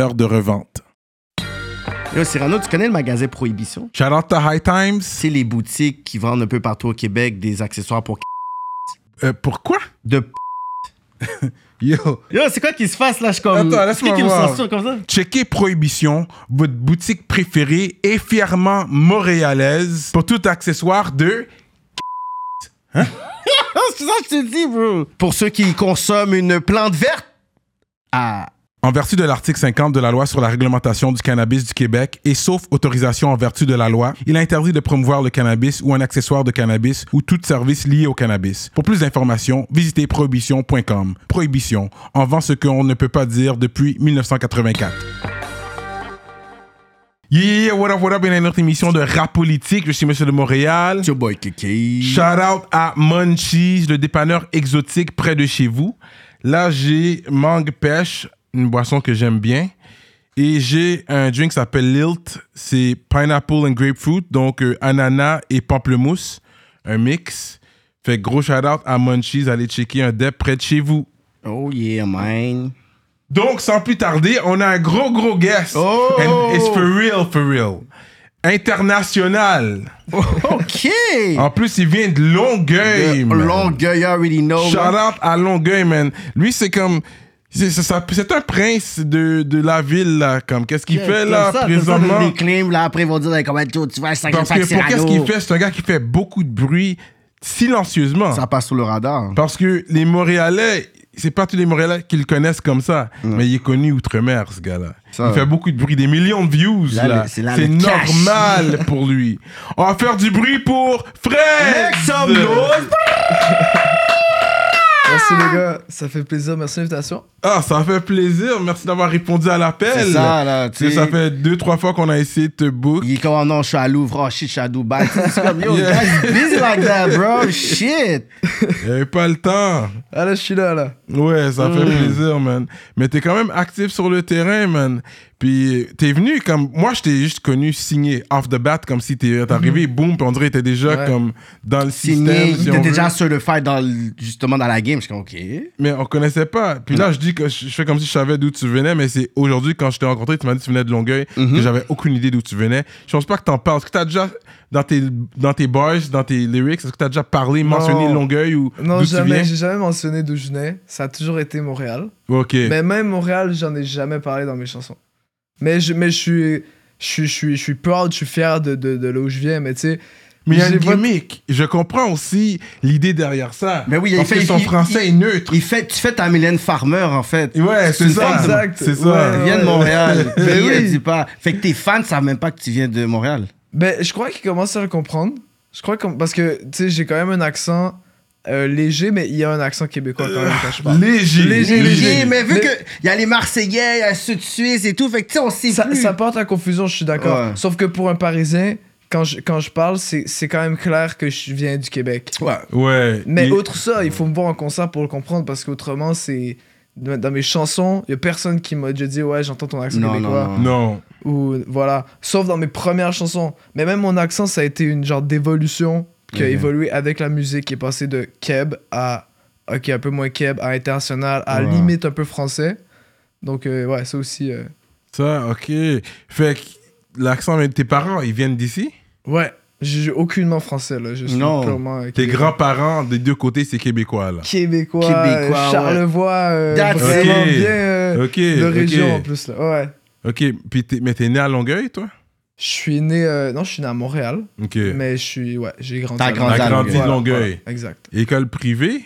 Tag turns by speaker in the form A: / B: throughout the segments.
A: de revente.
B: Yo, Cyrano, tu connais le magasin Prohibition?
A: Shout out à High Times.
B: C'est les boutiques qui vendent un peu partout au Québec des accessoires pour
A: Euh, pourquoi?
B: de p-
A: Yo.
B: Yo, c'est quoi qui se passe là? Je suis comme.
A: Attends, laisse-moi
B: C'est qui qui me
A: voir.
B: censure comme ça?
A: Checkez Prohibition, votre boutique préférée et fièrement montréalaise pour tout accessoire de...
B: Ah, c'est ça que je te dis, bro. Pour ceux qui consomment une plante verte. Ah.
A: En vertu de l'article 50 de la loi sur la réglementation du cannabis du Québec et sauf autorisation en vertu de la loi, il est interdit de promouvoir le cannabis ou un accessoire de cannabis ou tout service lié au cannabis. Pour plus d'informations, visitez prohibition.com. Prohibition, en vend ce qu'on ne peut pas dire depuis 1984. Yeah, yeah, yeah, what up, what up, bienvenue à notre émission de rap politique. Je suis Monsieur de Montréal.
B: Yo, boy, Kiki.
A: Shout out à Munchies, le dépanneur exotique près de chez vous. Là, j'ai mangue pêche, une boisson que j'aime bien. Et j'ai un drink qui s'appelle Lilt. C'est pineapple and grapefruit, donc euh, ananas et pamplemousse. Un mix. Fait gros shout out à Munchies. Allez checker un dep près de chez vous.
B: Oh yeah, man.
A: Donc, sans plus tarder, on a un gros, gros guest.
B: Oh!
A: And it's for real, for real. International.
B: OK.
A: En plus, il vient de Longueuil. man.
B: Longueuil, you already know.
A: Shout
B: Oh, man.
A: out à Longueuil, man. Lui, c'est comme. C'est c'est ça- c'est un prince de, de la ville, là. Comme, qu'est-ce qu'il fait,
B: Comme
A: là,
B: ça, comme ça,
A: présentement?
B: les clims, là, après, ils vont dire, hey, comment tu tu vas, ça
A: Parce que pour qu'est-ce qu'il fait, c'est un gars qui fait beaucoup de bruit silencieusement.
B: Ça passe sous le radar.
A: Parce que les Montréalais, c'est pas tous les Montréalais qui le connaissent comme ça. Mais il est connu outre-mer, ce gars-là.
B: Ça,
A: il fait
B: ouais.
A: beaucoup de bruit, des millions de views,
B: Là,
A: là.
B: le-
A: C'est
B: c'est là le cash.
A: normal pour lui. On va faire du bruit pour Fred!
C: Merci les gars, ça fait plaisir, merci de l'invitation.
A: Ah, ça fait plaisir. Merci d'avoir répondu à l'appel.
B: C'est ça, là,
A: Parce que
B: tu
A: ça
B: sais.
A: fait deux, trois fois qu'on a essayé de te book.
B: Il est comme, oh non, je suis à Louvre, oh shit, je suis à Dubaï. Tu sais, C'est comme, yo,
A: Yeah.
B: guys, busy like that, bro. Shit.
A: Il n'y avait pas le temps.
C: Ah là, je suis là, là.
A: Ouais, ça
C: Hmm.
A: fait plaisir, man. Mais t'es quand même actif sur le terrain, man. Puis euh, t'es venu comme. Moi, je t'ai juste connu signé off the bat, comme si t'es t'es arrivé, boum, puis on dirait que t'es déjà
C: Hmm. Ouais.
A: comme dans le
B: Signé,
A: système. si
B: t'es
A: on
B: déjà
A: veut.
B: sur le fight dans le- justement dans la game. Je suis comme, OK.
A: Mais on connaissait pas. Puis là, je dis que je je fais comme si je savais d'où tu venais, mais c'est aujourd'hui, quand je t'ai rencontré, tu m'as dit que tu venais de Longueuil,
C: Hmm.
A: que j'avais aucune idée d'où tu venais. Je pense pas que t'en parles. Est-ce que t'as déjà, dans tes, dans tes bars, dans tes lyrics, est-ce que t'as déjà parlé, mentionné Longueuil ou
C: Non,
A: d'où tu
C: jamais,
A: viens?
C: j'ai jamais mentionné d'où je venais, ça a toujours été Montréal.
A: Ok.
C: Mais même Montréal, j'en ai jamais parlé dans mes chansons. Mais je, mais je suis, je suis, je suis, je suis proud, je suis fier de, de, de là où je viens, mais tu sais,
A: Mais il y a
C: j'ai
A: une
C: votre-
A: gimmick. Je comprends aussi l'idée derrière ça.
B: Mais oui, il
A: Parce
B: fait-
A: que son
B: il-
A: français est neutre.
B: Il fait, tu fais ta Mylène Farmer, en fait.
A: Ouais, c'est
B: une
A: ça.
B: forme de-
C: Exact.
A: C'est ça.
C: Ouais,
B: Elle vient de
C: ouais.
B: Montréal.
C: Ben
B: Pays, elle
C: oui.
B: dit pas. Fait que tes fans savent même pas que tu viens de Montréal.
C: ben, je crois qu'ils commencent à le comprendre. Je crois que, parce que, tu sais, j'ai quand même un accent euh, léger, mais il y a un accent québécois quand même quand je parle.
A: Léger.
C: Léger,
B: Léger, mais vu
C: Mais-
B: que il y a les Marseillais, il y a ceux de Suisse et tout, fait que tu sais, on sait
C: ça,
B: plus.
C: ça porte à confusion, je suis d'accord.
B: Ouais.
C: Sauf que pour un Parisien, quand je, quand je parle, c'est c'est quand même clair que je viens du Québec.
A: Ouais.
C: Mais
A: Il-
C: outre ça, il faut me voir en concert pour le comprendre parce qu'autrement, c'est. Dans dans mes chansons, il y a personne qui m'a déjà dit Ouais, j'entends ton accent
B: Non,
C: québécois.
B: non,
A: Non.
C: Ou voilà. Sauf dans mes premières chansons. Mais même mon accent, ça a été une genre d'évolution qui a
B: Mhm.
C: évolué avec la musique, qui est passée de Keb à. Ok, un peu moins Keb, à international, à
B: Ouais.
C: limite un peu français. Donc, euh, ouais, ça aussi. euh,
A: Ça, ok. Fait que l'accent, mais tes parents, ils viennent d'ici?
C: Ouais, j'ai j'ai aucunement français là, je suis
B: Non.
C: purement euh,
A: Tes
C: québécois.
A: grands-parents, des deux côtés, c'est québécois, là.
C: québécois,
B: Québécois,
C: euh, Charlevoix, euh,
B: That's
C: vraiment
A: it.
C: bien euh,
A: Ok.
C: de
A: ok.
C: région en plus là. Ouais.
A: Ok. Puis t'es- mais t'es né à Longueuil, toi?
C: Je suis né euh, non, je suis né à Montréal,
A: Ok.
C: mais je suis ouais, j'ai grandi
B: T'as
C: à
B: grandi
C: Longueuil.
B: à T'as grandi
A: à Longueuil.
C: Voilà, exact.
A: École privée?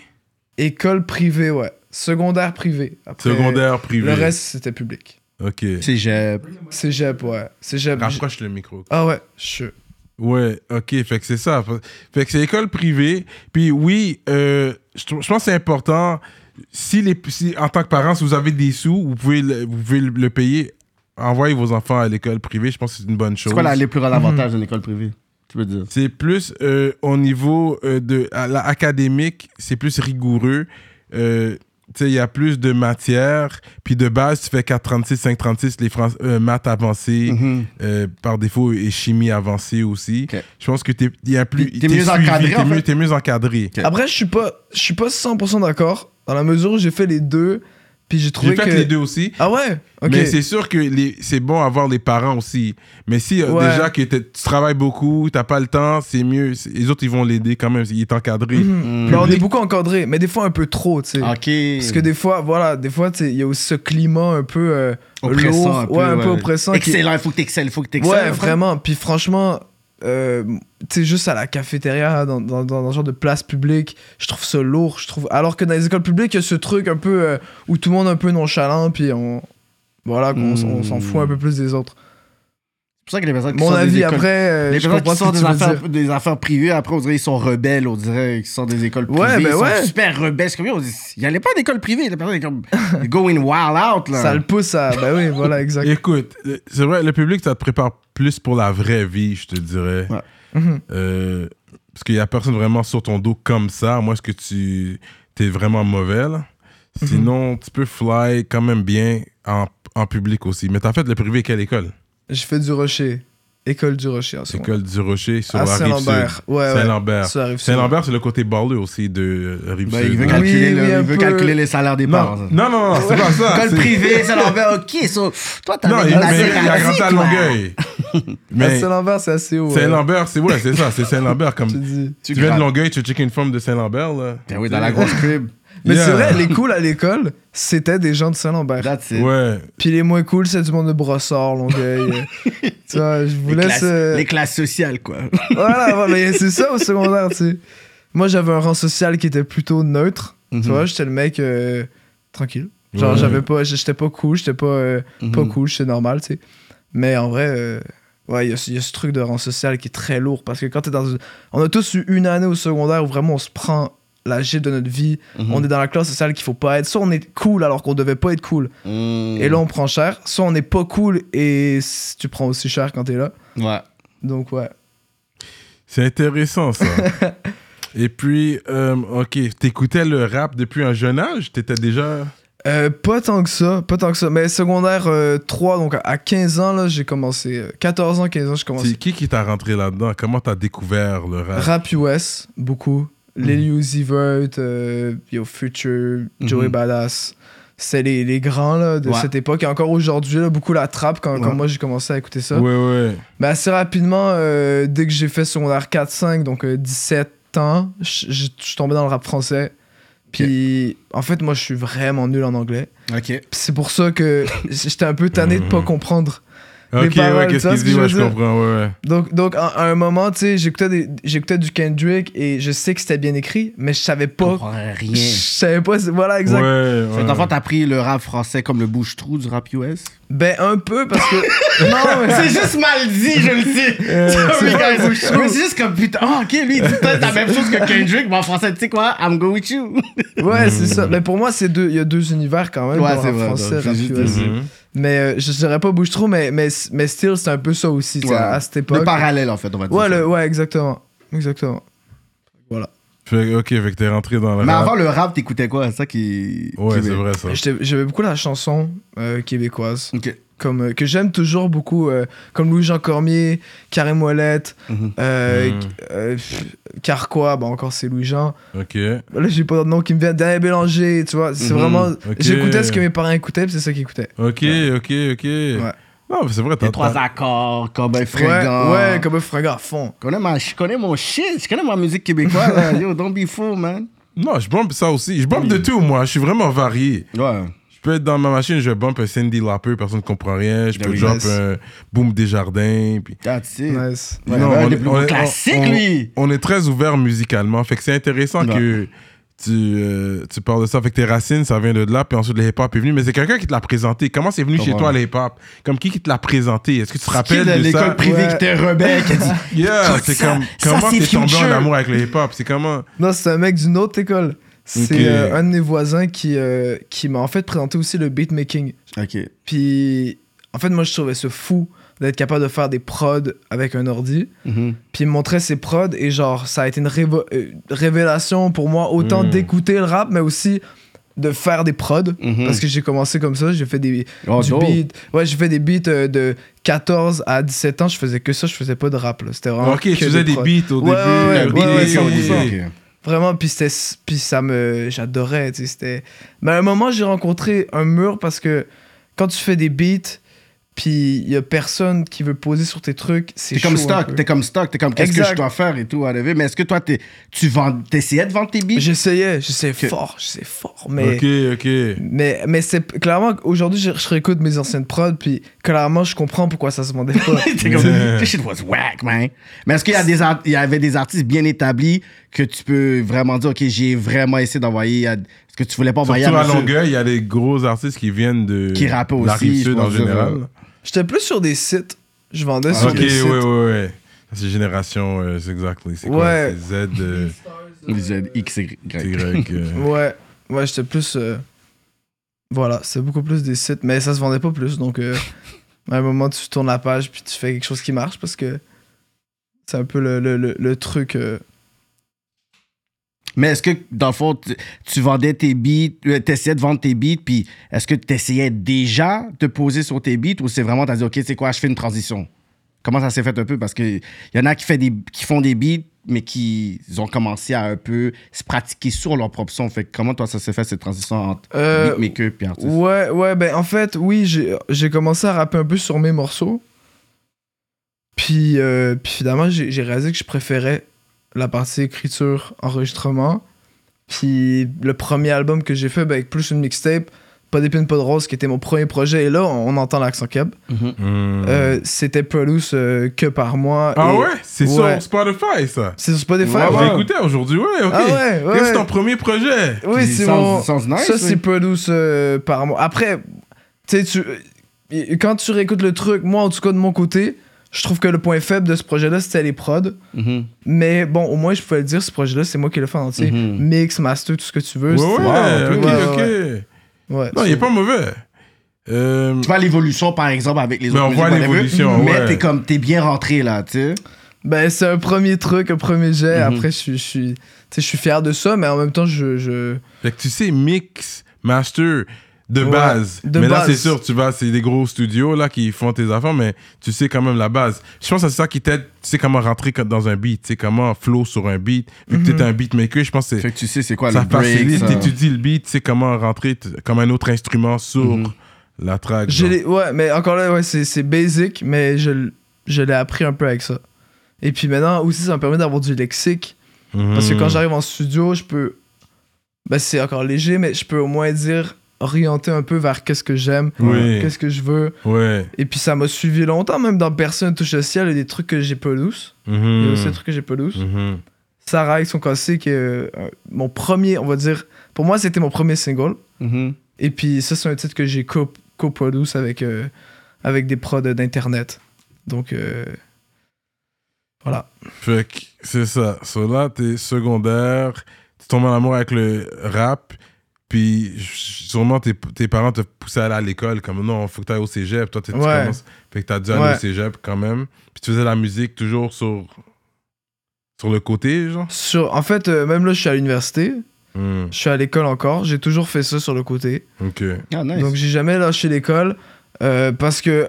C: École privée, ouais. Secondaire privé. Après,
A: Secondaire privée.
C: Le reste c'était public.
A: Ok.
B: Cégep.
C: Cégep, ouais. Cégep. j-
A: Rapproche le micro.
C: Ah ouais, je.
A: Ouais, ok, fait que c'est ça. Fa- Fait que c'est école privée. Puis oui, euh, je trou- je pense que c'est important. Si, les, si en tant que parents, si vous avez des sous, vous pouvez le, vous pouvez le- le payer. Envoyez vos enfants à l'école privée, je pense que c'est une bonne chose.
B: C'est quoi la- les plus grands avantages
C: Mm-hmm.
B: de l'école privée Tu veux dire
A: C'est plus euh, au niveau euh, de à la- académique, c'est plus rigoureux. Euh, tu sais, il y a plus de matière. Puis de base, tu fais 436, 536, les Fran- euh, maths avancées
C: Mm-hmm.
B: Mhm.
A: euh, par défaut et chimie avancée aussi.
B: Ok.
A: Je pense que t'es y a plus
B: T'es- t'es mieux encadré,
A: T'es
B: en
A: mieux,
B: fait.
A: t'es mieux encadré.
B: Ok.
C: Après, je suis pas, je suis pas 100% d'accord dans la mesure où j'ai fait les deux, puis j'ai trouvé
A: J'ai fait
C: que.
A: les deux aussi.
C: Ah ouais. Ok.
A: Mais c'est sûr que les- c'est bon avoir les parents aussi. Mais si euh,
C: Ouais.
A: déjà que t'es- tu travailles beaucoup, t'as pas le temps, c'est mieux. C'est- Les autres, ils vont l'aider quand même. Il est encadré.
C: Mhm.
B: Mm.
C: Mais on est
A: Public-
C: beaucoup encadré, mais des fois un peu trop, tu sais.
B: Ok.
C: Parce que des fois, voilà, des fois, tu sais, il y a aussi ce climat un peu euh,
B: Oppressant
C: lourd,
B: un peu,
C: ouais, un peu
B: ouais.
C: oppressant. qui-
B: Excellent, il faut que t'excelles, il faut que t'excelles.
C: Ouais, vraiment. Puis franchement, euh, tu sais, juste à la cafétéria, hein, dans, dans, dans, dans ce genre de place publique, je trouve ça lourd. Je trouve... Alors que dans les écoles publiques, il y a ce truc un peu euh, où tout le monde est un peu nonchalant, puis on. Voilà, qu'on s- on s'en fout un peu plus des autres.
B: C'est pour ça que les personnes Hmm. qui
C: Mon
B: sortent des
C: avis,
B: écoles-
C: après, euh,
B: les
C: je
B: personnes
C: comprends
B: qui
C: ce que
B: sortent
C: tu
B: des
C: veux
B: affaires,
C: dire.
B: des affaires privées, après, on dirait qu'ils sont rebelles, on dirait qu'ils sortent des écoles privées.
C: Ouais, ben
B: ils sont
C: ouais.
B: super rebelles. C'est comme, yo, il n'y allait pas d'école privée. La personne est comme, going wild out, là.
C: Ça le pousse à. Bah oui, voilà, exact.
A: Écoute, le- c'est vrai, le public, ça te prépare plus pour la vraie vie, je te dirais.
B: Ouais.
C: Mhm.
A: Euh, parce qu'il n'y a personne vraiment sur ton dos comme ça. Moi, est-ce que tu es vraiment mauvais, là? Sinon, tu peux fly quand même bien en, en public aussi. Mais t'as fait le privé, quelle école?
C: J'ai fait du rocher. École du rocher en ce
A: C'est
C: moment.
A: École du Rocher sur
C: À
A: la Rive-Sud.
C: Saint-Lambert. Ouais, ouais.
A: Saint-Lambert.
C: Ça arrive
A: Saint-Lambert, c'est le côté balleux aussi de euh, Rive-Sud.
B: Ben, il veut,
A: là.
C: calculer
B: calculer,
C: Oui,
B: le-
C: oui,
B: il
C: un
B: veut
C: peu.
B: calculer les salaires des parents. ça.
A: non, non, non, non, c'est pas ça.
B: École
A: c'est-
B: privée, ça leur fait OK, so, toi,
A: Non,
B: t'avais
A: il,
B: des
A: mais,
B: assez
A: il a grandi à
B: raciste, là.
A: Longueuil.
C: À
A: mais
C: Saint-Lambert, c'est assez haut. ouais.
A: Saint-Lambert, c'est ouais, c'est ça, c'est Saint-Lambert comme
C: Tu dis.
A: Tu viens de Longueuil, tu check une forme de Saint-Lambert, là.
B: Ben oui, dans la grosse crib.
C: Mais
A: Yeah.
C: c'est vrai, les cools à l'école, c'était des gens de Saint-Lambert.
B: That's it.
A: Ouais.
C: Puis les moins cool, c'est du monde de brossard, Longueuil. tu vois, je vous
B: Les,
C: laisse.
B: classes,
C: euh,
B: les classes sociales, quoi.
C: Voilà, voilà, et c'est ça au secondaire, tu sais. Moi, j'avais un rang social qui était plutôt neutre. Tu
B: Mhm.
C: vois, j'étais le mec euh, tranquille. Genre,
A: Ouais.
C: j'avais pas, j'étais pas cool, j'étais pas, euh,
B: Mhm,
C: pas cool, j'étais normal, tu sais. Mais en vrai, euh, ouais, il y, a ce- il y a ce truc de rang social qui est très lourd parce que quand t'es dans. une- On a tous eu une année au secondaire où vraiment on se prend la gifle de notre vie.
B: mhm,
C: On est dans la classe sociale qu'il faut pas être. Soit on est cool alors qu'on devait pas être cool.
B: mhm.
C: Et
B: Mm.
C: là, on prend cher. Soit on est pas cool et s- tu prends aussi cher quand t'es là.
B: Ouais.
C: Donc, ouais.
A: C'est intéressant, ça. Et puis, euh, OK, t'écoutais le rap depuis un jeune âge? T'étais déjà...
C: Euh, pas tant que ça, pas tant que ça. Mais secondaire euh, 3, donc à- à 15 ans, là, j'ai commencé. euh, 14 ans, 15 ans, j'ai
A: C'est
C: commencé.
A: qui qui t'a rentré là-dedans? Comment t'as découvert le rap?
C: Rap US, beaucoup.
B: Mm.
C: Lil Uzi Vert, euh, Yo Future, Joey
B: Mhm.
C: Badass. C'est les, les grands là, de
B: Ouais.
C: cette époque. Et encore aujourd'hui, là, beaucoup la trappe quand, quand
B: Ouais.
C: moi j'ai commencé à écouter ça.
A: Ouais, ouais.
C: Mais Bah, assez rapidement, euh, dès que j'ai fait secondaire 4-5, donc euh, 17 ans, je je- je suis tombé dans le rap français. Puis en fait, moi je suis vraiment nul en anglais.
B: OK.
C: Puis c'est pour ça que j'étais un peu tanné de pas
B: Mhm.
C: comprendre. Les
A: OK,
C: paroles,
A: ouais,
C: tu
A: qu'est-ce
C: vois
A: qu'il
C: ce
A: dit?
C: que je
A: Ouais,
C: veux
A: je
C: dire?
A: comprends, ouais, ouais.
C: Donc, donc à, à un moment, tu sais, j'écoutais, des- j'écoutais du Kendrick et je sais que c'était bien écrit, mais je savais
B: Je
C: pas.
B: comprends
C: Je
B: rien.
C: savais pas. c'est- Voilà, exact.
A: Ouais,
B: Fait
A: ouais.
B: que dans le fond, t'as pris le rap français comme le bouche-trou du rap US?
C: Ben, un peu parce que. non, mais-
B: C'est juste mal dit, je le dis.
C: c'est pas un
B: Oui,
C: bouche-trou.
B: guys. Mais c'est juste comme putain. Ah, ok, lui, il dit peut-être la même chose que Kendrick, mais en français, tu sais quoi? I'm go with you.
C: Ouais, c'est ça. Mais pour moi, c'est deux- il y a deux univers quand même.
B: Ouais,
C: dans
B: c'est
C: le
B: vrai,
C: français,
B: donc,
C: rap
B: juste-
C: US.
A: Mhm.
C: Mais euh, je dirais pas bouche trop, mais, mais, mais still, c'est un peu ça aussi, tu sais,
B: Ouais.
C: à cette époque.
B: Le parallèle, en fait, on va dire.
C: Ouais,
B: ça.
C: le- ouais, exactement. Exactement.
A: Fait que, OK, fait que t'es rentré dans le
B: Mais
A: rap.
B: avant le rap, t'écoutais quoi? C'est ça qui.
A: Ouais,
B: qui-
A: c'est vrai, ça.
C: J'étais- J'avais beaucoup la chanson euh, québécoise.
B: Ok.
C: comme, euh, que j'aime toujours beaucoup, euh, comme Louis-Jean Cormier, Karim Ouellette,
B: Mhm.
C: euh,
A: Mhm.
C: euh, pff, Carquois, bah encore c'est Louis-Jean.
A: OK.
C: Là, j'ai pas de nom qui me vient, Daniel Bélanger, tu vois, c'est
B: Mhm.
C: vraiment.
A: Ok.
C: J'écoutais ce que mes parents écoutaient, puis c'est ça qu'ils écoutaient.
A: OK, OK, OK. Non, mais c'est vrai,
B: Les
A: t'as...
B: trois
A: t'as-
B: accords, comme un
C: Ouais,
B: fringant.
C: ouais, comme un fringant à fond.
B: Je connais, ma, je connais mon shit, je connais ma musique québécoise. là. Yo, don't be fool, man.
A: Non, je bombe ça aussi. Je bombe de tout, moi. Je suis vraiment varié.
B: Ouais.
A: Je peux être dans ma machine, je bump un Cindy Lauper, personne ne comprend rien. Je
B: Ah
A: peux
B: oui,
A: drop
C: nice.
A: un Boom Desjardins. Puis...
B: That's it.
C: Nice.
B: Ouais,
A: Non,
B: un
A: on
B: des
A: est-
B: plus
A: on
B: gros
A: est-
B: classiques,
A: on-
B: lui.
A: On est très ouvert musicalement. Fait que c'est intéressant
B: Ouais.
A: que tu, euh, tu parles de ça avec tes racines, ça vient de là, puis ensuite le hip-hop est venu. Mais c'est quelqu'un qui te l'a présenté. Comment c'est venu chez
B: ouais.
A: toi le hip-hop Comme qui qui te l'a présenté Est-ce que tu te rappelles
B: Kid à
A: de ça
B: l'école privée
C: Ouais.
B: qui était rebelle, qui a dit
A: Yeah,
B: Écoute
A: c'est
B: ça,
A: comme
B: ça,
A: comment
B: c'est
A: t'es tombé en
B: Future.
A: amour avec le hip-hop C'est comment
C: Non, c'est un mec d'une autre école. C'est
A: Ok.
C: euh, un de mes voisins qui, euh, qui m'a en fait présenté aussi le beatmaking.
B: Ok.
C: Puis, en fait, moi, je trouvais ça fou d'être capable de faire des prods avec un ordi.
B: Mhm.
C: Puis il me montrait ses prods et genre, ça a été une révo- euh, révélation pour moi, autant
A: Mm.
C: d'écouter le rap, mais aussi de faire des prods.
B: Mhm.
C: Parce que j'ai commencé comme ça, j'ai fait des
B: Oh,
C: du
B: dope.
C: beat. Ouais, j'ai fait des beats euh, de 14 à 17 ans, je faisais que ça, je faisais pas de rap. là. C'était vraiment.
A: Ok, tu
C: que
A: faisais des
C: prods.
A: beats au
C: Ouais, ouais,
A: début.
C: ouais,
A: ok.
C: ouais, 100%.
B: Ok.
C: Vraiment, puis c'était, puis ça me, j'adorais, tu sais, c'était. Mais à un moment, j'ai rencontré un mur parce que quand tu fais des beats, puis il y a personne qui veut poser sur tes trucs, c'est
B: T'es comme
C: chaud un peu.
B: stock, t'es comme stock, t'es comme qu'est-ce que
C: Exact.
B: je dois faire et tout, whatever. Mais est-ce que toi, t'es- tu vends, t'essayais de vendre tes beats?
C: J'essayais, j'essayais
B: Que-
C: fort, j'essayais fort, mais.
A: Ok, ok.
C: Mais, mais c'est clairement aujourd'hui je, je réécoute mes anciennes prods puis clairement je comprends pourquoi ça se vendait pas.
B: T'es comme,
A: Ouais.
B: this shit was whack, man. Mais est-ce qu'il y, a des art- il y avait des artistes bien établis que tu peux vraiment dire, OK, j'ai vraiment essayé d'envoyer à... Est-ce que tu voulais pas envoyer
A: Surtout à
B: monsieur-
A: Longueuil, il y a des gros artistes qui viennent de
B: Qui rappaient
A: de la
B: aussi,
A: Rive-Sud
B: je
A: en
B: pense,
A: général. Ah,
C: J'étais plus sur des sites, je vendais
B: Ah,
C: sur
A: ok,
C: des
A: ouais,
C: sites.
A: ouais, ouais. C'est génération, euh, c'est exactly. C'est quoi
C: Ouais.
A: C'est Z, euh,
B: Z, X, Y.
A: Y. euh.
C: Ouais, ouais, j'étais plus. euh, Voilà, c'est beaucoup plus des sites, mais ça se vendait pas plus. Donc, euh, à un moment, tu tournes la page puis tu fais quelque chose qui marche parce que c'est un peu le, le, le, le truc. euh,
B: Mais est-ce que, dans le fond, tu, tu vendais tes beats, euh, t'essayais de vendre tes beats, puis est-ce que t'essayais déjà de poser sur tes beats ou c'est vraiment, t'as dit, OK, c'est quoi, je fais une transition? Comment ça s'est fait un peu? Parce qu'il y en a qui, fait des, qui font des beats, mais qui ont commencé à un peu se pratiquer sur leur propre son. Fait que comment, toi, ça s'est fait, cette transition entre
C: euh,
B: beatmaker puis artiste?
C: ouais, ouais, ben en fait, oui, j'ai- j'ai commencé à rapper un peu sur mes morceaux. Puis, euh, puis finalement, j'ai j'ai réalisé que je préférais la partie écriture, enregistrement. Puis le premier album que j'ai fait, ben, avec plus une mixtape, Pas d'épines, pas de rose, qui était mon premier projet. Et là, on on entend l'accent cab.
B: Mhm.
A: Hmm.
C: Euh, c'était Produce euh, que par mois.
A: ah
C: et-
A: ouais C'est
C: Ouais.
A: sur Spotify, ça.
C: C'est sur Spotify.
A: Ah,
C: ouais.
A: j'ai écouté aujourd'hui, ouais, ok.
C: Ah ouais, ouais.
A: C'est ton premier projet.
C: Oui,
B: Puis
C: c'est
B: sounds-
C: mon.
B: sounds nice,
C: ça,
B: oui.
C: c'est Produce euh, par mois. Après, tu sais, tu. euh, Quand tu réécoutes le truc, moi, en tout cas, de mon côté, je trouve que le point faible de ce projet-là, c'était les prods.
B: Mhm.
C: Mais bon, au moins, je pouvais le dire, ce projet-là, c'est moi qui l'ai fait en entier.
B: Mhm.
C: Mix, master, tout ce que tu veux.
A: Ouais,
C: c'est-
A: ouais,
C: Ouais,
A: ok,
C: ouais,
A: ok.
C: ouais. Ouais.
A: Non, il est pas mauvais. Euh,
B: Tu vois l'évolution, par exemple, avec les
A: Mais on
B: autres
A: voit
B: musiques, whatever,
A: l'évolution,
B: Mais
A: ouais.
B: t'es comme, t'es bien rentré, là, tu sais.
C: Ben, c'est un premier truc, un premier jet.
B: Mhm.
C: Après, je suis- je suis. Tu sais, je suis fier de ça, mais en même temps, je- je...
A: Fait que tu sais, mix, master, de
C: Ouais,
A: base.
C: de
A: mais là,
C: base.
A: c'est sûr, tu vas, c'est des gros studios là qui font tes affaires, mais tu sais quand même la base. Je pense que c'est ça qui t'aide. Tu sais comment rentrer co- dans un beat, tu sais comment flow sur un beat. Vu
C: Mhm.
A: que t'es un beatmaker, je pense que c'est-
B: Fait que tu sais, c'est quoi
A: ça
B: le break,
A: facilite.
B: ça.
A: T'étudies le beat, tu sais comment rentrer t- comme un autre instrument sur
B: Mhm.
A: la track.
C: Je
A: genre.
C: l'ai- ouais, mais encore là, ouais, c'est, c'est basic, mais je, l- je l'ai appris un peu avec ça. Et puis maintenant aussi, ça me permet d'avoir du lexique. Parce que
A: Mhm.
C: quand j'arrive en studio, je peux. Ben, c'est encore léger, mais je peux au moins dire, orienter un peu vers qu'est-ce que j'aime,
A: Oui.
C: qu'est-ce que je veux.
A: Ouais.
C: Et puis ça m'a suivi longtemps, même dans Personne touche le ciel, il y a des trucs que j'ai pas douce. Il y a
A: Hmm.
C: aussi des trucs que j'ai pas douce.
A: Mhm.
C: Sarah avec son cassé, qui est euh, un- mon premier, on va dire. Pour moi, c'était mon premier single.
B: Mhm.
C: Et puis ça, c'est un titre que j'ai co- co-produce avec, euh, avec des prods d'internet. Donc euh, voilà.
A: Fait que c'est ça. So là, t'es secondaire, tu tombes en amour avec le rap, puis j- sûrement tes, tes parents te poussaient à aller à l'école, comme non, faut que t'ailles au cégep. Toi, t'es- tu
C: Ouais.
A: commences. Fait que t'as dû aller
C: Ouais.
A: au cégep quand même. Puis tu faisais la musique toujours sur, sur le côté, genre.
C: Sur, en fait, euh, même là, je suis à l'université,
A: Hmm,
C: je suis à l'école encore, j'ai toujours fait ça sur le côté.
A: ok.
B: Ah, nice.
C: Donc j'ai jamais lâché l'école euh, parce que,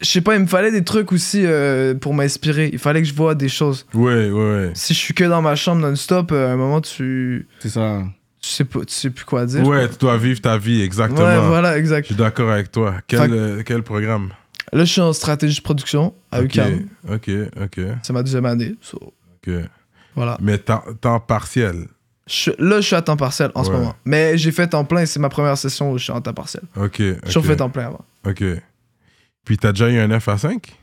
C: je sais pas, il me fallait des trucs aussi euh, pour m'inspirer. Il fallait que je vois des choses.
A: Ouais, ouais, ouais.
C: Si je suis que dans ma chambre non-stop, euh, à un moment, tu,
B: c'est ça.
C: tu, sais, pas, tu sais plus quoi dire.
A: Ouais, tu dois vivre ta vie, exactement.
C: Ouais, voilà,
A: Je
C: exact.
A: suis d'accord avec toi. Quel,
C: Fait que-
A: euh, quel programme
C: Là, je suis en stratégie de production à
A: Ok,
C: UCAM.
A: ok, ok,
C: C'est ma deuxième année. so,
A: ok.
C: voilà.
A: Mais temps, temps partiel.
C: Je- là, je suis à temps partiel en ce
A: Ouais.
C: moment. Mais j'ai fait temps plein et c'est ma première session où je suis en temps partiel.
A: Ok.
C: J'ai toujours
A: ok.
C: fait temps plein avant.
A: OK. Puis t'as déjà eu un 9 à 5?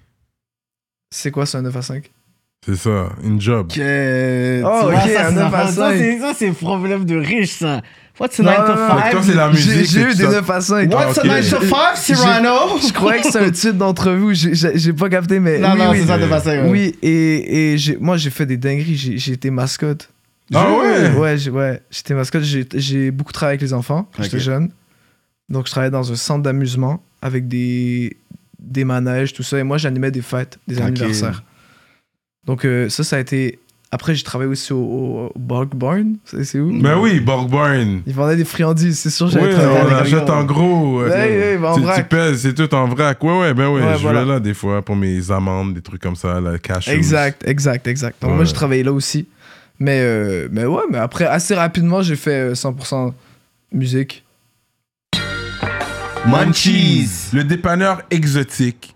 C: C'est quoi ce 9 à 5
A: C'est ça, une job.
B: Que,
C: Oh,
B: tu vois,
C: ok,
B: ça,
C: un
B: c'est
C: neuf à
B: affaire- ça,
C: cinq.
B: c'est- ça, c'est problème de riche, ça. What's a
C: Non,
B: 9 to
C: non, non.
A: Fait que toi,
B: 5?
A: c'est la
C: J'ai
A: musique.
C: j'ai
A: que
C: eu
A: tu
C: des
A: sors-
C: 9 à 5.
A: What? Ah,
B: What's
A: ok.
B: a 9 to 5, Cyrano?
C: Je croyais que c'était un titre d'entre vous, j'ai- j'ai j'ai pas capté, mais.
B: Non,
C: oui,
B: non,
C: oui,
B: c'est ça, de façon. ouais.
C: Oui, et, et j'ai- moi j'ai fait des dingueries, j'ai j'ai été mascotte.
A: Ah ouais?
C: Ouais, j'ai- ouais, j'étais mascotte, j'ai j'ai beaucoup travaillé avec les enfants quand j'étais
B: Ok.
C: jeune. Donc je travaillais dans un centre d'amusement avec des, des manèges, tout ça, et moi j'animais des fêtes, des
B: Ok.
C: anniversaires. Donc euh, ça, ça a été. Après, j'ai travaillé aussi au, au, au Bog Barn, c'est c'est où
A: Mais Ben oui, Borgburn.
C: Ils vendaient des friandises, c'est sûr,
A: Oui,
C: j'avais travaillé
A: on
C: avec
A: achète en gros. euh,
C: Ouais, ouais, bah, en
A: tu,
C: vrac.
A: tu pèses, c'est tout en vrac. Ouais, ouais, ben ouais,
C: Ouais,
A: je
C: voilà.
A: vais là des fois pour mes amendes, des trucs comme ça, la cash.
C: Exact, exact, exact. Donc,
A: Ouais.
C: moi, j'ai travaillé là aussi. Mais, euh, mais ouais, mais après, assez rapidement, j'ai fait euh, 100% musique.
B: Munchies.
A: Le dépanneur exotique.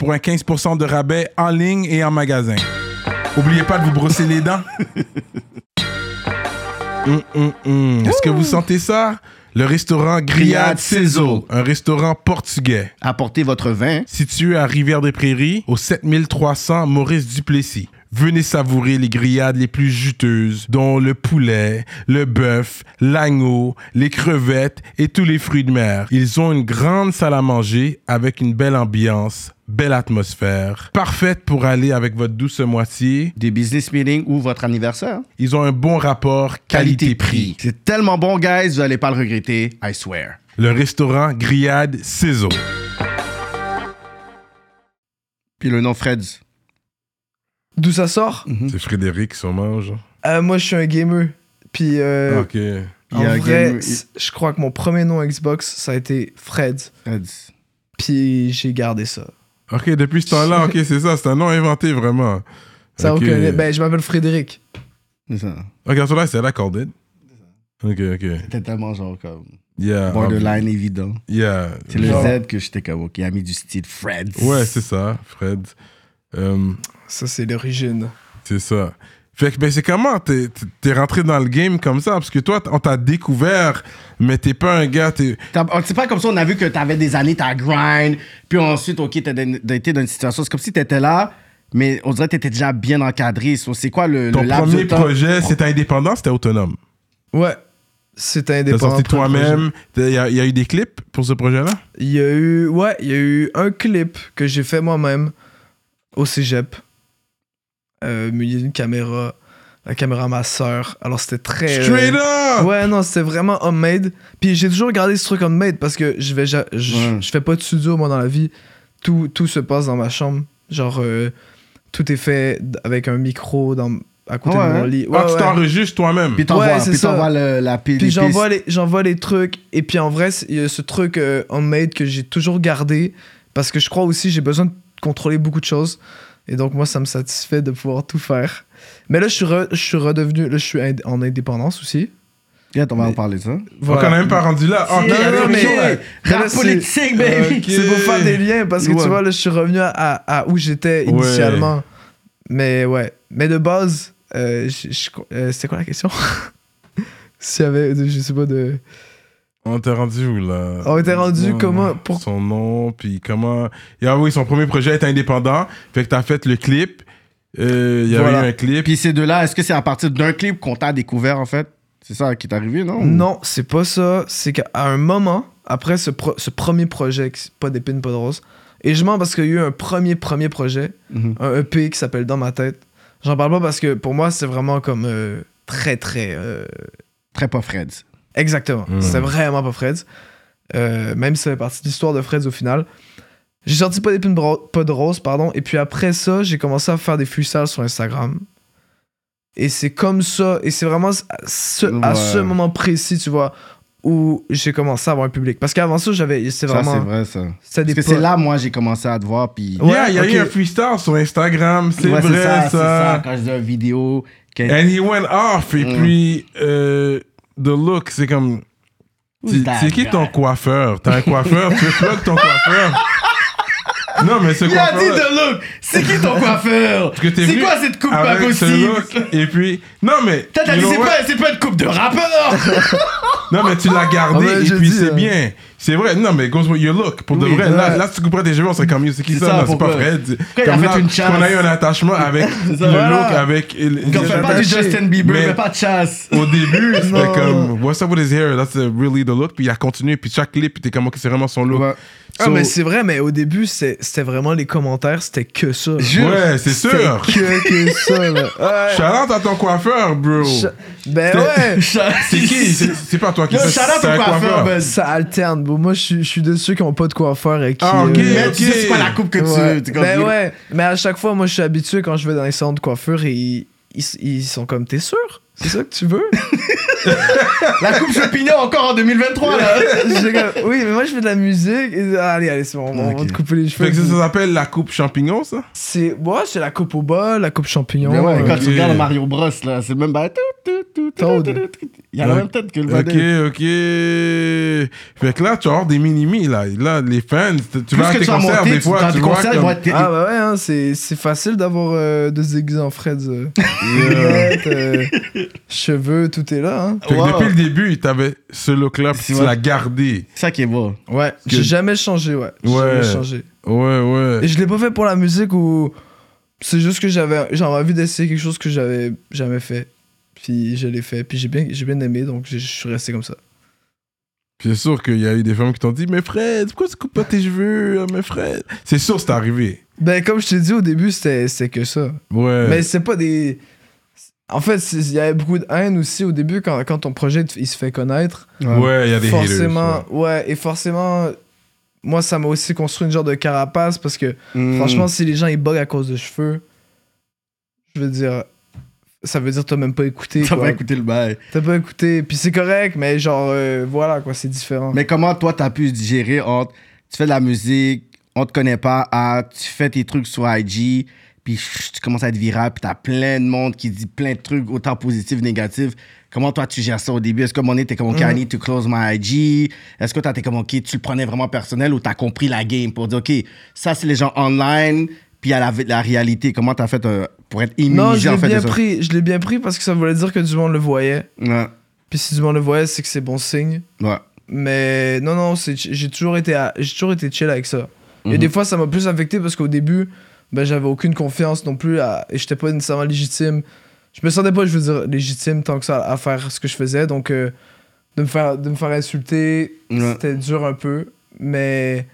A: pour un 15% de rabais en ligne et en magasin. Oubliez pas de vous brosser les dents. Hum, hum, hum. Est-ce que vous sentez ça? Le restaurant Grillade
B: Grillade
A: Sizzle,
B: Sizzle.
A: un restaurant portugais
B: Apportez votre vin.
A: situé à Rivière-des-Prairies, au 7300 Maurice Duplessis. Venez savourer les grillades les plus juteuses, dont le poulet, le bœuf, l'agneau, les crevettes et tous les fruits de mer. Ils ont une grande salle à manger avec une belle ambiance, belle atmosphère, parfaite pour aller avec votre douce moitié.
B: Des business meetings ou votre anniversaire.
A: Ils ont un bon rapport qualité-prix.
B: C'est tellement bon, guys, vous allez pas le regretter, I swear.
A: Le restaurant Grillade Ciseaux.
B: Puis le nom Fred's.
C: D'où ça sort
B: Mhm.
A: C'est Frédéric, son mange.
C: Euh, Moi, je suis un gamer. Puis, euh,
A: ok.
B: Ah,
C: en
B: Il y a un
C: vrai,
B: gamer-
C: c- je crois que mon premier nom Xbox, ça a été Fred.
B: Fred's.
C: Puis, j'ai gardé ça.
A: Ok, depuis ce temps-là, ok, c'est ça, c'est un nom inventé vraiment.
C: Ça a
A: Ok.
C: aucun- Ben, je m'appelle Frédéric.
B: C'est ça.
A: Ok, so là, c'est accorded. Ok, ok.
B: C'était tellement genre comme
A: Yeah.
B: borderline évident.
A: ob- Yeah.
B: C'est le
A: Ah, Genre-
B: Z que j'étais comme, ok, a mis du style Fred's.
A: Ouais, c'est ça, Fred. Euh,
C: Ça, c'est l'origine.
A: c'est ça. Fait que, ben, c'est comment t'es t'es- t'es rentré dans le game comme ça? Parce que toi, t- on t'a découvert, mais t'es pas un gars, t'es.
B: T'as- on- C'est pas comme ça, on a vu que t'avais des années, t'as grind, puis ensuite, ok, t'as dans- t'as été dans une situation. C'est comme si t'étais là, mais on dirait que t'étais déjà bien encadré. So, c'est quoi le,
A: Ton
B: le laps de
A: premier
B: temps?
A: projet, c'était indépendant, c'était autonome.
C: Ouais. C'était
A: T'as
C: indépendant.
A: sorti
C: pour le projet.
A: toi-même. Il y, a y a eu des clips pour ce projet-là?
C: Il y a eu, ouais, il y a eu un clip que j'ai fait moi-même au cégep, euh, muni d'une caméra, la caméra à ma sœur. Alors c'était très. euh,
A: Straight up!
C: Ouais, non, c'était vraiment homemade. Puis j'ai toujours gardé ce truc homemade parce que je vais, ja- je,
B: Ouais.
C: je fais pas de studio moi dans la vie. Tout, tout se passe dans ma chambre. Genre euh, tout est fait d- avec un micro dans à côté
B: Ouais,
C: de mon
B: hein.
C: lit.
A: Ah,
C: Ouais,
A: tu
C: ouais.
A: t'enregistres toi-même.
B: Puis t'envoies
C: Ouais, c'est
B: puis
C: ça.
B: t'envoies le- la pile.
C: Puis j'envoie les, j'envoie les trucs. Et puis en vrai, c'est- il y a ce truc euh, homemade que j'ai toujours gardé. Parce que je crois aussi, j'ai besoin de contrôler beaucoup de choses. Et donc, moi, ça me satisfait de pouvoir tout faire. Mais là, je suis, re- je suis redevenu. Là, je suis ind- en indépendance aussi.
B: Regarde, on va en
C: Mais-
B: parler de ça.
A: Donc, on a même pas rendu là. Ok,
C: Non,
A: ok,
C: non,
A: ok.
C: mais-
B: Rap
C: Là, c'est-
B: politique, baby!
A: Ok.
C: C'est pour faire des liens. Parce que
B: Ouais.
C: tu vois, là, je suis revenu à, à où j'étais
A: Ouais.
C: initialement. Mais ouais. Mais de base, euh, je- je- euh, c'était quoi la question S'il y avait, je sais pas, de.
A: On t'a rendu où là
B: Ah,
C: On était rendu
A: Ouais.
C: comment- pour-
A: Son nom, puis comment. Et ah oui, son premier projet était indépendant. Fait que t'as fait le clip. Euh, Il y
B: Voilà.
A: avait eu un clip.
B: Puis ces deux-là, est-ce que c'est à partir d'un clip qu'on t'a découvert, en fait? C'est ça qui est arrivé, non?
C: Non, c'est pas ça. C'est qu'à un moment, après ce, pro- ce premier projet, qui- pas d'épines, pas de rose, et je mens parce qu'il y a eu un premier, premier projet,
B: Mhm.
C: un EP qui s'appelle Dans ma tête. J'en parle pas parce que pour moi, c'est vraiment comme euh, très, très. euh,
B: Très pas Fred's.
C: Exactement.
B: Mm.
A: Mhm.
C: C'était vraiment pas Fred's. Euh, même si ça fait partie de l'histoire de Fred's au final. J'ai sorti pas d'épines, bro- pas de rose, pardon. Et puis après ça, j'ai commencé à faire des freestyles sur Instagram. Et c'est comme ça. Et c'est vraiment à ce, à
B: Ouais.
C: ce moment précis, tu vois, où j'ai commencé à avoir un public. Parce qu'avant ça, j'avais.
B: Ça, c'est
C: C'est vraiment.
B: vrai, ça.
C: C'était
B: Parce
C: des
B: que c'est
C: potes.
B: là, moi, j'ai commencé à te voir, puis...
C: Ouais,
A: yeah, il y a eu
C: ok.
A: un freestyle sur Instagram, c'est
B: Ouais,
A: vrai ça. Eh,
B: c'est ça, quand je faisais une vidéo... que-
A: And he went off, et
B: Mm.
A: puis euh, The Look, c'est comme.
B: Who's
A: C'est
B: that
A: c'est qui
B: guy?
A: ton coiffeur T'as un coiffeur, tu veux plug ton coiffeur Non, mais ce
B: Il a dit
A: coiffeur.
B: de look! C'est qui ton coiffeur?
A: que t'es
B: C'est
A: venu Ah
B: quoi cette coupe pas
A: Avec ce
B: possible?
A: look, et puis. Non, mais.
B: T'as t'as
A: you
B: dit,
A: know
B: c'est
A: what?
B: pas, c'est pas une coupe de rappeur!
A: Non, mais tu l'as gardé
C: Ah ben,
A: et
C: je
A: puis
C: dis,
A: c'est
C: euh,
A: bien. C'est vrai, non, mais goes with your look. Pour de
C: Oui,
A: vrai,
C: ouais.
A: là, là, si tu couperais tes cheveux, on serait comme, c'est qui
B: C'est
A: ça,
B: ça,
A: là, c'est pas
B: pourquoi?
A: Fred.
B: il a
A: Comme
B: fait
A: là,
B: une chasse?
A: qu'on a eu un attachement avec le
B: Voilà.
A: look, avec. il-
B: Quand
A: il-
B: fais pas du Justin Bieber,
A: Mais-
B: fais pas de chasse!
A: Au début, c'était
C: Non.
A: comme, what's up with his hair? That's uh, really the look. Puis il a continué, puis chaque clip, puis t'es comme, ok, c'est vraiment son look.
B: Ouais.
C: Ah,
A: So-
C: mais c'est vrai, mais au début, c'est- c'était vraiment les commentaires, c'était que ça.
B: Jure.
A: Ouais, c'est
C: C'était
A: sûr.
C: Que, que ça, là. Ouais.
A: Shout-out à ton coiffeur, bro.
C: Cha- Ben ouais!
A: C'est qui? C'est c'est pas toi qui
B: Yo,
A: fais-
B: shout-out
A: c'est
B: au
A: un
B: coiffeur, ben. buzz.
C: Ça alterne. Bon, moi, je suis- je suis de ceux qui n'ont pas de coiffeur et qui.
A: Ah, ok.
C: euh,
B: Mais tu sais, c'est pas la coupe que tu
C: Ouais.
B: veux. t'es comme-
C: Ben ouais, mais à chaque fois, moi je suis habitué quand je vais dans les salons de coiffure et ils, ils, ils sont comme T'es sûr C'est ça que tu veux
B: La coupe Chopinot encore en 2023, là!
C: J'ai comme, Oui, mais moi je fais de la musique. Et, ah, allez, allez, c'est bon, on va- on va
B: Ok.
C: te couper les
A: Fait
C: cheveux.
A: que ça, ça s'appelle la coupe champignon, ça?
C: C'est ouais, c'est la coupe au bol, la coupe champignon.
B: Mais Ben ouais,
C: euh,
B: quand
A: ok.
B: tu regardes le Mario Bros, là, c'est le même bail. Tout, tout, tout, tout,
C: Toad.
B: tout, tout. Il y a la
A: Ouais.
B: même tête que le
A: Ok,
B: Vadel.
A: ok. Fait que là, tu vas avoir des minimis, là. Là, les fans, t- tu
B: Plus
A: vas à
B: que
A: tes
B: tu vas
A: concerts,
B: monter,
A: des
B: tu-
A: fois,
B: dans
A: tu
B: tes
A: vois
B: concerts,
A: comme-
B: ils vont être-
C: Ah bah ouais, hein, c'est, c'est facile d'avoir euh, de se déguiser en Fred. euh,
A: Yeah.
C: lunettes, euh, cheveux, tout est là. hein.
A: Fait que
B: Wow.
A: depuis le début, t'avais ce look-là, puis
B: C'est
A: tu
B: vrai.
A: l'as gardé.
B: C'est ça qui est beau.
C: Ouais, j'ai
A: Good.
C: jamais changé, ouais. J'ai
A: Ouais.
C: jamais changé.
A: Ouais,
C: Et
A: ouais.
C: je l'ai pas fait pour la musique ou. C'est juste que j'avais j'avais envie d'essayer quelque chose que j'avais jamais fait. Puis je l'ai fait. Puis j'ai bien, j'ai bien aimé, donc je je suis resté comme ça.
A: Puis c'est sûr qu'il y a eu des femmes qui t'ont dit, mais Fred, pourquoi tu coupes pas tes cheveux, euh, mais Fred? C'est sûr, c'est arrivé.
C: Ben, comme je t'ai dit au début, c'était c'était que ça.
A: Ouais.
C: Mais c'est pas des. En fait, c'est- il y avait beaucoup de haine aussi au début quand, quand ton projet il se fait connaître.
A: ouais, il y a des
C: forcément,
A: haters.
C: ouais. et forcément, moi ça m'a aussi construit une genre de carapace parce que
A: Hmm.
C: franchement, si les gens ils bug à cause de cheveux, je veux dire, ça veut dire que t'as même pas écouté.
B: ça
C: quoi.
B: va écouter le bail.
C: T'as pas écouté, puis c'est correct, mais genre, euh, voilà quoi, c'est différent.
B: Mais comment toi, t'as pu digérer entre tu fais de la musique, on te connaît pas, à tu fais tes trucs sur IG, puis chut, tu commences à être viral, puis t'as plein de monde qui dit plein de trucs, autant positifs, négatifs. Comment toi, tu gères ça au début? Est-ce que mon nez, t'es comme,
C: Mm.
B: OK, I need to close my IG? Est-ce que toi, t'es comme, OK, tu le prenais vraiment personnel ou t'as compris la game pour dire, OK, ça, c'est les gens online, puis à la, la réalité, comment t'as fait euh, pour être immunisé
C: non, je
B: en
C: l'ai
B: fait de
C: bien
B: ça?
C: pris, je l'ai bien pris parce que ça voulait dire que du monde le voyait.
B: Ouais,
C: Puis si du monde le voyait, c'est que c'est bon signe.
B: ouais.
C: Mais non, non, c'est- j'ai toujours, été à- j'ai toujours été chill avec ça. Et
B: Mhm.
C: des fois, ça m'a plus affecté parce qu'au début, ben, j'avais aucune confiance non plus à- et j'étais pas nécessairement légitime. Je me sentais pas, je veux dire, légitime tant que ça à faire ce que je faisais. Donc, euh, de, me faire, de me faire insulter,
B: Ouais.
C: c'était dur un peu. Mais,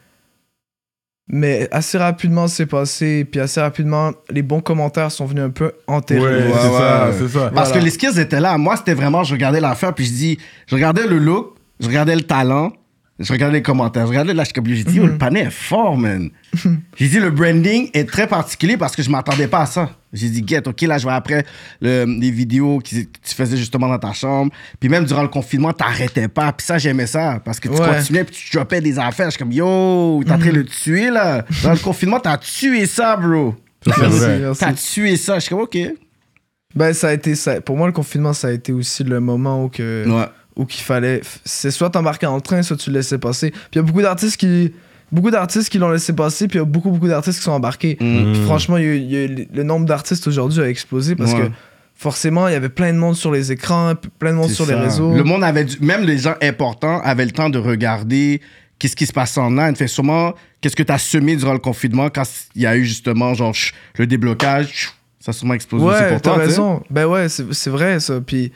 C: mais assez rapidement, c'est passé. Puis assez rapidement, les bons commentaires sont venus un peu
A: Ouais,
C: enterrer.
A: ouais,
B: Ouais,
A: c'est
B: ouais. Bah,
A: ça, c'est ça.
B: Parce
C: Voilà.
B: que les skills étaient là. Moi, c'était vraiment, je regardais l'affaire, puis je dis, je regardais le look, je regardais le talent, je regardais les commentaires, je regardais la HKB, j'ai dit,
A: Mhm.
B: oh, le panier est fort, man. j'ai dit, le branding est très particulier parce que je m'attendais pas à ça. J'ai dit, get, ok, là, je vois après le- les vidéos que tu faisais justement dans ta chambre. Puis même durant le confinement, t'arrêtais pas. Puis ça, j'aimais ça parce que tu
C: Ouais.
B: continuais, puis tu droppais des affaires. Je suis comme, yo,
A: Mhm.
B: t'es en train de le tuer, là. Dans le confinement, t'as tué ça, bro.
A: Ça, c'est
C: Merci,
A: vrai.
C: merci.
B: T'as tué ça. Je suis comme, ok.
C: Ben, ça a été ça. Pour moi, le confinement, ça a été aussi le moment où que.
B: Ouais.
C: ou qu'il fallait. f- C'est soit t'embarquais dans le train, soit tu le laissais passer. Puis il y a beaucoup d'artistes qui. Beaucoup d'artistes qui l'ont laissé passer, puis il y a beaucoup, beaucoup d'artistes qui sont embarqués.
B: Mm.
C: Puis franchement, il y a eu- il y a eu- le nombre d'artistes aujourd'hui a explosé parce
B: Ouais.
C: que forcément, il y avait plein de monde sur les écrans, p- plein de monde
B: C'est
C: sur les
B: ça.
C: réseaux.
B: Le monde avait du- même les gens importants avaient le temps de regarder qu'est-ce qui se passe en ligne. Fait sûrement, qu'est-ce que tu as semé durant le confinement quand il y a eu justement genre chut, le déblocage, chut, ça a sûrement explosé aussi
C: ouais,
B: pour
C: t'as
B: toi. hein, tu sais.
C: raison. Ben ouais, c'est c'est vrai ça. Puis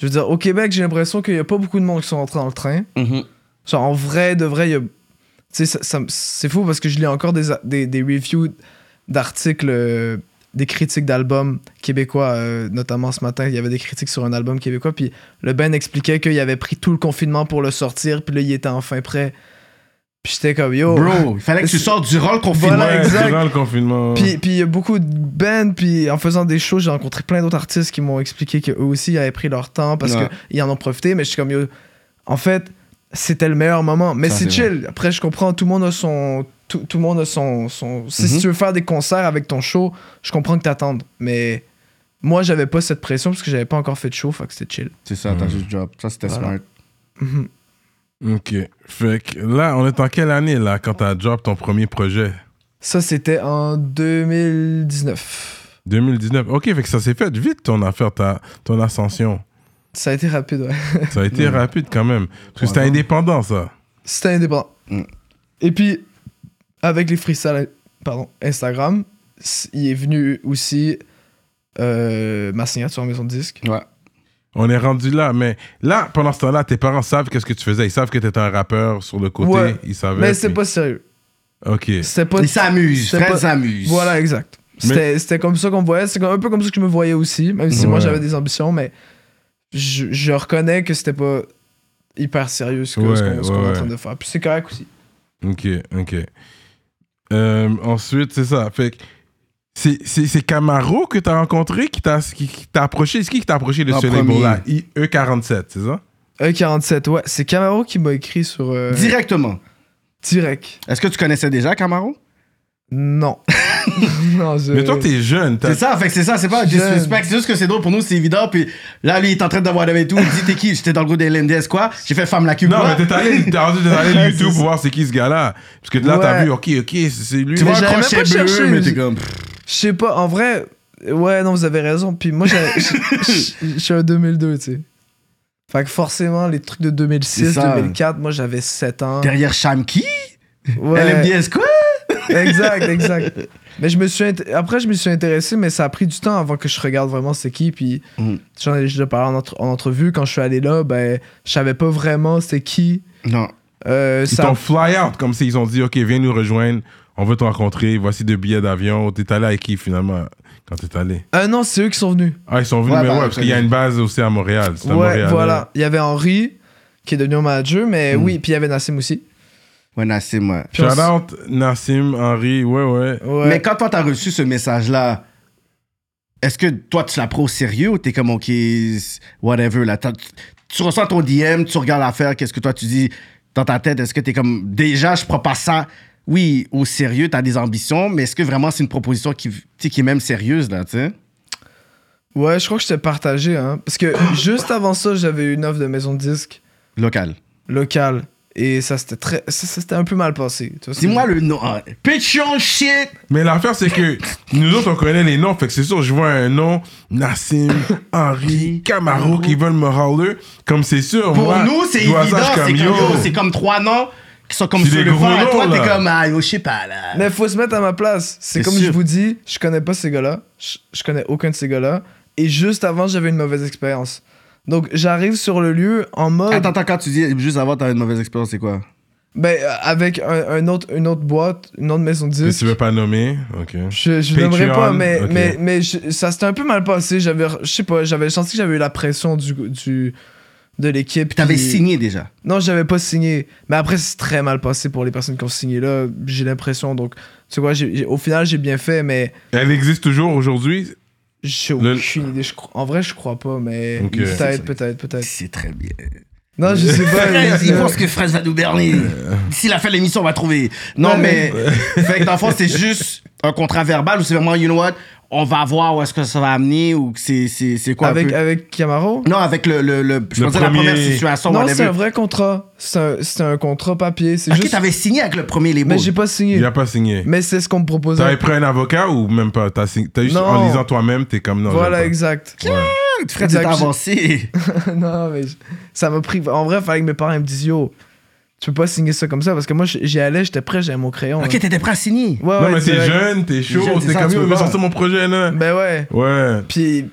C: je veux dire, au Québec, j'ai l'impression qu'il y a pas beaucoup de monde qui sont entrés dans le train.
B: Mhm.
C: Genre, en vrai, de vrai, il y a. Tu sais, ça- ça me- c'est fou parce que je lis encore des, a- des, des reviews d'articles, euh, des critiques d'albums québécois, euh, notamment ce matin, il y avait des critiques sur un album québécois, puis le Ben expliquait qu'il avait pris tout le confinement pour le sortir, puis là, il était enfin prêt. Puis j'étais comme, yo.
B: Bro, il fallait que tu
C: Oh. C'est-
B: sortes durant le confinement.
C: Voilà,
A: Ouais,
C: exact.
A: durant le confinement.
C: Puis puis il y a beaucoup de bands, puis en faisant des shows, j'ai rencontré plein d'autres artistes qui m'ont expliqué qu'eux aussi ils avaient pris leur temps parce
B: Ouais.
C: qu'ils en ont profité, mais je suis comme, yo, en fait, c'était le meilleur moment. Mais
B: Ça,
C: c'est
B: c'est vrai.
C: chill. Après, je comprends, tout le monde a son. Tout, tout le monde a son. son- si
B: Mhm.
C: tu veux faire des concerts avec ton show, je comprends que t'attendes. Mais moi, j'avais pas cette pression parce que j'avais pas encore fait de show, fait que c'était chill.
B: C'est ça, t'as
A: Mm.
B: juste drop. Ça, c'était
C: Voilà.
B: smart.
C: Mhm.
A: Ok. Fait que là, on est en quelle année, là, quand t'as drop ton premier projet
C: Ça, c'était en 2019.
A: 2019. Ok, fait que ça s'est fait vite, ton affaire, ta, ton ascension.
C: Ça a été rapide, ouais.
A: Ça a été
B: Mm.
A: rapide quand même. Parce que c'était
B: Trois ans.
A: indépendant, ça.
C: C'était indépendant.
B: Mm.
C: Et puis, avec les freestyles pardon, Instagram, s- il est venu aussi euh, ma signature en maison de disque.
B: Ouais.
A: On est rendu là, mais là, pendant ce temps-là, tes parents savent qu'est-ce que tu faisais. Ils savent que t'étais un rappeur sur le côté.
C: Ouais.
A: Ils savaient.
C: Mais c'était
A: puis-
C: pas sérieux.
A: Ok.
C: C'était pas.
B: Ils s'amusent.
C: c'était
B: Fred
C: pas-
B: s'amuse.
C: Voilà, euh, exact. C'était c'était comme ça qu'on me voyait. C'est comme- un peu comme ça que je me voyais aussi, même si moi
A: Ouais.
C: j'avais des ambitions, mais je, je reconnais que c'était pas hyper sérieux ce que- ce
A: Ouais,
C: qu'on ce qu'on
A: ouais,
C: est en train
A: ouais.
C: de faire. Puis c'est correct aussi.
A: Ok, ok. Euh, ensuite, c'est ça. Fait que c'est- c'est c'est Camaro que t'as rencontré qui t'a qui- qui t'a approché. C'est qui qui t'a approché de
B: En
A: ce label-là E47, c'est ça
C: Euh, E47, E ouais, c'est Camaro qui m'a écrit sur. euh,
B: Directement.
C: Direct.
B: Est-ce que tu connaissais déjà Camaro?
C: Non. non je-
A: Mais toi, t'es jeune. t'as-
B: C'est ça, fait que c'est ça, c'est pas un
C: Jeune.
B: disrespect, c'est juste que c'est drôle pour nous, c'est évident. Puis là, lui, il est en train d'avoir avec tout. Il dit, t'es qui? J'étais dans le groupe des LNDS, quoi. J'ai fait femme la cube.
A: Non,
B: quoi.
A: mais t'es allé, t'es rendu- t'es allé
B: Ouais,
A: YouTube
B: c'est
A: pour voir c'est qui ce gars-là. Parce que là, t'as
C: Ouais.
A: vu, ok, ok, c'est- c'est lui.
B: Tu
C: Mais
B: vois,
C: j'avais même
B: crochet
C: pas cherché,
B: bleu, mais
C: mais
B: t'es
C: j'ai-
B: comme.
C: Je sais pas, en vrai, ouais, non, vous avez raison. Puis moi, j'avais- je je- je suis un 2002, tu sais. Fait que forcément, les trucs de 2006,
B: C'est ça.
C: 2004, moi j'avais 7 ans.
B: Derrière Shamki?
C: Ouais,
B: LMDS, quoi?
C: exact, exact. Mais je me suis int- après, je me suis intéressé, mais ça a pris du temps avant que je regarde vraiment c'est qui. Puis
B: Mm.
C: j'en ai déjà parlé en, entre- en entrevue. Quand je suis allé là, ben, je savais pas vraiment c'est qui.
B: Non.
C: Euh,
A: Ils
C: ça
A: t'ont fly out comme s'ils ont dit, ok, viens nous rejoindre, on veut te rencontrer, voici deux billets d'avion. T'es allé avec qui finalement quand t'es allé
C: Ah non, c'est eux qui sont venus.
A: Ah, ils sont venus,
B: Ouais,
A: mais
B: bah,
A: ouais, parce qu'il y a
B: absolument.
A: une base aussi à Montréal. C'est à
C: Ouais,
A: Montréal,
C: voilà. Il y avait Henri, qui est devenu mon manager, mais
B: Mm.
C: oui, puis il y avait Nassim aussi.
B: Ouais, Nassim, ouais.
C: Puis on s-
A: Shout out Nassim, Henri, ouais, ouais.
C: Ouais.
B: Mais quand toi, t'as reçu ce message-là, est-ce que toi, tu l'as pris au sérieux ou t'es comme, OK, c'est- whatever, là? t'as- Tu, tu reçois ton DM, tu regardes l'affaire, qu'est-ce que toi, tu dis dans ta tête? Est-ce que t'es comme, déjà, je prends pas ça, oui, au sérieux, t'as des ambitions, mais est-ce que vraiment c'est une proposition qui, tu sais, qui est même sérieuse, là, tu sais?
C: Ouais, je crois que j'étais partagé, hein. Parce que juste avant ça, j'avais eu une offre de maison de disque
B: Local.
C: locale. Et ça, c'était très. Ça, ça, c'était un peu mal passé. Tu vois ce que
B: Dis-moi
C: je-
B: le nom. hein. Pitch your shit!
A: Mais l'affaire, c'est que nous autres, on connaît les noms. Fait que c'est sûr, je vois un nom, Nassim, Henri, Camaro, qui veulent me râler. Comme c'est sûr,
B: Pour
A: moi,
B: nous, c'est
A: je vois
B: évident,
A: ça, je suis
B: c'est comme,
A: yo.
B: yo, c'est comme trois noms qui sont comme
A: C'est
B: sur
A: des
B: le
A: gros
B: vent. Et
A: noms,
B: Toi, t'es
A: là.
B: comme, ah, yo, je sais pas, là.
C: Mais faut se mettre à ma place. C'est
B: C'est
C: comme
B: sûr.
C: je vous dis, je connais pas ces gars-là. Je, je connais aucun de ces gars-là. Et juste avant, j'avais une mauvaise expérience. Donc, j'arrive sur le lieu en mode.
B: Attends, attends, quand tu dis juste avant, t'as une mauvaise expérience, c'est quoi?
C: Ben, euh, avec un, un autre, une autre boîte, une autre maison de
A: Que
C: disque.
A: tu veux pas nommer, ok.
C: Je, je n'aimerais
A: Patreon,
C: pas, mais,
A: ok.
C: mais, mais je- ça s'était un peu mal passé. J'avais, je sais pas, j'avais senti que j'avais eu la pression du, du, de l'équipe.
B: Puis t'avais
C: puis-
B: signé déjà.
C: Non, j'avais pas signé. Mais après, c'est très mal passé pour les personnes qui ont signé là, j'ai l'impression. Donc, tu sais quoi, j'ai- j'ai- au final, j'ai bien fait, mais
A: Elle existe toujours aujourd'hui.
C: j'ai
A: Le-
C: aucune idée. Je crois- en vrai, je crois pas, mais
A: Ok.
C: peut-être, peut-être, peut-être.
B: C'est très bien.
C: Non, je sais pas. mais-
B: Ils pensent que Fraise va nous berner. D'ici la fin de l'émission, on va trouver. Non,
C: Euh. Ouais,
B: mais. fait que dans le fond, c'est juste un contrat verbal ou c'est vraiment, you know what, on va voir où est-ce que ça va amener ou que c'est- c'est c'est quoi un
C: avec, euh,
B: peu-
C: avec Camaro
B: Non, avec le. le, le je
A: Le
B: veux dire, la première
A: premier-
B: situation,
C: Non, c'est
B: whatever.
C: un vrai contrat. C'est un, c'est un contrat papier. C'est
B: Ok,
C: juste.
B: t'avais signé avec le premier label.
C: Mais j'ai pas signé.
A: Il a pas signé.
C: Mais c'est ce qu'on me proposait.
A: T'avais pris un avocat ou même pas T'as signé- t'as juste
C: Non.
A: en lisant toi-même, t'es comme non.
C: voilà,
A: j'aime
C: exact.
A: pas. Ouais.
B: Frère, t'étais
C: Exact, j'ai-
B: avancé.
C: non, mais je- ça m'a pris. En vrai, fallait que mes parents ils me disent Yo, tu peux pas signer ça comme ça parce que moi j- j'y allais, j'étais prêt, j'avais mon crayon.
B: ok,
C: là.
B: t'étais prêt à signer.
C: ouais,
A: Non,
C: ouais,
A: mais t'es
C: direct.
A: jeune, t'es chaud,
B: jeune, c'est
A: t'es
B: ça,
A: comme
B: tu
A: yo,
B: peux
A: je veux
B: pas.
A: sortir mon projet là.
C: Ben ouais.
A: Ouais.
C: Puis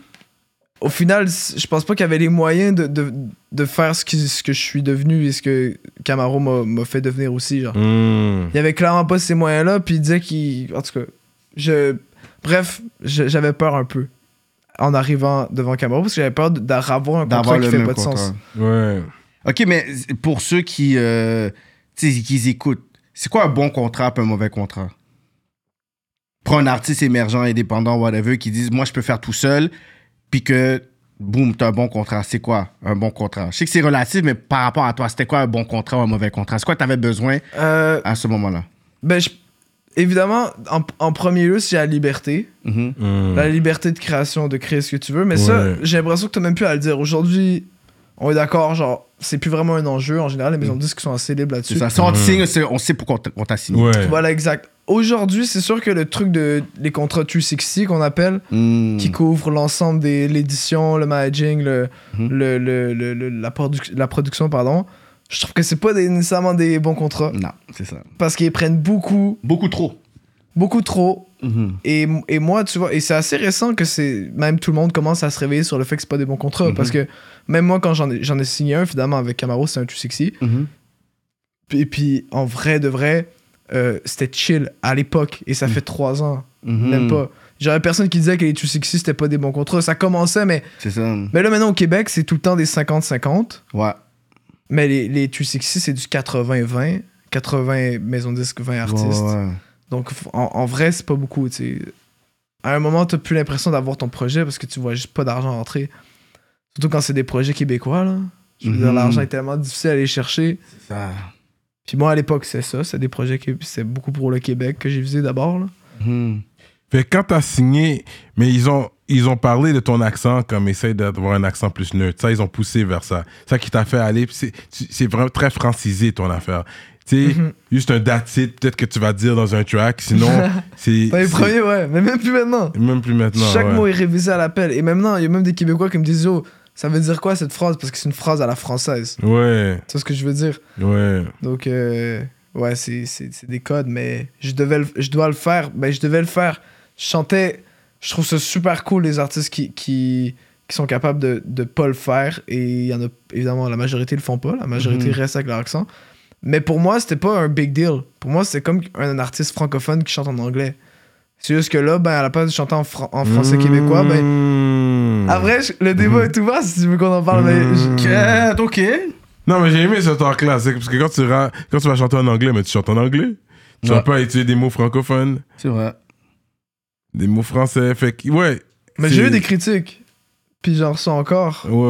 C: au final, c- je pense pas qu'il y avait les moyens de, de, de faire ce, qui- ce que je suis devenu et ce que Camaro m'a- m'a fait devenir aussi.
B: Mm.
C: Genre.
A: Hmm.
C: Il y avait clairement pas ces moyens-là, puis il disait qu'il. En tout cas, je. Bref, je- j'avais peur un peu en arrivant devant Camaro parce que j'avais peur d'avoir un contrat
B: D'avoir
C: qui
B: le
C: fait
B: même
C: pas de
B: contrat.
C: sens.
A: Ouais.
B: OK, mais pour ceux qui, euh, tu sais, qui écoutent, c'est quoi un bon contrat puis un mauvais contrat? Pour un artiste émergent, indépendant, whatever, qui disent « Moi, je peux faire tout seul », puis que boum, t'as un bon contrat. C'est quoi un bon contrat? Je sais que c'est relatif, mais par rapport à toi, c'était quoi un bon contrat ou un mauvais contrat? C'est quoi t'avais besoin
C: Euh,
B: à ce moment-là?
C: ben, je- évidemment, en, en premier lieu, c'est la liberté.
B: Mhm.
A: hum.
C: La liberté de création, de créer ce que tu veux. Mais ça,
A: Mm. Ouais.
C: j'ai l'impression que t'as même plus à le dire. Aujourd'hui, on est d'accord, genre, c'est plus vraiment un enjeu. En général, les maisons de disques sont assez libres
B: C'est
C: là-dessus.
B: ça. Si on te signe, c'est- on sait pourquoi on t'a- on t'a signé.
A: Ouais.
C: Voilà, exact. Aujourd'hui, c'est sûr que le truc de les contrats 360 qu'on appelle,
B: Mhm.
C: qui couvre l'ensemble de l'édition, le managing, le,
B: Mhm.
C: le- le- le- le- la, produc- la production, pardon. Je trouve que c'est pas des- nécessairement des bons contrats
B: Non, c'est ça.
C: parce qu'ils prennent beaucoup,
B: Beaucoup trop.
C: beaucoup trop.
B: Mhm.
C: Et, et moi, tu vois, et c'est assez récent que c'est même tout le monde commence à se réveiller sur le fait que c'est pas des bons contrats
B: Mhm.
C: parce que même moi, quand j'en ai, j'en ai signé un, finalement, avec Camaro, c'est un 260.
B: Mhm.
C: Et puis, en vrai de vrai, euh, c'était chill à l'époque et ça fait trois ans,
B: Mhm.
C: Mm-hmm. même pas. J'avais personne qui disait que les 260 c'était pas des bons contrats. Ça commençait, mais
B: C'est ça.
C: Mais là, maintenant, au Québec, c'est tout le temps des 50-50.
B: Ouais.
C: Mais les, les 260, c'est du 80-20. 80 maisons de disques, 20 artistes.
B: Ouais, ouais.
C: Donc, f- en, en vrai, c'est pas beaucoup, tu sais. À un moment, t'as plus l'impression d'avoir ton projet parce que tu vois juste pas d'argent rentrer. Surtout quand c'est des projets québécois, là. Je veux dire,
B: Mhm.
C: l'argent est tellement difficile à aller chercher.
B: C'est ça.
C: Puis moi, à l'époque, c'est ça. C'est des projets qui... C'est beaucoup pour le Québec que j'ai visé d'abord, là.
B: Mhm.
A: Fait que quand t'as signé, mais ils ont, ils ont parlé de ton accent comme essaye d'avoir un accent plus neutre. Ça, ils ont poussé vers ça. Ça qui t'a fait aller, puis c'est- tu- c'est vraiment très francisé ton affaire. Tu sais,
C: Mhm.
A: juste un datite, peut-être que tu vas dire dans un track, sinon c'est.
C: Dans les
A: c'est-
C: premiers, ouais. Mais même plus maintenant.
A: Même plus maintenant.
C: Chaque
A: ouais.
C: mot est révisé à l'appel. Et maintenant, il y a même des Québécois qui me disent Yo, ça veut dire quoi cette phrase Parce que c'est une phrase à la française.
A: Ouais,
C: Tu vois ce que je veux dire
A: ouais.
C: Donc, euh, ouais, c'est c'est- c'est des codes, mais je, devais le- je dois le faire. Ben, je devais le faire. Je chantais. Je trouve ça super cool, les artistes qui, qui, qui sont capables de ne pas le faire. Et il y en a, évidemment, la majorité le font pas. La majorité
B: Mhm.
C: reste avec leur accent. Mais pour moi, c'était pas un big deal. Pour moi, c'était comme un artiste francophone qui chante en anglais. C'est juste que là, ben, à la place de chanter en, fran- en français
A: Hmm. Mhm.
C: québécois, ben,
A: Mmh.
C: ah vrai, je- le débat est ouvert si tu veux qu'on en parle, mais je-
B: Ok, ok.
A: Non, mais j'ai aimé ce talk-là. C'est parce que quand tu, ra- quand tu vas chanter en anglais, mais tu chantes en anglais. Tu vas
B: Ouais.
A: pas étudier des mots francophones,
B: C'est vrai.
A: des mots français. Fait que, ouais.
C: mais
A: c'est-
C: j'ai eu des critiques, puis j'en reçois encore.
A: Ouais, ouais,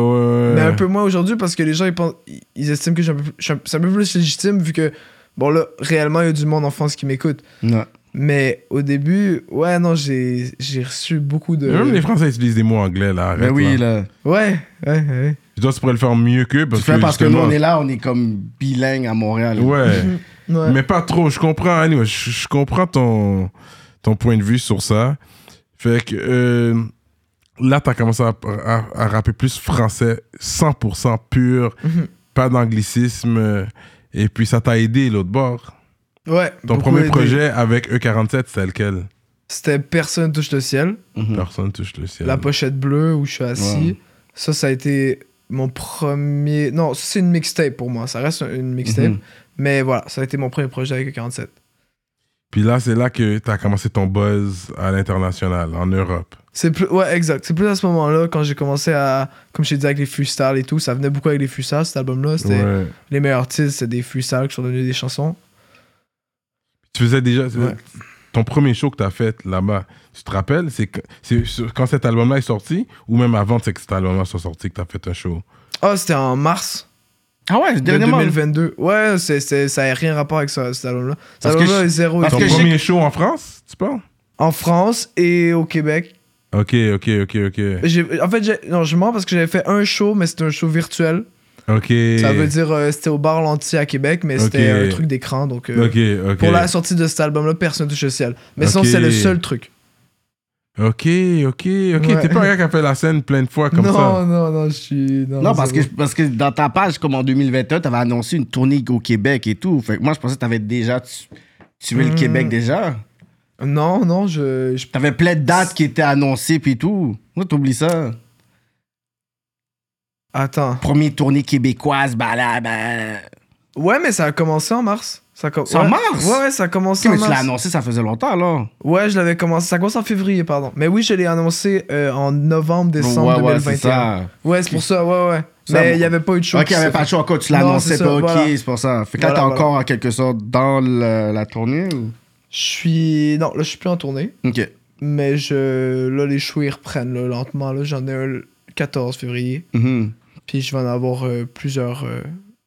A: ouais.
C: Mais un peu moins aujourd'hui parce que les gens, ils, pensent, ils- ils estiment que je suis un peu plus- je suis un- c'est un peu plus légitime vu que, bon là, réellement, il y a du monde en France qui m'écoute.
B: Ouais.
C: Mais au début, ouais, non, j'ai j'ai reçu beaucoup de...
A: Mais Même les Français utilisent des mots anglais,
C: ben
A: là.
B: Mais
A: Arrête,
B: Ben oui,
A: là.
B: là.
C: Ouais, ouais, ouais.
A: Je dois, tu pourrais le faire mieux qu'eux. Parce
B: Tu fais
A: que,
B: parce que nous,
A: justement-
B: on est là, on est comme bilingue à Montréal.
A: Ouais.
C: Ouais.
A: Mais pas trop. Je comprends, anyway, je, je comprends ton, ton point de vue sur ça. Fait que euh, là, t'as commencé à, à, à rapper plus français, 100% pur,
C: Mhm.
A: pas d'anglicisme. euh, Et puis ça t'a aidé l'autre bord.
C: Ouais,
A: Ton
C: beaucoup
A: premier
C: aidé.
A: projet avec E47, c'était lequel
C: C'était Personne touche le ciel,
B: Mhm.
A: Personne touche le ciel.
C: la pochette bleue où je suis assis.
B: Ouais.
C: Ça, ça a été mon premier... Non, ça, c'est une mixtape pour moi, ça reste une mixtape.
A: Mm-hmm.
B: Mhm.
C: Mais voilà, ça a été mon premier projet avec 47.
A: Puis là, c'est là que t'as commencé ton buzz à l'international, en Europe.
C: C'est plus, ouais, exact. C'est plus à ce moment-là, quand j'ai commencé à, comme je t'ai dit, avec les freestyles et tout, ça venait beaucoup avec les freestyles, cet album-là. C'était
A: Ouais.
C: les meilleurs titres, c'était des freestyles qui sont devenus des chansons.
A: Tu faisais déjà.
C: Ouais.
A: Ton premier show que t'as fait là-bas, tu te rappelles C'est que- c'est sur- quand cet album-là est sorti ou même avant que cet album-là soit sorti que t'as fait un show
C: Ah, c'était en mars
B: Ah ouais,
C: de
B: dernièrement.
C: 2022. Ouais, c'est, c'est- ça a rien rapport avec ça, cet album-là. Cet
B: Parce que
C: album-là
B: je-
C: est zéro.
B: parce
A: Ton
B: que
C: écoute.
A: premier show en France, tu parles
C: En France et au Québec.
A: Ok, ok, ok, ok.
C: J'ai- en fait, j'ai- non, je mens parce que j'avais fait un show, mais c'était un show virtuel.
A: Ok.
C: Ça veut dire, euh, c'était au bar Lanty à Québec, mais c'était
A: Ok.
C: un truc d'écran. Donc, euh,
A: Ok, ok.
C: pour la sortie de cet album-là, personne touche le ciel. Mais sinon,
A: Ok.
C: c'est le seul truc.
A: Ok, ok, ok.
C: Ouais.
A: T'es pas un gars qui a fait la scène plein de fois comme
C: non,
A: ça.
C: non, non, je suis. Non,
B: Non, parce que,
C: zéro.
B: parce que dans ta page, comme en 2021, t'avais annoncé une tournée au Québec et tout. Fait que moi, je pensais que t'avais déjà tu- tué le
C: Hmm.
B: Québec déjà.
C: Non, non, je. je-
B: T'avais plein de dates qui étaient annoncées puis tout. Moi, t'oublies ça.
C: Attends.
B: Première tournée québécoise, bah là, bah...
C: Ouais, mais ça a commencé en mars. Ça a com-
B: C'est en
C: ouais.
B: mars?
C: Ouais, ouais, ça a
B: Ok,
C: commencé
B: mais
C: en
B: tu l'as
C: mars.
B: annoncé, ça faisait longtemps, là.
C: ouais, je l'avais commencé. Ça commence en février, pardon. Mais oui, je l'ai annoncé euh, en novembre, décembre
B: ouais, ouais, c'est
C: 2021.
B: ça.
C: Ouais, c'est pour ça, ouais, ouais.
B: Ça,
C: mais
B: bon.
C: il n'y avait pas eu de show.
B: Ok, il
C: qui
B: n'y avait
C: s'est
B: pas de
C: fait.
B: choix encore, tu
C: Non,
B: l'annonçais
C: c'est ça,
B: pas, ok,
C: voilà.
B: c'est pour ça. Fait que là,
C: Voilà,
B: t'es
C: voilà.
B: encore en quelque sorte dans le- la tournée ou...
C: Je suis. Non, là, je suis plus en tournée.
B: Ok.
C: Mais je. Là, les shows, ils reprennent, là, lentement. Là, j'en ai un 14 février.
B: Mhm.
C: Puis je vais en avoir euh, plusieurs. euh,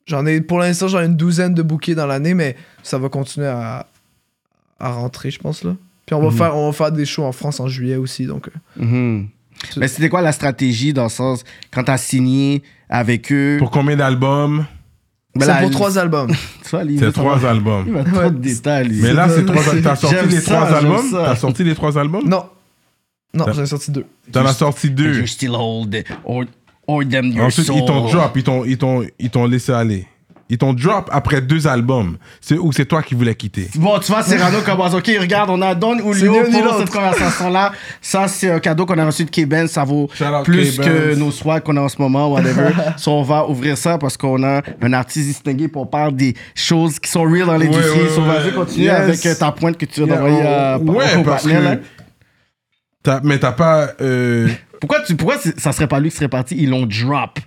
C: j'en ai, pour l'instant, j'en ai une douzaine de bouquets dans l'année, mais ça va continuer à, à rentrer, je pense. là. Puis on va,
B: Mhm.
C: faire, on va faire des shows en France en juillet aussi. Donc, euh,
B: Mhm.
C: Tu-
B: Mais c'était quoi la stratégie dans le sens, quand t'as signé avec eux?
A: Pour combien d'albums
B: Ben
C: c'est
B: là,
C: pour
B: il-
C: trois albums.
B: Ça, lui, il
A: C'est
B: veut
A: trois
B: savoir- Il
A: albums.
B: va trop de
C: Ouais.
B: détails, lui.
A: Mais là, c'est trois.
C: c'est-
A: T'as sorti
B: j'aime
A: les
B: ça,
A: trois
B: j'aime
A: albums
B: ça.
A: T'as sorti les trois albums
C: non.
B: Ben.
C: Non, j'en ai sorti deux.
A: T'en as sorti deux.
B: You're still old. Or, or them your
A: Ensuite,
B: soul.
A: ils t'ont drop, ils t'ont, ils t'ont, ils t'ont laissé aller. Ils t'ont drop après deux albums. C'est ou c'est toi qui voulais quitter.
B: Bon, tu vois, Serrano commence. Ok, regarde, on a Don ou
C: C'est
B: Léo
C: ni un ni
B: pour
C: l'autre.
B: cette conversation-là. Ça, c'est un cadeau qu'on a reçu de K-Ben. Ça vaut
A: Shout out
B: plus
A: K-Benz.
B: que nos soins qu'on a en ce moment, whatever. so, on va ouvrir ça parce qu'on a un artiste distingué pour parler des choses qui sont real dans l'industrie.
A: Ouais, ouais,
B: So, vas-y,
A: ouais.
B: continue
A: Yes.
B: avec euh, ta pointe que tu viens d'envoyer
C: oh,
B: à
A: ouais, parce que. t'as- mais t'as pas. euh,
B: Pourquoi, tu, pourquoi c'est- ça serait pas lui qui serait parti? Ils l'ont drop.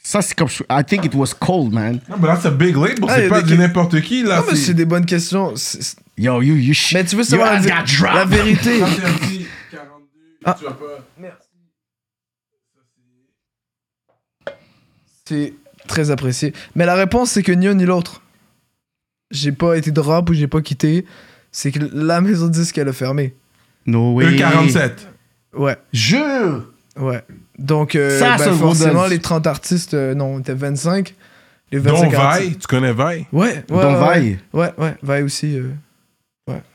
B: Ça, c'est comme. I think it was cold, man.
A: Non, mais là, c'est Big Label,
C: Ah, y
A: c'est
C: a
A: pas
C: des-
A: du n'importe qui, là.
C: Non, mais c'est des bonnes questions. C'est- c'est-
B: Yo, you, you shit.
C: Mais tu veux savoir la,
B: ass
C: vé-
B: got dropped.
C: la vérité.
A: Là, c'est un petit 42,
C: Ah.
A: tu vas pas-
C: C'est très apprécié. Mais la réponse, c'est que ni un ni l'autre. J'ai pas été drop ou j'ai pas quitté. C'est que la maison de disque, elle a fermé.
B: No
A: E
B: way.
A: E47.
C: Ouais,
B: Jure.
C: ouais. Donc, euh,
B: Ça,
C: ben,
B: ça vaut
C: forcément,
B: de-
C: les 30 artistes, euh, non, on était 25. Les
A: Don
C: 25
A: Vai,
C: artistes.
A: tu connais Vai?
C: Ouais, ouais.
B: Don
C: ouais,
B: Vaille.
C: Ouais, ouais, Vaille aussi. euh.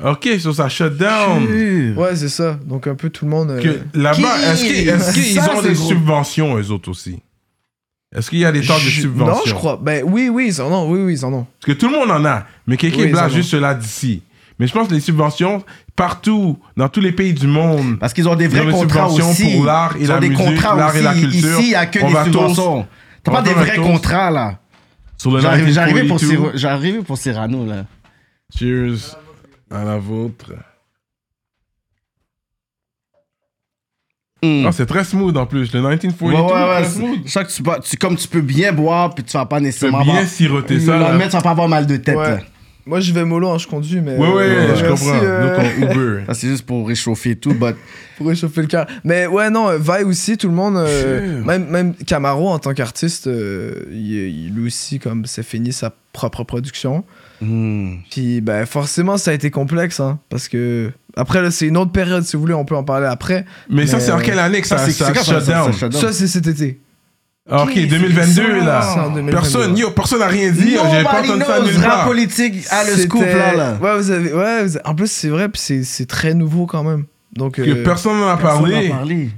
A: Ok, sur ça shut down.
B: Jure.
C: Ouais, c'est ça. Donc, un peu tout le monde. euh,
A: Que Là-bas,
B: Qui-
A: est-ce qu'ils est-ce qu'ils
B: Ça,
A: ont
B: c'est
A: des
B: gros.
A: subventions, eux autres aussi? Est-ce qu'il y a des temps de
C: je-
A: subventions?
C: Non, je crois. Ben oui, oui, ils en ont. Oui, oui, ils en ont.
A: Parce que tout le monde en a, mais quelqu'un
C: Oui,
A: blâme
C: ça va.
A: juste cela d'ici. Mais je pense que les subventions, partout, dans tous les pays du monde,
B: Parce qu'ils ont des
A: Ils ont
B: vrais
A: des
B: contrats
A: subventions
B: aussi.
A: pour l'art et
B: Ils ont
A: la
B: des
A: musique,
B: contrats
A: l'art et
B: aussi.
A: la culture.
B: Ici, il n'y a que
A: On va
B: des
A: tous-
B: subventions. T'as
A: on
B: pas
A: va
B: des
A: tous-
B: vrais contrats, là.
A: sur le
B: J'arrive- J'arrivais pour,
A: 1942,
B: Ciro- j'arrivais pour Cyrano, là.
A: Cheers à la vôtre.
B: Mm.
A: Ah, c'est très smooth en plus. Le 1942,
B: Ouais, ouais, ouais.
A: très smooth.
B: Je sens que tu, pas- tu- comme tu peux bien boire, puis tu vas pas
A: Tu peux
B: nécessairement
A: bien
B: avoir...
A: siroter
B: le
A: ça. là.
B: lendemain, tu vas pas avoir mal de tête,
C: Ouais.
B: là.
C: Moi, je vais mollo, hein, je conduis, mais.
A: Ouais, ouais,
C: euh,
A: je
C: merci,
A: comprends.
C: euh,
A: Nous, ton Uber.
B: Ça, c'est juste pour réchauffer et tout, but...
C: pour réchauffer le cœur. Mais ouais, non, euh, Vaille aussi, tout le monde, euh,
A: Sure.
C: même, même Camaro en tant qu'artiste, euh, il, il- lui aussi, comme, s'est fini sa propre production.
B: Mm.
C: Puis, ben, forcément, ça a été complexe, hein, parce que. Après, là, c'est une autre période, si vous voulez, on peut en parler après.
A: Mais ça,
C: Mais,
A: c'est en quelle année que ça,
B: c'est-
A: ça,
B: c'est quand
A: shut down?
B: shut down?
C: Ça, c'est cet été.
A: Ah, ok,
B: c'est
A: 2022
B: ça.
C: C'est en
A: là.
C: 2022,
A: Personne,
C: ouais.
A: yo, Ah, personne n'a rien dit. J'ai pas
B: Nobody
A: entendu ça
B: knows.
A: nulle
B: Rap
A: part.
B: politique a le
C: C'était-
B: scoop, là, là.
C: Ouais, vous avez. Ouais, vous- en plus, c'est vrai, puis c'est- c'est très nouveau quand même. Donc.
A: Que
C: euh,
A: personne n'en a
B: Personne
A: parlé.
B: n'en a parlé.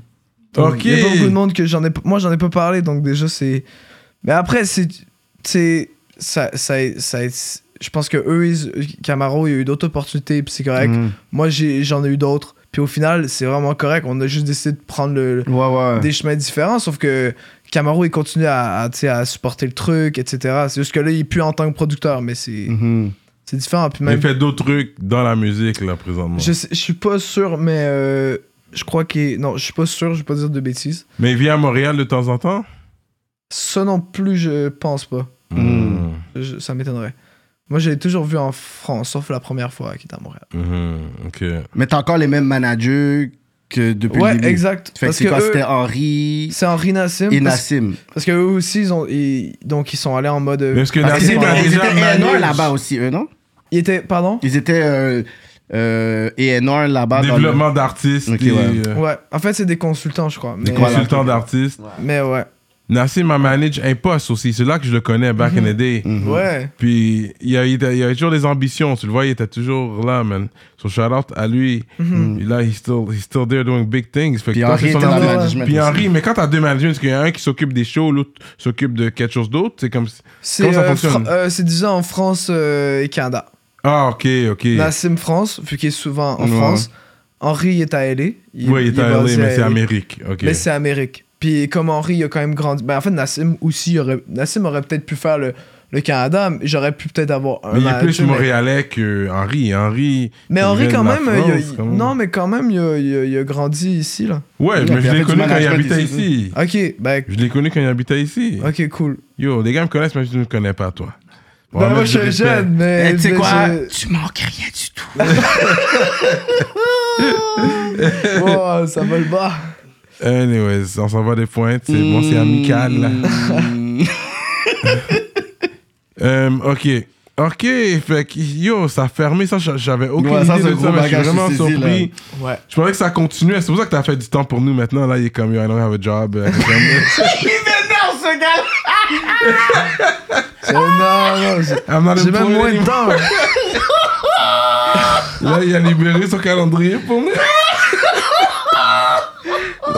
C: Donc,
A: Ok.
C: Il y a pas beaucoup de monde que j'en ai. Moi, j'en ai pas parlé, donc déjà, c'est. Mais après, c'est. c'est- Ça, ça, ça, je pense que eux, ils- Camaro, il y a eu d'autres opportunités, puis c'est correct.
B: Mm.
C: Moi, j'ai- j'en ai eu d'autres. Puis au final, c'est vraiment correct. On a juste décidé de prendre le, le-
B: Ouais, ouais.
C: des chemins différents, sauf que Camaro, il continue à, à, tu sais, à supporter le truc, etc. C'est juste que là, il pue en tant que producteur, mais c'est
B: Mhm.
C: c'est différent. Puis
A: J'ai
C: même,
A: fait d'autres trucs dans la musique là présentement.
C: je, sais- je suis pas sûr, mais euh, je crois que. Non, je suis pas sûr, je vais pas dire de bêtises.
A: Mais il vient à Montréal de temps en temps
C: Ça non plus, je pense pas.
B: Mm.
C: Je- ça m'étonnerait. Moi, je l'ai toujours vu en France, sauf la première fois qu'il était à Montréal.
A: Mhm, Ok.
B: Mais t'as encore les mêmes managers que depuis
C: ouais,
B: le début.
C: exact.
B: Fait que
C: parce
B: c'est
C: que
B: quoi,
C: eux,
B: c'était Henri
C: c'est Henri Nassim.
B: et
C: parce,
B: Nassim.
C: parce que eux aussi, ils ont, ils- donc ils sont allés en mode. euh,
A: Parce que
B: Parce qu'ils
A: Nassim a
C: Nassim a
B: étaient- Ah, ils
A: déjà
B: étaient A&R
A: managé-
B: là-bas aussi, eux, non?
C: Ils étaient, pardon.
B: Ils étaient euh, euh, A&R là-bas. dans le-
A: développement d'artistes,
B: Ok,
A: et,
B: ouais.
A: euh,
C: Ouais. En fait, c'est des consultants, je crois.
A: des
C: Mais,
A: consultants d'artistes.
C: mais ouais.
A: Nassim a managé Impost aussi, c'est là que je le connais back in the day.
B: Mhm.
C: Ouais.
A: Puis il y a, il a- il a toujours des ambitions, tu le vois, il était toujours là, man. Son shout out à lui,
C: Mhm.
A: Et là, he's still, he's still there doing big things. Fait que
B: Puis
A: quand
B: Henri
A: c'est son
B: était dans le
A: ami-
B: management.
A: Puis
B: aussi.
A: Henri, mais quand t'as deux managers, parce qu'il y a un qui s'occupe des shows, l'autre s'occupe de quelque chose d'autre, c'est comme. si-
C: C'est
A: Comment ça
C: euh,
A: fonctionne
C: Fran- euh, c'est déjà en France euh, et Canada.
A: Ah, ok, ok.
C: Nassim France, vu qu'il est souvent en
B: Ouais.
C: France. Henri est à LA. Il,
A: Oui, il est à LA,
C: basé
A: mais c'est
C: à LA.
A: Amérique. Ok.
C: Mais c'est Amérique. Puis comme Henri, il a quand même grandi. Ben, en fait, Nassim aussi, il aurait... Nassim aurait peut-être pu faire le, le Canada. mais J'aurais pu peut-être avoir un.
A: Mais il est plus
C: manager, Bah, mais-
A: montréalais que Henri. Henri.
C: Mais
A: il vient
C: Henri,
A: de
C: quand
A: la
C: même, il a-
A: France, quand même.
C: non, mais quand même, il a, il a- il a grandi ici, là.
A: Ouais,
B: Il
A: mais
B: a
A: je
B: fait
A: l'ai
B: du
A: connu quand il
B: management
A: habitait
B: ici.
A: ici.
C: Ok, ben,
A: Je l'ai connu quand il habitait ici.
C: ok, cool.
A: Yo, les gars me connaissent, mais tu ne me connais pas, toi. On va
C: ben, moi,
A: mettre
C: je
A: du
C: suis
A: respect.
C: jeune, mais.
B: Eh, tu sais
C: mais
B: quoi?
C: je-
B: Tu manques rien du tout.
C: Oh, ça va le bas.
A: Anyways, on s'envoie des pointes. C'est bon,
C: Hmm.
B: Hmm.
A: c'est amical. là. Euh, ok. Ok, fait que, yo, ça a fermé, ça, j'a- j'avais aucune
B: Ouais, ça,
A: idée
B: c'est
A: de
B: un
A: ça,
B: gros
A: mais je suis
B: bagage,
A: vraiment
B: je saisis, là.
A: surpris.
C: Ouais.
A: Je pensais que ça continuait, c'est pour ça que t'as fait du temps pour nous maintenant. Là, il est comme, yo, I don't have a job. Euh, comme,
B: Non, ce gars
C: C'est- Oh, Non, non, j'ai-
A: I'm not
C: j'ai même
A: employed
C: moins de
A: anymore.
C: temps.
A: Là, il a libéré son calendrier pour nous.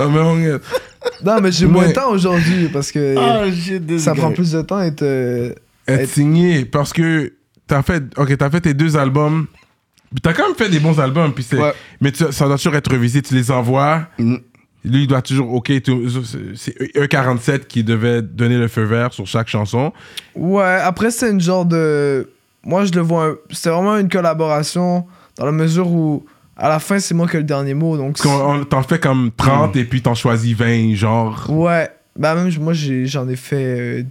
A: non, mais on est-
C: Non, mais j'ai moins
A: Ouais.
C: de temps aujourd'hui parce que
A: Ah,
B: Oh shit, this
C: ça
B: guy.
C: prend plus de temps et te.
A: Être signé, parce que t'as fait, ok, t'as fait tes deux albums. Puis T'as quand même fait des bons albums, puis c'est.
B: Ouais.
A: Mais tu- ça doit toujours être revisé, tu les envoies.
B: Mhm.
A: Lui, il doit toujours, ok, tu- c'est E47 qui devait donner le feu vert sur chaque chanson.
C: Ouais, après, c'est une genre de. Moi, je le vois. un- C'est vraiment une collaboration dans la mesure où, à la fin, c'est moi qui ai le dernier mot. Donc,
A: Parce qu'on on t'en fait comme 30 et puis t'en choisis 20, genre.
C: ouais. Bah, même moi, j'ai- j'en ai fait euh,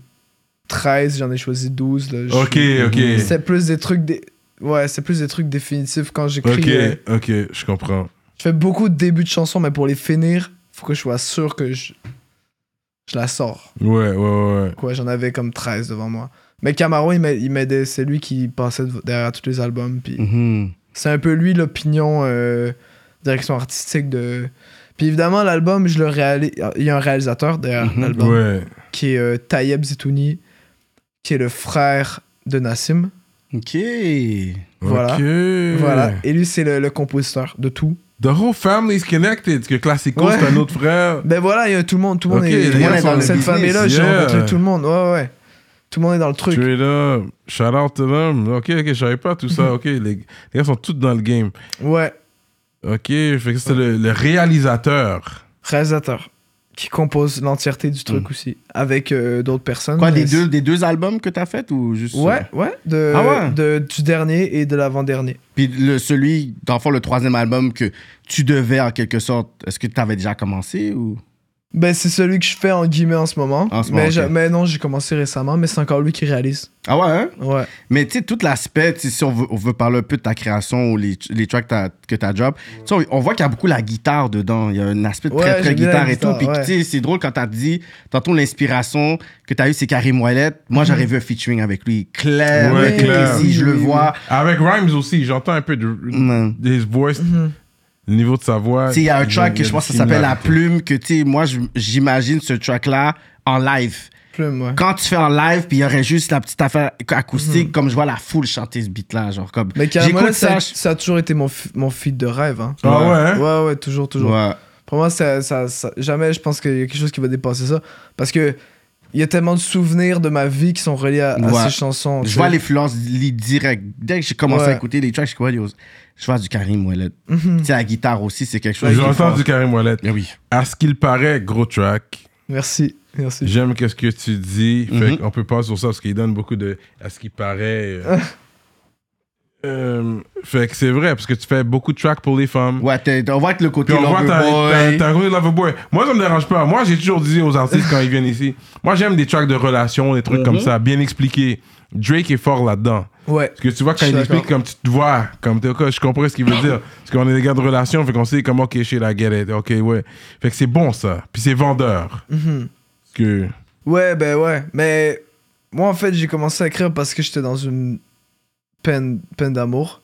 C: 13, j'en ai choisi 12. Là, Je-
A: Ok, ok.
C: C'est plus des trucs. Dé... Ouais, c'est plus des trucs définitifs quand j'écris.
A: Ok,
C: euh,
A: ok, je comprends.
C: Je fais beaucoup de débuts de chansons, mais pour les finir, faut que je sois sûr que je, je la sors.
A: Ouais, ouais, ouais.
C: Quoi, j'en avais comme 13 devant moi. Mais Camaro, il m'a- il m'aidait. C'est lui qui passait dev- derrière tous les albums. Puis
B: Mhm.
C: c'est un peu lui l'opinion, euh, direction artistique de. Puis évidemment, l'album, je le réalise. Il y a un réalisateur derrière
B: Mhm.
C: l'album
A: Ouais.
C: qui est euh, Tayeb Zitouni, qui est le frère de Nassim.
B: Ok.
C: Voilà.
A: Ok.
C: Voilà. Et lui, c'est le, le compositeur de tout.
A: The whole family is connected. Parce que Classico,
C: Ouais.
A: c'est un autre frère.
C: Ben voilà, il y a tout le monde. Tout le monde
A: Ok,
C: est,
A: les
C: tout le
B: gars
C: monde est
B: sont
C: dans
B: dans
C: cette
B: le
C: famille-là. J'ai
A: business, yeah.
C: rencontré tout le monde. Ouais, ouais. Tout le monde est dans le truc.
A: Straight up. Shout out to them. Ok, ok, je savais pas tout
B: Mhm.
A: ça. Ok, les, les gars sont tous dans le game.
C: Ouais.
A: Ok, fait que c'est le, le réalisateur.
C: réalisateur qui compose l'entièreté du truc aussi avec euh, d'autres personnes.
B: Hmm. Quoi, des
C: Mais
B: deux, des deux albums que t'as fait ou juste.
C: c'est- Ouais, ouais, de,
B: Ah ouais?
C: de- du dernier et de l'avant-dernier.
B: euh, Puis le, celui, dans le fond, le troisième album que tu devais en quelque sorte, est-ce que tu avais déjà commencé ou.
C: Ben, c'est celui que je fais en guillemets en ce moment.
B: En ce
C: mais,
B: moment,
C: j'a-
B: ok.
C: mais non, j'ai commencé récemment, mais c'est encore lui qui réalise.
B: Ah ouais, hein?
C: Ouais.
B: Mais tu sais, tout l'aspect, tu sais, si on veut, on veut parler un peu de ta création ou les, les tracks t'as- que tu as job, tu sais, on, on voit qu'il y a beaucoup la guitare dedans. Il y a un aspect
C: Ouais,
B: très,
C: j'ai
B: très
C: vu la
B: guitare et tout.
C: guitare,
B: Puis
C: ouais.
B: tu sais, c'est drôle quand tu as dit, tantôt, l'inspiration que tu as eue, c'est Karim Ouellet. Moi, j'aurais vu un featuring avec lui. Claire,
A: Ouais,
B: net et
A: clair.
B: précis, je le vois.
A: Avec Rhymes aussi, j'entends un peu de,
B: Mm.
A: des voices,
C: Mhm.
A: le niveau de sa voix.
B: Tu sais, il y a un track
A: il y a
B: que je pense que
A: du
B: ça s'appelle La
A: similarité.
B: Plume, que tu sais, moi, je- j'imagine ce track-là en live.
C: Plume, ouais.
B: Quand tu fais en live, puis il y aurait juste la petite affaire acoustique, comme je vois la foule chanter ce beat-là, genre comme.
C: Mais carrément,
B: j'écoute
C: ça,
B: ça.
C: a- ça a toujours été mon, fi- mon feed de rêve. hein.
A: Ah ouais, hein?
C: Ouais, ouais, toujours,
B: je-
C: toujours.
B: Ouais.
C: Pour moi, ça, ça- ça- jamais je pense qu'il y a quelque chose qui va dépasser ça. Parce que il y a tellement de souvenirs de ma vie qui sont reliés à, à
B: Ouais.
C: ces chansons.
B: Je
C: tu
B: vois
C: sais.
B: l'influence li- direct. Dès que j'ai commencé
C: Ouais.
B: à écouter les tracks, je suis comme, yo, je vois du Karim Ouellet.
C: Mhm.
B: Tu sais, la guitare aussi, c'est quelque chose. qui est
A: J'entends
B: fort.
A: du Karim Wallet.
B: Mais oui.
A: À ce qu'il paraît, gros track.
C: Merci, merci.
A: J'aime qu'est-ce que tu dis.
B: Mhm.
A: Fait qu'on peut pas sur ça parce qu'il donne beaucoup de. à ce qui paraît. euh, euh, fait que c'est vrai, parce que tu fais beaucoup de tracks pour les femmes.
B: Ouais, t'es- on voit que le côté
A: Puis on voit t'as- t'as
B: Loverboy.
A: t'as un côté Loverboy. Moi, ça me dérange pas. Moi, j'ai toujours dit aux artistes quand ils viennent ici, moi, j'aime des tracks de relations, des trucs comme ça, bien expliqués. Drake est fort là-dedans.
C: Ouais.
A: Parce que tu vois, quand
C: Je suis
A: il explique,
C: d'accord.
A: comme tu te vois, comme t'es, ok, je comprends ce qu'il veut dire. Parce qu'on est des gars de relation, fait qu'on sait comment, ok, chez la galette, ok, ouais. Fait que c'est bon ça. Puis c'est vendeur.
C: Mhm.
A: Parce que.
C: Ouais, ben ouais. Mais moi, en fait, j'ai commencé à écrire parce que j'étais dans une peine, peine d'amour.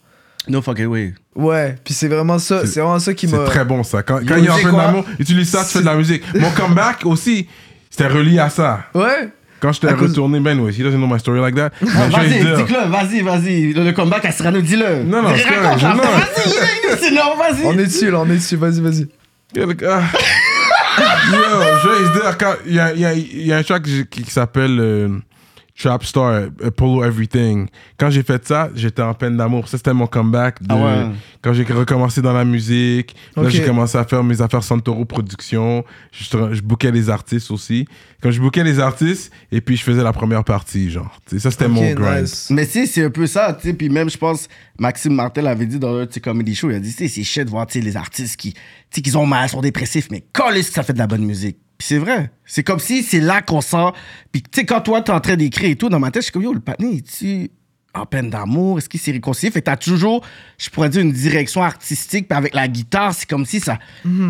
B: No fucking way.
C: Ouais, puis c'est vraiment ça,
A: C'est-
C: c'est vraiment ça qui
A: C'est
B: Euh,
C: m'a.
A: très bon ça. Quand, quand
C: Yo,
A: il y a un
C: tu sais
A: peu
C: quoi?
A: d'amour, utilise ça, tu fais de la musique. Mon comeback aussi, c'était relié à ça.
C: Ouais.
A: Quand je t'ai
C: À cause-
A: retourné, ben oui, he doesn't know my story like that. Mais je vais
B: Vas-y,
A: dire-
B: dis-le, vas-y, vas-y. Le, le comeback à Cyrano, dis-le.
A: Non, non, c'est
B: Raconte,
A: correct,
B: raconte.
A: non.
B: Vas-y, c'est non, vas-y.
C: On est dessus, là, on est dessus. Vas-y, vas-y.
A: Yo, le gars- Yo, je vais se dire, quand- il y a, il y a- il y a un track qui, qui s'appelle euh, Trap Star, euh, Polo Everything. Quand j'ai fait ça, j'étais en peine d'amour. Ça, c'était mon comeback. de-
B: Ah ouais.
A: Quand j'ai recommencé dans la musique, là,
C: Ok.
A: j'ai commencé à faire mes affaires Santoro Productions. Je, tra- je bookais les artistes aussi. Quand je bookais les artistes, et puis je faisais la première partie, genre. Tu sais, ça, c'était mon
C: Ok,
A: grind.
C: nice.
B: Mais tu sais, c'est un peu ça, tu sais. Puis même, je pense, Maxime Martel avait dit dans le comedy show, il a dit, tu sais, c'est chiant de voir, tu sais, les artistes qui, tu sais, qu'ils ont mal, sont dépressifs, mais collés que ça fait de la bonne musique. Puis c'est vrai. C'est comme si c'est là qu'on sent. Puis tu sais, quand toi, t'es en train d'écrire et tout, dans ma tête, je suis comme, yo, le panier, tu en peine d'amour? Est-ce qu'il s'est réconcilié? Fait que t'as toujours, je pourrais dire, une direction artistique. Puis avec la guitare, c'est comme si ça,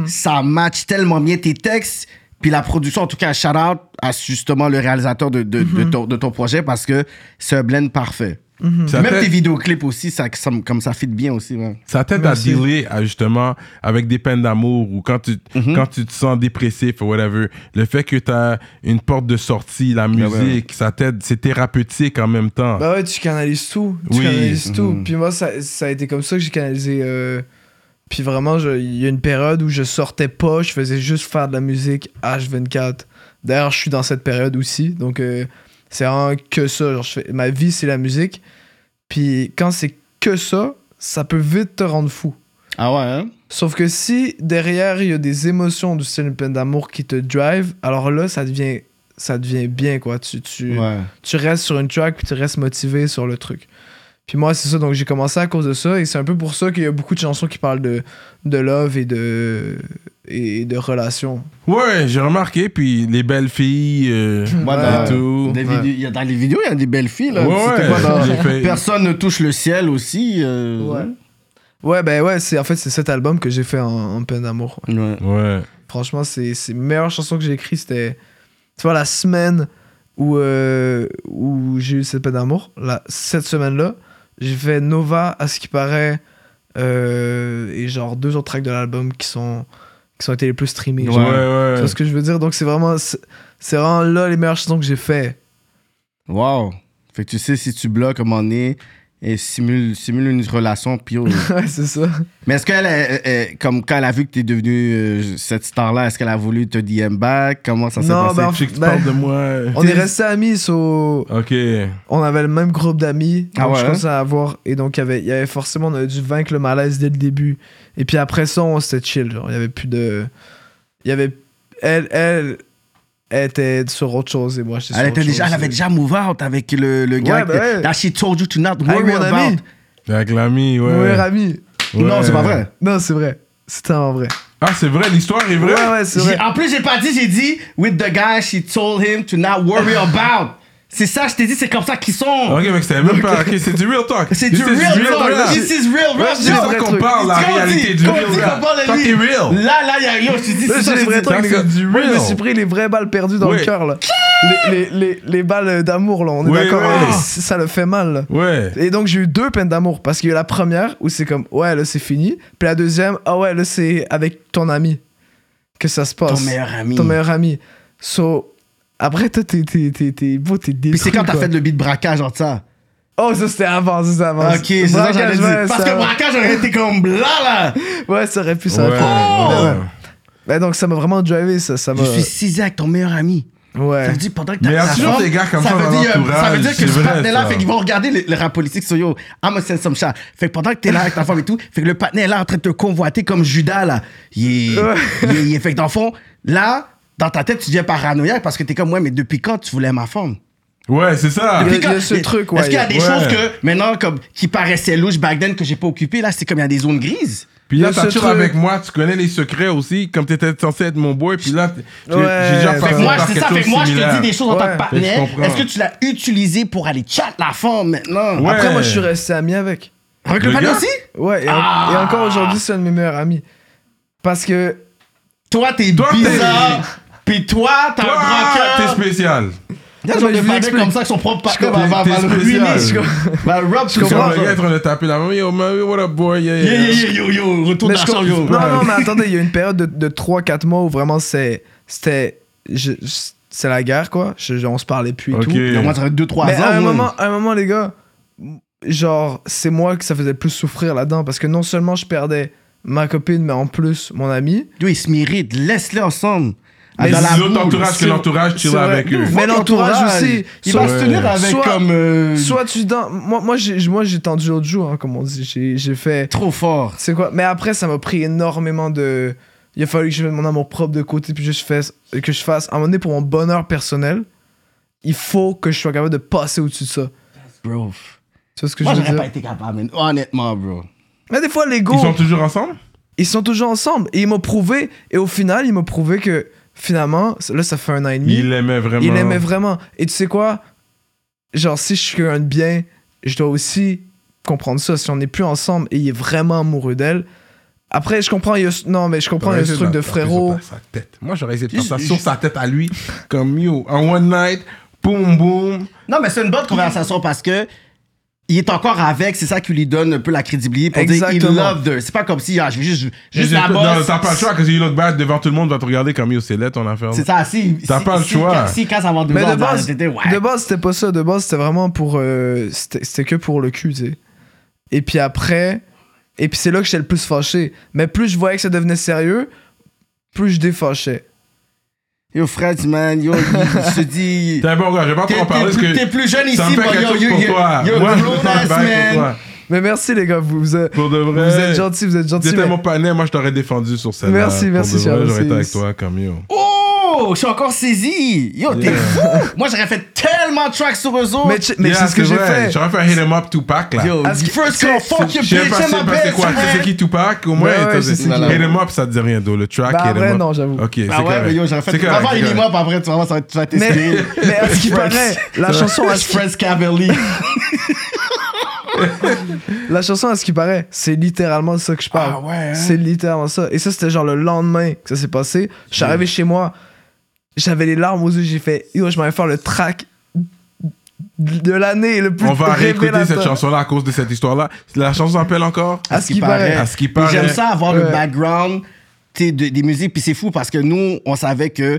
B: ça match tellement bien tes textes. Puis la production, en tout cas, shout out à justement le réalisateur de, de, de ton, de ton projet parce que c'est un blend parfait.
A: Ça
B: Même
A: fait-
B: tes vidéoclips aussi, ça, ça- comme ça fit bien aussi. ouais.
A: Ça t'aide à dealer à, justement avec des peines d'amour ou quand tu, quand tu te sens dépressif ou whatever. Le fait que tu as une porte de sortie, la musique, ça t'aide, c'est thérapeutique en même temps.
C: Bah ouais, tu canalises tout. Tu
A: Oui.
C: canalises tout.
B: Mhm.
C: Puis moi, ça, ça a été comme ça que j'ai canalisé. euh, Puis vraiment, je- il y a une période où je sortais pas, je faisais juste faire de la musique H24. D'ailleurs, je suis dans cette période aussi. Donc, euh, c'est vraiment que ça. Genre, je fais- ma vie, c'est la musique. Puis quand c'est que ça, ça peut vite te rendre fou.
B: Ah ouais, hein?
C: Sauf que si derrière il y a des émotions du style une peine d'amour qui te drive, alors là ça devient ça devient bien quoi. Tu, tu,
B: Ouais.
C: tu restes sur une track puis tu restes motivé sur le truc. Puis moi c'est ça donc j'ai commencé à cause de ça et c'est un peu pour ça qu'il y a beaucoup de chansons qui parlent de, de love et de et de relations.
A: Ouais, j'ai remarqué, puis les belles filles euh,
B: Moi,
A: et
B: dans,
A: tout.
B: des
C: Ouais.
B: vidéos- il y a- dans les vidéos, il y a des belles filles. Là.
A: Ouais,
B: C'était
A: ouais,
B: quoi, dans-
A: j'ai fait-
B: Personne ne touche le ciel aussi. euh,
C: Ouais ben ouais c'est en fait c'est cet album que j'ai fait en, en peine d'amour.
B: ouais. Ouais.
A: Ouais.
C: Franchement, c'est c'est la meilleure chanson que j'ai écrite. C'était, tu vois, la semaine où, euh, où j'ai eu cette peine d'amour. la- Cette semaine-là, j'ai fait Nova, à ce qui paraît, euh, et genre deux autres tracks de l'album qui sont qui sont été les plus streamés.
A: Ouais,
C: genre.
A: ouais.
C: Tu vois ce que je veux dire? Donc, c'est vraiment, c'est c'est vraiment là les meilleures chansons que j'ai fait.
B: Wow. Fait que tu sais, si tu bloques à un moment donné et simule, simule une relation, puis oh.
C: ouais, c'est ça.
B: Mais est-ce qu'elle, euh, euh, comme quand elle a vu que t'es devenu euh, cette star-là, est-ce qu'elle a voulu te DM back? Comment ça s'est
C: Non,
B: passé?
C: ben,
A: Je sais que tu
C: Ben-
A: parles de moi.
C: On est restés amis, so-
A: Ok.
C: on avait le même groupe d'amis.
B: Ah
C: donc
B: ouais,
C: Je
B: hein?
C: commençais à avoir. Et donc, il y avait- il y avait forcément, on a dû vaincre le malaise dès le début. Et puis après ça, on s'était chill. Genre, il y avait plus de. Il y avait. Elle, elle, elle était sur autre chose et moi, j'étais sur
B: Elle,
C: autre
B: était déjà,
C: chose.
B: elle avait déjà move out avec le, le gars.
C: Ouais, ben
B: que-
C: ouais.
B: That she told you to not
C: Avec
B: worry
C: mon
B: about.
C: ami.
A: Avec l'ami, ouais.
C: Mon meilleur ami. Euh,
A: ouais.
B: Non, c'est pas vrai.
C: Non, c'est vrai. C'est tellement vrai.
A: Ah, c'est vrai, l'histoire est vraie.
C: Ouais, ouais, c'est vrai.
B: J'ai- En plus, j'ai pas dit, j'ai dit with the guy she told him to not worry about. C'est ça, je t'ai dit, c'est comme ça qu'ils sont.
A: Ok, mec, c'est même pas. Ok, c'est du real talk.
B: C'est
A: This is
B: du real, talk.
A: talk.
B: This is real, real
A: C'est ça
C: vrai
A: qu'on
C: truc.
A: parle, la
B: Tu comprends,
A: réalité
B: tu-
A: du
B: tu
A: real.
B: comprends pas la
A: Quand
B: vie.
A: t'es real.
B: Là, là, y a yo, je t'ai dit,
C: Là,
B: c'est ça,
C: c'est
B: je t'ai
C: les vrais
B: dit.
C: trucs, les
A: c'est
C: gars.
A: du
C: Moi, je me
A: real.
C: suis pris les vraies balles perdues dans
A: Ouais.
C: le cœur, là. Les, les- les- les balles d'amour, là, on est
A: Ouais,
C: d'accord.
A: ouais.
C: hein, c- Ça le fait mal, là.
A: Ouais.
C: Et donc j'ai eu deux peines d'amour parce qu'il y a eu la première où c'est comme ouais là c'est fini, puis la deuxième ah ouais là c'est avec ton ami que ça se
B: Ton
C: passe.
B: meilleur ami.
C: Ton meilleur ami. So après toi t'es t'es t'es t'es beau t'es détruit.
B: Puis c'est quand t'as
C: quoi.
B: fait le beat braquage, genre ça.
C: Oh ça c'était avant ça c'était avant.
B: Ok, c'est ça que j'allais
C: Braquage,
B: dire.
C: ouais,
B: Parce
C: ça-
B: que braquage, j'aurais été comme là, là.
C: ouais ça aurait pu ça.
A: Ouais,
C: aurait pu.
A: ouais.
C: Ouais, ouais. Mais donc ça m'a vraiment drivé ça ça m'a.
B: Je suis cisé avec ton meilleur ami.
C: Ouais.
B: Ça veut dire pendant que
A: Mais il y a
B: ta
A: toujours
B: femme,
A: des gars comme ça
B: veut
A: dans
B: dire, euh,
A: l'entourage,
B: Ça veut dire que
A: c'est
B: ce
A: vrai,
B: partenaire-là,
A: ça.
B: fait qu'ils vont regarder le, le rap politique sur yo, I'm a some chat. Fait que pendant que t'es là avec ta femme et tout, fait que le partenaire-là en train de te convoiter comme Judas, là. Il est-
C: Ouais.
B: il est- il est- Fait que dans le fond, là, dans ta tête, tu deviens paranoïaque parce que t'es comme, ouais, mais depuis quand tu voulais ma femme?
A: Ouais, c'est ça.
C: Il y a-
B: Puis quand-
C: il y a ce
B: mais-
C: truc, ouais,
B: Est-ce qu'il y a
C: il
A: y
B: des
A: a-
B: choses
A: ouais.
B: que, maintenant, comme, qui paraissaient louches back then que j'ai pas occupées, là, c'est comme il y a des zones grises?
A: Puis
C: Il
A: là,
C: y a ce
A: t'as toujours
C: truc-
A: avec moi, tu connais les secrets aussi, comme t'étais censé être mon boy, puis là, t- j'ai
C: Ouais,
A: j'ai déjà
C: fait
A: passé
C: que
B: Moi,
A: par
B: c'est
A: quelque
B: ça,
A: chose
B: fait que moi, je
A: similaire.
B: te dis des choses en
C: Ouais.
B: tant que partenaire.
A: Fait que je comprends.
B: Est-ce que tu l'as utilisé pour aller chat la femme maintenant?
A: Ouais.
C: Après moi je suis resté ami avec.
B: Avec le,
A: Le
B: panneau
A: gars?
B: aussi?
C: Ouais et,
B: Ah.
C: et encore aujourd'hui c'est un de mes meilleurs amis parce que
B: Toi, t'es
A: Toi, t'es-
B: bizarre. Puis toi, t'as un
A: Ah, t'es
B: grand cœur.
A: spécial.
B: Là, j'en
C: Mais je
B: ai
C: vous
B: parlé
C: l'explique.
B: comme ça que son propre partenaire va,
A: comprends.
B: va,
A: T'es
B: va le
A: spécial.
B: ruiner. je-
C: Bah,
B: Va le rob, je
A: C'est
B: comprends.
A: comme le gars est en train de taper la main. Yo, man, what up, boy? Yeah,
B: Yo,
A: yeah.
B: yo, yo, yo, yo, retour
C: Mais je
B: d'argent,
C: com-
B: yo.
C: Non, non, mais attendez, il y a une période de, de 3-4 mois où vraiment c'est- c'était. je- je- C'est la guerre, quoi. Je- je- on se parlait plus et
A: Ok.
C: tout.
B: Moi, ça fait 2-3 ans.
C: Mais à un,
B: moi.
C: moment, à un moment, les gars, genre, c'est moi que ça faisait le plus souffrir là-dedans parce que non seulement je perdais ma copine, mais en plus mon ami.
B: Yo, ils se méritent. Laisse-les ensemble.
C: Mais
B: Dans
C: c'est
B: la
A: L'autre
B: boue.
A: entourage que
C: C'est-
A: l'entourage, tu
C: c'est
A: vas
C: vrai.
A: avec eux.
C: Nous, Mais l'entourage aussi.
B: Il
C: Soit-
B: va se tenir avec
C: soit-
B: comme. euh,
C: Soit tu dans. Moi, moi j'ai moi, j'ai tendu l'autre joue, hein, comme on dit. J'ai j'ai fait.
B: Trop fort.
C: C'est quoi Mais après, ça m'a pris énormément de. Il a fallu que je mette mon amour propre de côté, puis que je fasse, que je fasse. À un moment donné, pour mon bonheur personnel, il faut que je sois capable de passer au-dessus de ça.
B: Bro.
C: Tu vois ce que
B: Moi,
C: je veux
B: j'aurais
C: dire
B: pas été capable, man. Honnêtement, bro.
C: Mais des fois, l'ego,
A: Ils sont toujours ensemble?
C: toujours ensemble. Et il m'a prouvé, et au final, il m'a prouvé que finalement, là, ça fait un an et demi.
A: Il l'aimait vraiment.
C: Il aimait vraiment. Et tu sais quoi Genre, si je suis quelqu'un de bien, je dois aussi comprendre ça. Si on n'est plus ensemble et il est vraiment amoureux d'elle. Après, je comprends. il y a- Non, mais je comprends il y a ce truc de frérot.
A: Sa tête. Moi, j'aurais essayé de faire
B: Juste-
A: ça sur sa tête à lui, comme yo. En one night, boum boum.
B: Non, mais c'est une bonne conversation
A: Mm.
B: parce que il est encore avec, c'est ça qui lui donne un peu la crédibilité pour dire il
C: Exactement.
B: love her. C'est pas comme si ah, je vais juste,
A: Et
B: juste
A: j'ai-
B: la
A: Non,
B: bosse.
A: t'as pas le choix que j'ai eu l'autre bad devant tout le monde, va te regarder comme yo, c'est là ton affaire.
B: C'est ça, si.
A: T'as
B: si-
A: pas le
B: si-
A: choix.
B: quand- Si, quand ça va avoir deux
C: Mais
B: ans,
C: de
B: dans la
C: base,
B: société, ouais.
C: de base, c'était pas ça. De base, c'était vraiment pour. euh, c'était c'était que pour le cul, tu sais. Et puis après. Et puis c'est là que j'étais le plus fâché. Mais plus je voyais que ça devenait sérieux, plus je défâchais.
B: Yo, Fred, man, yo, il, il se dit.
A: T'es un bon gars, je vais pas
B: T'es
A: trop en parler
B: t'es
A: parce
B: plus,
A: que.
B: t'es plus jeune
A: ça me
B: ici,
A: fait
B: bon,
A: quelque
B: yo,
A: chose
B: yo,
A: pour
B: yo,
A: toi.
B: yo,
A: Moi, je veux
B: grown
A: faire
B: ass
A: le bail pour
B: man.
A: toi.
C: Mais merci, les gars. Vous, vous êtes,
A: Pour de
C: vous
A: vrai.
C: êtes gentils, vous êtes gentils.
A: J'étais
C: mais-
A: mon panel, moi je t'aurais défendu sur celle-là.
C: Merci,
A: Pour
C: merci,
A: de vrai,
C: Charles,
A: J'aurais été
C: c'est-
A: avec toi, comme yo.
B: Oh, je suis encore saisi. Yo, t'es
A: Yeah.
B: fou. Moi, j'aurais fait tellement de tracks sur eux autres.
C: Mais, tu- mais
A: Yeah,
C: c'est ce que j'ai
A: vrai.
C: fait.
A: J'aurais fait un hit em up Tupac là.
B: yo,
C: Parce que-
B: first girl, fuck your
A: Je sais
B: bitch,
A: pas
B: I'm
A: c'est
B: my
A: pas c'est
B: best
A: quoi. Tu sais
B: friend.
A: qui Tupac au moins
C: Ouais, ouais,
A: t'as-
C: je sais
A: Hit
C: qui.
A: em up ça te dit rien d'autre. Le track
C: Bah,
A: Hit
C: ouais,
A: em up.
C: non, j'avoue.
A: Ok, c'est
B: Ah ouais,
A: correct.
B: mais yo, j'aurais fait.
A: C'est
B: Va voir
A: correct.
B: il est mort, puis après, tu vas voir, ça va- tu vas
C: Mais,
B: t'espérer.
C: mais à ce qui paraît, la chanson, à ce-
B: Express Cavalry.
C: la chanson, à ce qui paraît, c'est littéralement ça que je
A: Ah
C: parle.
A: hein.
C: C'est littéralement ça. Et ça, c'était genre le lendemain que ça s'est passé. Je suis arrivé chez moi, j'avais les larmes aux yeux, j'ai fait, yo, je m'en vais faire le track de l'année le plus
A: On va réécouter
C: révélateur.
A: cette chanson-là à cause de cette histoire-là. La chanson s'appelle encore
B: Ah,
C: À ce qui paraît.
A: À ce qui
B: Et
A: paraît.
B: J'aime ça avoir le
C: Ouais.
B: background tu sais, de- des musiques, puis c'est fou parce que nous, on savait que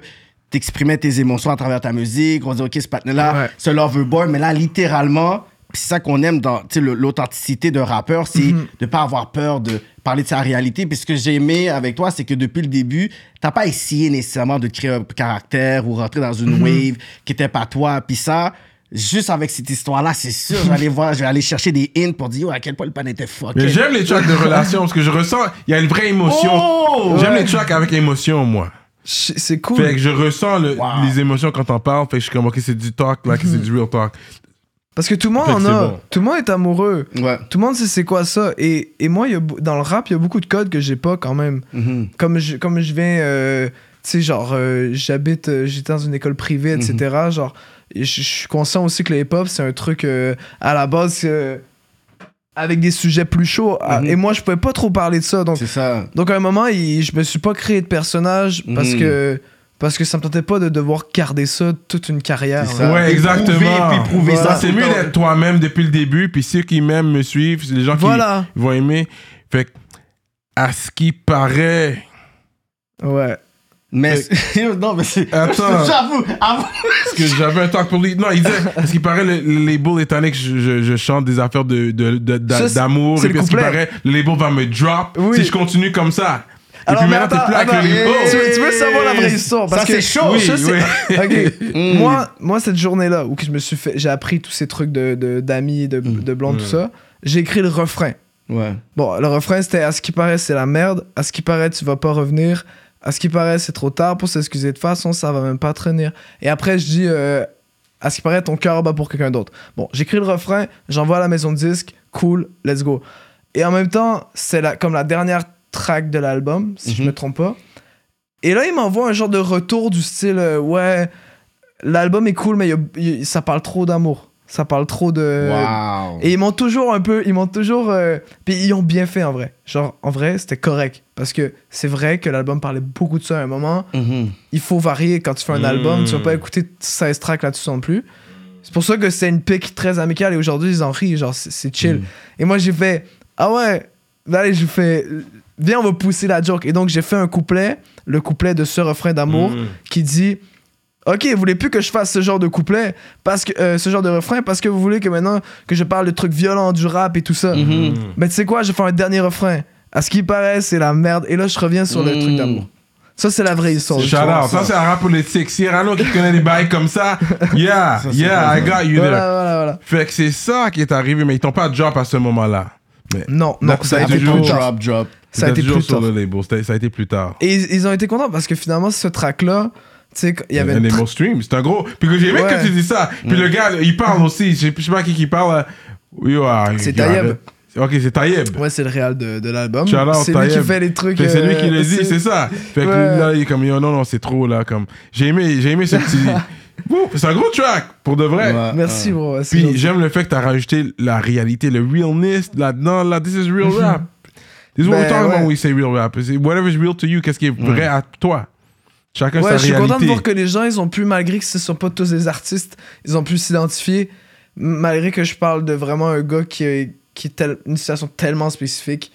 B: t'exprimais tes émotions à travers ta musique. On disait, OK, ce patin-là,
C: Ouais.
B: ce lover boy, mais là, littéralement, puis c'est ça qu'on aime dans tu sais, le- l'authenticité d'un rappeur, c'est
C: Mm-hmm.
B: de pas avoir peur de parler de sa réalité. Puis ce que j'ai aimé avec toi, c'est que depuis le début, t'as pas essayé nécessairement de créer un caractère ou rentrer dans une
C: Mm-hmm.
B: wave qui était pas toi. Puis ça, juste avec cette histoire-là, c'est sûr, je vais aller voir, je vais aller chercher des hints pour dire Yo, à quel point le pan était fucké.
A: Mais j'aime les tracks de relation parce que je ressens, il y a une vraie émotion.
B: Oh! Hmm.
A: j'aime
C: Ouais.
A: les tracks avec émotion, moi.
C: Ch- C'est cool.
A: Fait que je ressens le-
B: Wow. Hmm.
A: les émotions quand on parle. Fait que je suis comme, ok, c'est du talk, là, que c'est du real talk.
C: Parce que tout le monde
A: Fait que
C: en
A: c'est
C: a.
A: bon.
C: Tout le monde est amoureux.
B: Ouais.
C: Tout le monde sait c'est quoi ça. Et, et moi, il y a bou- dans le rap, il y a beaucoup de codes que j'ai pas quand même.
B: Mhm.
C: comme je, comme je viens, euh, tu sais, genre, euh, j'habite, euh, j'étais dans une école privée,
B: Mhm.
C: etc. Genre, je je suis conscient aussi que le hip-hop, c'est un truc euh, à la base euh, avec des sujets plus chauds. Ah,
B: Mhm.
C: Et moi, je pouvais pas trop parler de ça. Donc,
B: C'est ça.
C: donc à un moment, il- je me suis pas créé de personnage parce
B: Mhm.
C: que. Parce que ça me tentait pas de devoir garder ça toute une carrière.
B: C'est ça.
C: hein.
A: Ouais, exactement.
B: Éprouver, puis prouver
C: Voilà.
B: ça.
A: C'est
B: tout le
A: mieux
B: temps.
A: d'être toi-même depuis le début. Puis ceux qui m'aiment me suivent, les gens qui
C: Voilà.
A: vont aimer. Fait que, à ce qui paraît.
C: Ouais.
B: Mais non, mais c'est.
A: Attends.
B: J'avoue, avoue.
A: Parce que j'avais un talk pour lui. Non, il disait, parce qu'il paraît, le, le label, étant donné que je, je- je chante des affaires de, de- de- d'a-
C: Ça, c'est-
A: d'amour,
C: c'est
A: et
C: le
A: puis parce qu'il
C: couplet.
A: paraît, le label va me drop
C: Oui.
A: si je continue comme ça.
C: Alors,
A: et puis
C: mais
A: maintenant, t'es
C: attends,
A: plus avec
C: attends,
A: le label.
C: tu, veux, tu veux savoir la vraie histoire parce
B: Ça,
C: que
B: c'est chaud.
A: Oui,
C: Ça, c'est-
A: oui.
C: Ok.
B: Mm.
C: moi, moi, cette journée-là où que je me suis fait, j'ai appris tous ces trucs de de- d'amis, de, de, blanc, tout ça. J'ai écrit le refrain.
B: Ouais.
C: Bon, le refrain c'était à ce qui paraît c'est la merde, à ce qui paraît tu vas pas revenir, à ce qui paraît c'est trop tard pour s'excuser de toute façon ça va même pas te tenir. Et après je dis euh, à ce qui paraît ton cœur bat pour quelqu'un d'autre. Bon, j'écris le refrain, j'envoie à la maison de disque, cool, let's go. Et en même temps c'est la, comme la dernière track de l'album si je
B: Mhm.
C: me trompe pas. Et là il m'envoie un genre de retour du style euh, ouais l'album est cool mais il y a- il- ça parle trop d'amour, ça parle trop
B: Euh,
C: de
B: Wow.
C: et ils m'ont toujours un peu, ils m'ont toujours. euh, Puis ils ont bien fait en vrai. Genre, en vrai, c'était correct. Parce que c'est vrai que l'album parlait beaucoup de ça à un moment.
B: Mhm.
C: Il faut varier quand tu fais un
A: Mm.
C: album. Tu vas pas écouter 16 tracks là-dessus non plus. C'est pour ça que c'est une pique très amicale et aujourd'hui ils en rient. Genre, c'est- c'est chill.
B: Mm.
C: Et moi j'ai fait, ah ouais, ben allez, je fais, viens, on va pousser la joke. Et donc j'ai fait un couplet, le couplet de ce refrain d'amour
A: Mm.
C: qui dit Ok, vous voulez plus que je fasse ce genre de couplet, parce que, euh, ce genre de refrain, parce que vous voulez que maintenant que je parle de trucs violents, du rap et tout ça.
B: Mhm.
C: Mais tu sais quoi, je fais un dernier refrain. À ce qui paraît, c'est la merde. Et là, je reviens sur le
B: Mm.
C: truc d'amour. Ça, c'est la vraie histoire.
A: Shout out. Ça, c'est un rap politique. Cyrano qui connaît des bails comme ça. Yeah,
B: Ça, c'est
A: yeah, I got you there.
C: Voilà, voilà, voilà.
A: Fait que c'est ça qui est arrivé, mais ils t'ont pas drop à ce moment-là. Mais
C: Non, non,
A: That's
C: ça a
A: it,
C: été
A: toujours.
C: plus tard.
B: Drop, drop.
C: Ça a
A: C'était
C: été
A: toujours
C: plus
A: sur
C: tard.
A: le label. C'était- Ça a été plus tard.
C: Et ils, ils ont été contents parce que finalement, ce track-là, tu sais, il y avait
A: un
C: une
A: Nemo Stream, c'est un gros. Puis que j'ai aimé
C: Ouais. Mm.
A: que tu dis ça. Puis le gars, il parle aussi. Je sais je sais pas qui qui parle. euh, Yo, ah,
C: C'est
A: yo, arrête.
C: Taïeb.
A: Ok, c'est Taïeb.
C: Ouais, c'est le réal de, de l'album.
A: Shout out,
C: C'est lui qui
A: Taïeb.
C: fait les trucs.
A: Fait que C'est lui
C: euh,
A: qui le dit, c'est ça. Fait que
C: Ouais.
A: là, il est comme, yo, non, non, c'est trop, là, comme. J'ai aimé, j'ai aimé ce petit. Ouh, C'est un gros track, pour de vrai.
B: Ouais.
C: Merci, bro. ouais, c'est
A: Puis
C: gentil.
A: j'aime le fait que t'as rajouté la réalité, le realness là-dedans. Là, this is real rap. This is what
C: Mm-hmm. Ben,
A: we're talking about
C: ouais.
A: when we say real rap. C'est Whatever is real to you, qu'est-ce qui est vrai à toi. Chacun
C: Ouais,
A: sa
C: je suis
A: réalité.
C: content de voir que les gens, ils ont pu, malgré que ce ne sont pas tous des artistes, ils ont pu s'identifier, malgré que je parle de vraiment un gars qui a, qui est tel- une situation tellement spécifique.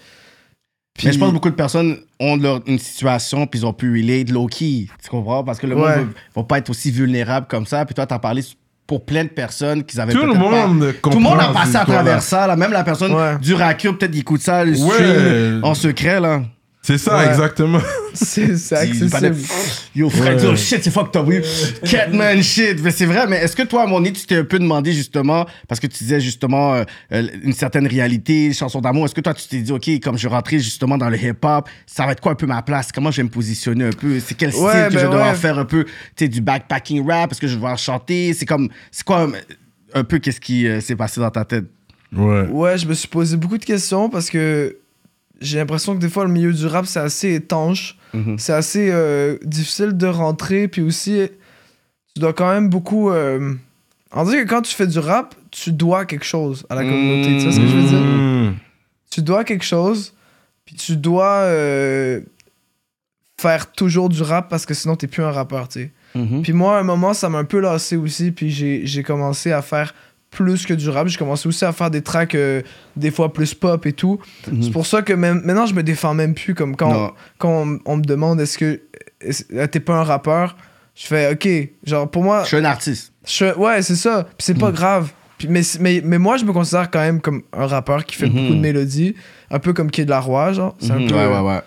B: Mais je pense que beaucoup de personnes ont leur- une situation, puis ils ont pu relate low-key. Tu comprends? Parce que le
C: Ouais.
B: monde ne va pas être aussi vulnérable comme ça. Puis toi, t'en parlé pour plein de personnes qu'ils avaient
A: Tout le
B: peut-être pas-
A: monde
B: Tout le monde a
A: comprend
B: passé
A: ce
B: à
A: histoire-là.
B: travers ça. Là. Même la personne
C: Ouais.
B: du racure, peut-être il écoute ça le
A: Ouais.
B: stream en secret. là.
A: C'est ça,
C: Ouais.
A: exactement.
C: C'est c'est
B: Il- il parlait-
C: accessible.
B: Yo, Fred, oh shit, c'est fucked up. oui. Catman shit. Mais c'est vrai, mais est-ce que toi, à mon nid, tu t'es un peu demandé justement, parce que tu disais justement euh, euh, une certaine réalité, chanson d'amour, est-ce que toi, tu t'es dit, OK, comme je rentrais justement dans le hip-hop, ça va être quoi un peu ma place? Comment je vais me positionner un peu? C'est quel style
C: Ouais,
B: que je
C: ben
B: vais devoir
C: ouais.
B: faire un peu? Tu sais, du backpacking rap, est-ce que je vais devoir chanter? C'est comme, c'est quoi euh, un peu qu'est-ce qui euh, s'est passé dans ta tête?
A: Ouais.
C: Ouais, je me suis posé beaucoup de questions parce que j'ai l'impression que des fois, le milieu du rap, c'est assez étanche.
B: Mhm.
C: C'est assez euh, difficile de rentrer. Puis aussi, tu dois quand même beaucoup. euh, On dirait que quand tu fais du rap, tu dois quelque chose à la communauté. Tu vois ce que je veux dire?
A: Mm.
C: tu dois quelque chose, puis tu dois euh, faire toujours du rap parce que sinon t'es plus un rappeur, tu sais.
B: Mhm.
C: Puis moi, à un moment, ça m'a un peu lassé aussi, puis j'ai j'ai commencé à faire plus que du rap. J'ai commencé aussi à faire des tracks euh, des fois plus pop et tout.
B: Mhm.
C: C'est pour ça que même, maintenant, je me défends même plus. Comme quand,
B: Non.
C: quand on, on me demande est-ce que est-ce- euh, t'es pas un rappeur, je fais OK. Genre, pour moi,
B: Je suis un artiste.
C: je- ouais, c'est ça. Puis c'est
B: Mhm.
C: pas grave. Puis- mais, c'est- mais, mais moi, je me considère quand même comme un rappeur qui fait
B: Mhm.
C: beaucoup de mélodies, un peu comme Kid Laroi, genre. C'est un
B: Mhm.
C: peu-
B: Ouais, ouais, ouais.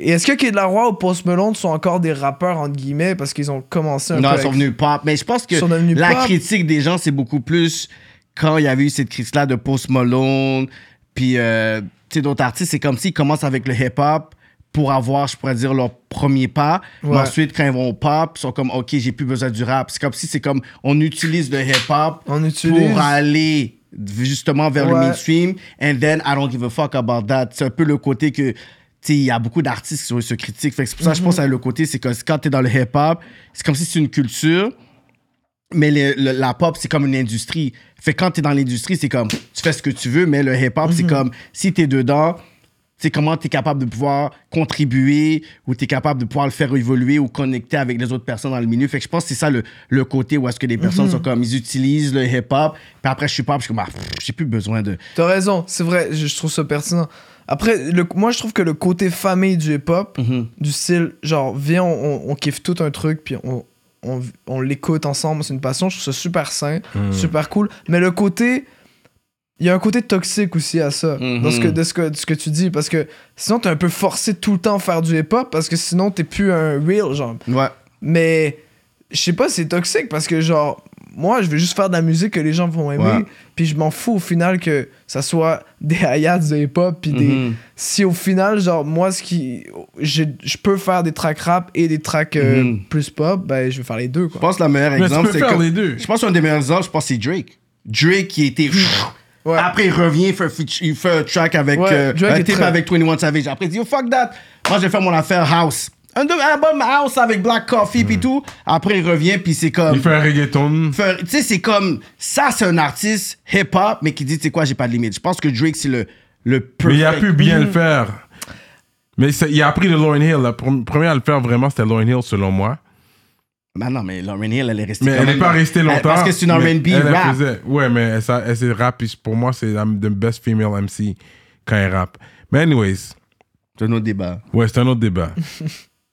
C: Et est-ce que Kid Laroi ou Post Malone sont encore des rappeurs, entre guillemets, parce qu'ils ont commencé un
B: Non,
C: peu...
B: ils sont
C: avec-
B: venus pop. Mais je pense que
C: Ils sont devenus
B: la
C: pop.
B: critique des gens, c'est beaucoup plus quand il y avait eu cette crise-là de Post Malone, puis euh, tu sais, d'autres artistes. C'est comme s'ils commencent avec le hip-hop pour avoir, je pourrais dire, leur premier pas. Mais
C: Ouais.
B: ensuite, quand ils vont au pop, ils sont comme, OK, j'ai plus besoin du rap. C'est comme si c'est comme, on utilise le hip-hop
C: On utilise...
B: pour aller justement vers le
C: Ouais.
B: mainstream. And then I don't give a fuck about that. C'est un peu le côté que. tu sais, Il y a beaucoup d'artistes qui sont- se critiquent. Fait que c'est pour ça que je pense à le côté, c'est que quand tu es dans le hip-hop, c'est comme si c'est une culture, mais le- le- la pop, c'est comme une industrie. Fait que quand tu es dans l'industrie, c'est comme tu fais ce que tu veux, mais le hip-hop, c'est comme si tu es dedans, c'est comment tu es capable de pouvoir contribuer ou tu es capable de pouvoir le faire évoluer ou connecter avec les autres personnes dans le milieu. Fait que je pense que c'est ça le, le côté où est-ce que les personnes sont comme, ils utilisent le hip-hop, puis après je suis pop, je suis comme, ah, pff, j'ai plus besoin de.
C: T'as raison, c'est vrai, je, je trouve ça pertinent. Après, le, moi, je trouve que le côté famille du hip-hop, du style, genre, viens, on, on- on kiffe tout un truc, puis on, on, on l'écoute ensemble, c'est une passion, je trouve ça super sain,
B: Hmm.
C: super cool. Mais le côté... Il y a un côté toxique aussi à ça,
B: Mhm.
C: dans ce que, de, ce que, de ce que tu dis, parce que sinon, t'es un peu forcé tout le temps à faire du hip-hop, parce que sinon, t'es plus un real, genre.
B: Ouais.
C: Mais je sais pas, c'est toxique parce que genre moi je vais juste faire de la musique que les gens vont aimer,
B: Ouais.
C: puis je m'en fous au final que ça soit des hi-hats de hip-hop puis des
B: Mhm.
C: si au final genre moi ce qui j'ai- je peux faire des tracks rap et des tracks euh,
B: Mhm.
C: plus pop, ben je vais faire les deux
B: Je
C: quoi.
B: pense que le meilleur
A: Mais tu
B: exemple,
A: peux
B: c'est
A: faire
B: comme-
A: les deux.
B: Je pense qu'un des meilleurs exemples, je pense, c'est Drake. Drake qui était.
C: Ouais.
B: Après, il revient, il fait, un feat- il fait un track avec.
C: Ouais,
B: euh,
C: Drake
B: un
C: est
B: tape
C: très-
B: avec 21 Savage. Après, il dit, yo, fuck that. Moi, je vais faire mon affaire House. Un de- un album House avec Black Coffee pis tout. Après, il revient, puis c'est comme.
A: Il fait un reggaeton.
B: Faire- Tu sais, c'est comme. Ça, c'est un artiste hip-hop, mais qui dit, tu sais quoi, j'ai pas de limite. Je pense que Drake, c'est le. Le
A: Mais il a
B: perfect- Hmm.
A: pu bien le faire. Mais ça- il a appris de Lauren Hill. La pr- première à le faire vraiment, c'était Lauren Hill, selon moi.
B: Bah non, mais Lauren Hill, elle est restée.
A: Mais
B: quand
A: elle n'est
B: même-
A: pas restée
B: elle-
A: longtemps.
B: Parce que c'est une
A: mais
B: RB
A: elle, elle
B: rap.
A: faisait- ouais, mais elle, ça- elle, c'est rap. puis Pour moi, c'est la the best female MC quand elle rappe. Mais anyways,
B: C'est un autre débat.
A: ouais, c'est un autre débat.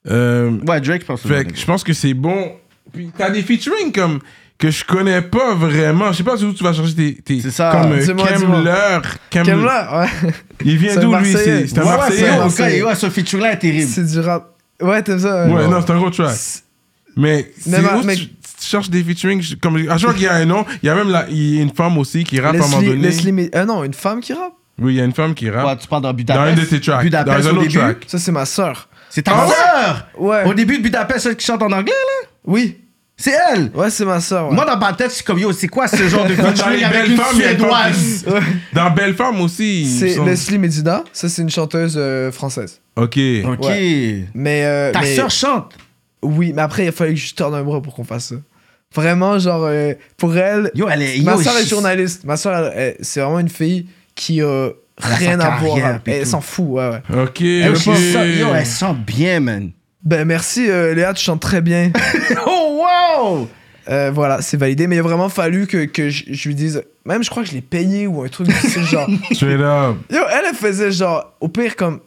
A: euh,
B: Ouais, Drake, je pense que c'est un
A: fait
B: autre
A: que je pense que c'est bon. Puis t'as des featuring comme que je connais pas vraiment. Je sais pas où tu vas chercher tes. tes-
B: C'est ça.
A: Comme euh,
C: Dis-moi, dis-moi.
A: Kemler. Kem-
C: Kemla, ouais,
A: Il vient
C: C'est un
A: d'où lui
C: Marseillais.
A: hein, C'est c'est un
B: Ouais, ouais,
A: Marseillais.
B: c'est-
C: Marseillais.
B: ouais, ouais, ce featuring-là est terrible.
C: c'est du rap. Ouais, t'aimes ça. euh,
A: Ouais, non, c'est un gros track.
C: c'est-
A: Mais c'est
C: ma-
A: où
C: mais-
A: tu, tu cherches des featuring je- comme à chaque fois qu'il y a un nom, il y a même la, il y a une femme aussi qui rappe à un moment
C: Leslie,
A: donné.
C: Leslie Mi- euh, non, une femme qui rappe.
A: Oui, il y a une femme qui rappe.
B: Ouais, tu parles dans
A: dans
B: Budapest.
A: un de tes tracks,
B: Budapest
A: dans un
B: au
A: autre
B: début.
A: track.
C: Ça c'est ma sœur.
B: C'est ta
A: Ah ouais?
B: sœur.
C: Ouais.
B: Au début de Budapest, celle qui chante en anglais, là.
C: Oui,
B: C'est elle.
C: ouais, c'est ma sœur. ouais.
B: Moi, dans ma tête, je suis comme, yo, c'est quoi ce genre de
A: Dans
B: featuring
A: les
B: avec
A: belles
B: une
A: femmes, il y a une femme
B: Suédoise?
A: qui- Dans Belle Femme aussi. il me
C: C'est
A: semble.
C: Leslie Medina, ça c'est une chanteuse euh, française.
A: Ok.
B: Ok.
C: Ouais. Mais euh,
B: Ta
C: mais-
B: sœur chante.
C: Oui, mais après, il a fallu que je tourne un bras pour qu'on fasse ça. Vraiment, genre, euh, pour elle,
B: Yo, elle est.
C: ma
B: yo,
C: soeur est
B: she-
C: journaliste. Ma soeur, c'est vraiment une fille qui a
B: a sa
C: rien à voir.
B: carrière, puis
C: Elle
B: tout.
C: s'en fout, ouais, ouais.
A: Ok,
B: Elle,
A: ok.
B: she sent- yo, elle sent bien, man.
C: Ben merci euh, Léa, tu chantes très bien.
B: Oh, wow!
C: Euh, voilà, c'est validé. Mais il a vraiment fallu que, que je, je lui dise. Même je crois que je l'ai payé ou un truc de ce genre.
A: Straight up.
C: Yo, elle, elle faisait genre, au pire, comme.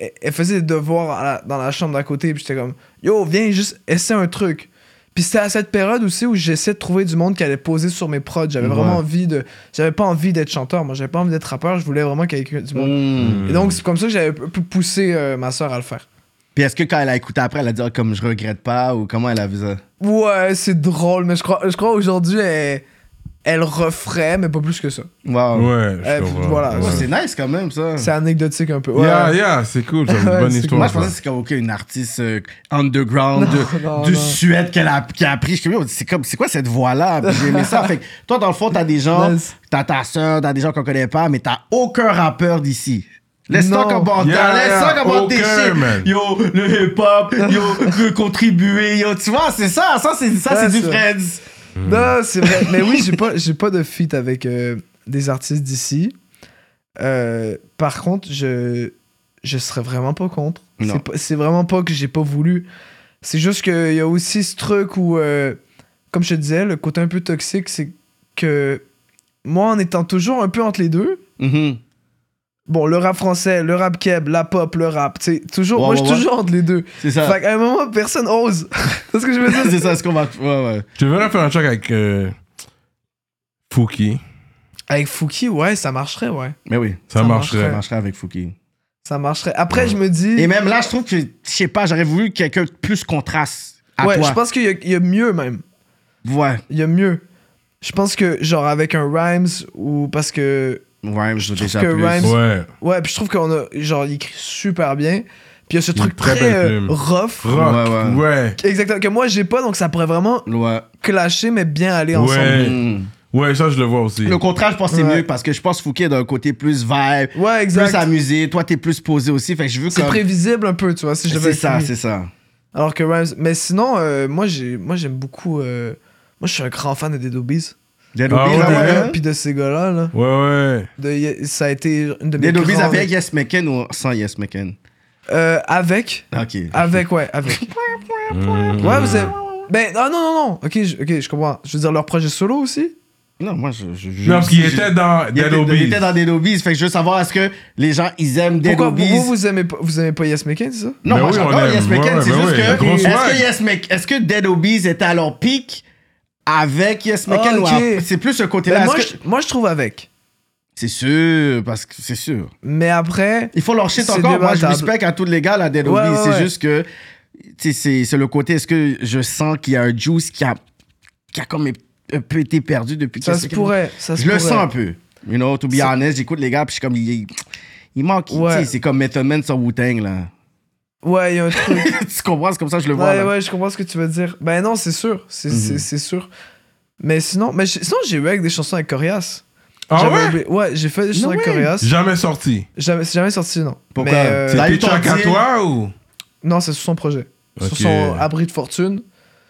C: Elle, elle faisait des devoirs à la- dans la chambre d'à côté, puis j'étais comme, yo, viens juste essaie un truc. Puis c'était à cette période aussi où j'essayais de trouver du monde qui allait poser sur mes prods. J'avais vraiment
B: Ouais.
C: envie de. J'avais pas envie d'être chanteur, moi, j'avais pas envie d'être rappeur, je voulais vraiment quelqu'un du monde.
B: Mm.
C: Et donc, c'est comme ça que j'avais un peu poussé euh, ma soeur à le faire.
B: Puis est-ce que quand elle a écouté après, elle a dit Ah, comme je regrette pas ou comment elle a vu ça?
C: Ouais, c'est drôle, mais je crois, je crois aujourd'hui, elle, elle referait, mais pas plus que ça.
B: Wow. Ah,
A: Ouais, je
C: Euh,
A: comprends.
C: voilà,
A: Ouais.
B: Oh. C'est nice quand même, ça.
C: C'est anecdotique un peu. Ouais.
A: Yeah, yeah, c'est cool, c'est une
C: Ouais,
A: bonne
C: c'est
B: Moi,
A: histoire.
B: je pensais que
A: ça.
B: c'est comme ok, une artiste euh, underground de,
C: non,
B: de
C: non.
B: Suède qu'elle a, qui a appris. Je suis comme, Yo, c'est comme, c'est quoi cette voix-là? Puis J'ai aimé ça. Fait que toi, dans le fond, t'as des gens,
C: Nice.
B: t'as ta soeur, t'as des gens qu'on connaît pas, mais t'as aucun rappeur d'ici. Laisse
C: Non.
B: toi comment
A: Yeah,
B: laisse ça
A: yeah,
B: comment
A: aucun,
B: tes
A: man.
B: Yo, le hip-hop, yo, contribuer, yo, tu vois, c'est ça, ça, c'est, ça,
C: Ouais,
B: c'est du
C: ça.
B: Friends. Hmm.
C: Non, c'est vrai. Mais oui, j'ai pas, j'ai pas de feat avec euh, des artistes d'ici. Euh, par contre, je, je serais vraiment pas contre.
B: Non.
C: C'est, pas- c'est vraiment pas que j'ai pas voulu. C'est juste qu'il y a aussi ce truc où, euh, comme je te disais, le côté un peu toxique, c'est que moi, en étant toujours un peu entre les deux,
B: Mhm.
C: bon, le rap français, le rap keb, la pop, le rap, tu sais, toujours,
B: Ouais, ouais,
C: moi, je suis
B: ouais. Ah.
C: toujours entre les deux.
B: C'est ça.
C: Fait qu'à un moment, personne ose. c'est ce que je veux dire.
B: c'est ça, ce qu'on va. Ouais, ouais.
A: Je devrais faire un truc avec euh, Fouki.
C: Avec Fouki, ouais, ça marcherait, ouais.
B: Mais oui,
A: Ça,
C: Ça
B: ça
A: marcherait.
B: marcherait avec Fouki.
C: Ça marcherait. Après, je me dis.
B: Et même là, je trouve que, je sais pas, j'aurais voulu quelqu'un de plus contraste à
C: ouais,
B: toi.
C: je pense qu'il y a- il y, a mieux même.
B: Ouais,
C: Il y a mieux. Je pense que, genre, avec un Rhymes ou. Parce que.
B: ouais, je,
C: trouve
B: déjà
C: que
B: plus.
C: Rhymes-
A: Ouais.
C: Ouais, puis je trouve qu'on a. Genre, il écrit super bien. Puis il y a ce
A: a une
C: truc
A: très
C: très,
A: belle
C: euh,
A: plume.
C: rough.
A: Rock,
B: Ouais,
A: ouais.
B: ouais.
A: Ouais,
C: Exactement. Que moi, j'ai pas, donc ça pourrait vraiment
B: Ouais.
C: clasher, mais bien aller
A: Ouais.
C: ensemble.
B: Mm.
A: ça, je le vois aussi.
B: Le contraire, je pense que c'est
C: Ouais.
B: mieux parce que je pense que Fouquet est d'un côté plus vibe,
C: Ouais,
B: plus
C: exact.
B: amusé. Toi, t'es plus posé aussi. Fait que je veux
C: C'est
B: comme...
C: prévisible un peu, tu vois, si je devais
B: C'est ça,
C: écrire.
B: c'est
A: Ah,
B: ça.
C: Alors que Rhymes. Mais sinon, euh, moi, j'ai, moi, j'aime beaucoup. euh, Moi, je suis un grand fan de Dead Obies.
B: Dead
A: Ah
B: Obies,
A: ouais,
B: là,
A: ouais.
B: ouais.
C: Puis de ces gars-là, là.
A: Ouais, ouais.
C: De- ça a été une de mes
B: Dead Obies
C: grandes-
B: avec Yes McKen ou sans Yes McKen?
C: Euh, avec.
B: Ok.
C: Avec, ouais, avec.
B: Hmm.
A: Mm.
C: Ouais, vous avez. Ben, ah non, non, non. Ok, je, ok, je comprends. Je veux dire, leur projet solo aussi.
B: Non, moi, je... je, je-
A: Non, parce qu'il
B: je-
A: était dans
B: il était-
A: Dead
B: Il
A: Obies.
B: était dans Dead Obies. Fait que je veux savoir, est-ce que les gens, ils aiment Dead
C: Pourquoi vous,
B: Obies?
C: vous, vous aimez pas, vous aimez pas Yes Making, c'est ça
B: Non,
A: Ben
B: moi
A: oui, on
B: j'adore
A: aime.
B: Yes McKen,
A: Ouais,
B: c'est
A: ben
B: juste
A: oui, un
B: que.
A: gros
B: Est-ce
A: swag.
B: que, yes Mc- est-ce que Dead Obies était à leur pic avec Yes McKen
C: Ah,
B: ou
C: ok.
B: à- C'est plus ce
C: Ben,
B: côté-là.
C: moi,
B: Est-ce que-
C: je, moi, je trouve avec.
B: C'est sûr, parce que c'est sûr.
C: Mais après.
B: Il faut leur shit
C: C'est
B: encore. Moi, je
C: débattable.
B: respecte à tous les gars, la Dead
C: Ouais,
B: Obies.
C: ouais,
B: C'est
C: ouais.
B: juste que. tu sais, C'est c'est le côté, est-ce que je sens qu'il y a un juice qui a, qui a comme un peu été perdu depuis
C: Ça
B: Yes
C: se
B: McKen?
C: pourrait, ça se
B: Je le
C: pourrait.
B: sens un peu. You know, to be
C: C'est-
B: honest, j'écoute les gars, puis je suis comme. Il, il manque. tu sais,
C: Ouais.
B: C'est comme Method Man sur Wu-Tang, là.
C: Ouais, il y a un truc.
B: tu comprends? C'est comme ça que je le vois.
C: ouais,
B: là. Mhm.
C: ouais, je comprends ce que tu veux dire. Ben non, c'est sûr. C'est c'est- c'est sûr. Mais sinon, mais j'ai- sinon j'ai eu avec des chansons avec Corias.
A: Ah
C: J'avais
A: ouais?
C: oublié- Ouais, j'ai fait des chansons
B: No
C: avec
B: way.
C: Corias.
A: Jamais sorti.
C: Jamais, c'est jamais sorti, non.
B: Pourquoi? hein?
C: Mais, euh,
B: T'as
A: C'était
B: eu ton
A: track à
B: deal?
A: toi ou?
C: Non, c'est sur son projet.
A: Ok.
C: Sur son abri de fortune.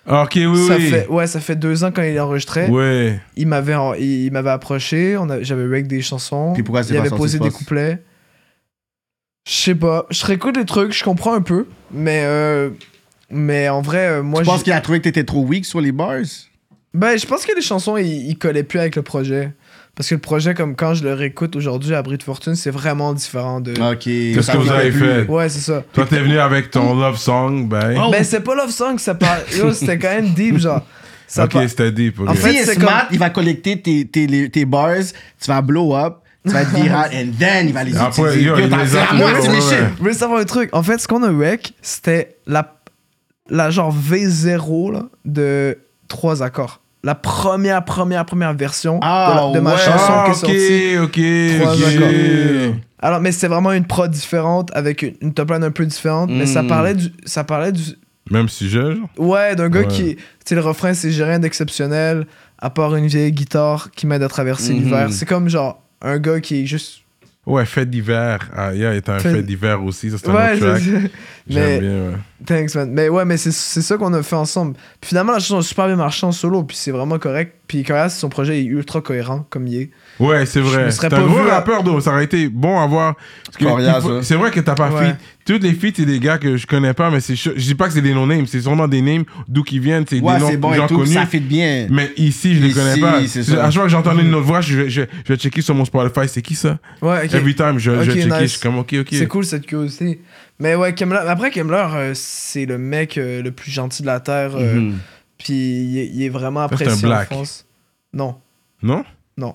A: Ah, Ok, oui,
C: ça
A: oui.
C: fait, ouais, ça fait deux ans quand il enregistrait.
A: Ouais.
C: Il m'avait, en- il, il m'avait approché. On a- j'avais avec des chansons.
B: Puis pourquoi c'est
C: il
B: pas
C: avait
B: sorti,
C: posé
B: je
C: des
B: pense?
C: couplets. Je sais pas. Je réécoute les trucs. Je comprends un peu. Mais euh, mais en vrai, euh, moi,
B: Je
C: j'ai-
B: pense qu'il a trouvé que t'étais trop weak sur les bars.
A: Euh,
C: ben, je pense que les chansons, ils, ils collaient plus avec le projet. Parce que le projet, comme quand je le réécoute aujourd'hui, abri de fortune, c'est vraiment différent de.
B: Ok.
A: Qu'est-ce que vous avez fait?
C: Ouais, c'est ça.
A: Toi, t'es venu avec ton love song, ben.
B: Oh.
C: Mais c'est pas Love Song, ça parle. Yo, c'était quand même deep, genre. Ça
A: ok,
C: par-
A: c'était deep. ok.
C: En fait,
B: Si il est
C: c'est
B: smart,
C: comme-
B: il va collecter tes, tes, les- tes bars, tu vas blow up, tu vas être viral, and then il va les
A: Après, Ah,
B: utiliser.
A: yo, il
B: t'as-
A: les
B: c'est
A: a
B: à moi,
A: tous,
B: c'est mes
A: ouais,
B: shit.
A: ouais.
C: Je voulais savoir un truc. En fait, ce qu'on a wreck, c'était la, la genre V0 là, de trois accords. La première, première, première version
B: Ah,
C: de, la- de ma
B: ouais.
C: chanson
A: Ah,
C: qui est
A: ok,
C: sortie.
A: ok,
C: Trois
A: ok.
C: accords. Alors, mais c'était vraiment une prod différente avec une, une top line un peu différente. Mais ça
A: Hmm.
B: Mm.
C: parlait du. Ça parlait du
A: Même sujet, genre.
C: ouais, d'un gars
A: Ouais.
C: qui. Tu sais, le refrain, c'est J'ai rien d'exceptionnel, à part une vieille guitare qui m'aide à
A: Hmm.
C: traverser
B: Mhm.
C: l'hiver. C'est comme genre un gars qui est juste.
A: Ouais, fait d'hiver. Ah, yeah, il y a un
C: Fait-
A: fait d'hiver aussi. Ça, c'est un
C: Ouais,
A: autre track.
C: je-
A: J'aime
C: mais-
A: bien, ouais.
C: Thanks, man. Mais ouais, mais c'est c'est ça qu'on a fait ensemble. Puis finalement, la chanson a super bien marché en solo, puis c'est vraiment correct. Puis Corias, son projet est ultra cohérent, comme il est.
A: Ouais, c'est
C: Je
A: vrai.
C: me serais
A: T'es
C: pas
A: un gros
C: vu à-
A: rappeur, d'eau. Ça aurait été bon à voir. Parce que
B: Corias,
A: il faut-
B: ouais.
A: C'est vrai que t'as pas
C: Ouais.
A: fit. Toutes les feats, c'est des gars que je connais pas, mais c'est chaud. je dis pas que c'est des non-names. C'est sûrement des names d'où qu'ils viennent. C'est
B: Ouais,
A: des noms
B: c'est bon
A: de gens
B: et tout,
A: connus.
B: ça fit bien.
A: Mais ici, je les
B: Ici,
A: connais pas.
B: c'est ça.
A: À chaque fois que j'entends une autre voix, je vais, je, vais- je vais checker sur mon Spotify. C'est qui ça?
C: Ouais, ok.
A: Every time, je, je
C: Ok,
A: vais checker.
C: nice.
A: Je suis comme, ok, ok.
C: C'est cool cette curiosité. Mais ouais, Kemler, après Kemler, euh, c'est le mec euh, le plus gentil de la Terre. euh,
B: Mhm.
C: Puis il est, il est vraiment
A: Ça, c'est un
C: apprécié en
A: black.
C: France. Non,
A: Non?
C: non.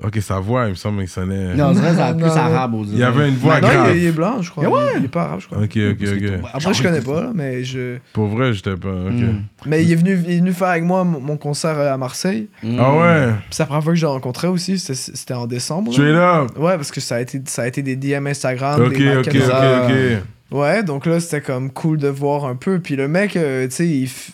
A: Ok, sa voix, il me semble qu'il sonnait.
B: Non, on dirait que ça a
C: Non,
B: plus
C: non.
B: arabe aux
A: Il y avait une voix
C: non, il
A: grave. Ah,
C: est, il est blanc, je crois.
B: Ah ouais?
C: Il, il est pas arabe, je crois.
A: Ok, ok, ok.
C: Après, je connais pas, là, mais je.
A: Pour vrai, j'étais pas. ok.
B: Mm.
C: Mais il est venu, il est venu faire avec moi mon mon concert euh, à Marseille.
A: Ah ouais?
C: Puis c'est la première fois que je le rencontrais aussi, c'était- c'était en
B: Hmm.
C: décembre. là.
A: Tu es là?
C: Ouais, parce que ça a été, ça a été des DM Instagram,
A: Ok,
C: des
A: ok, ok,
C: maquettes.
A: ok.
C: Ouais, donc là, c'était comme cool de voir un peu. Puis le mec, euh, tu sais, il, f-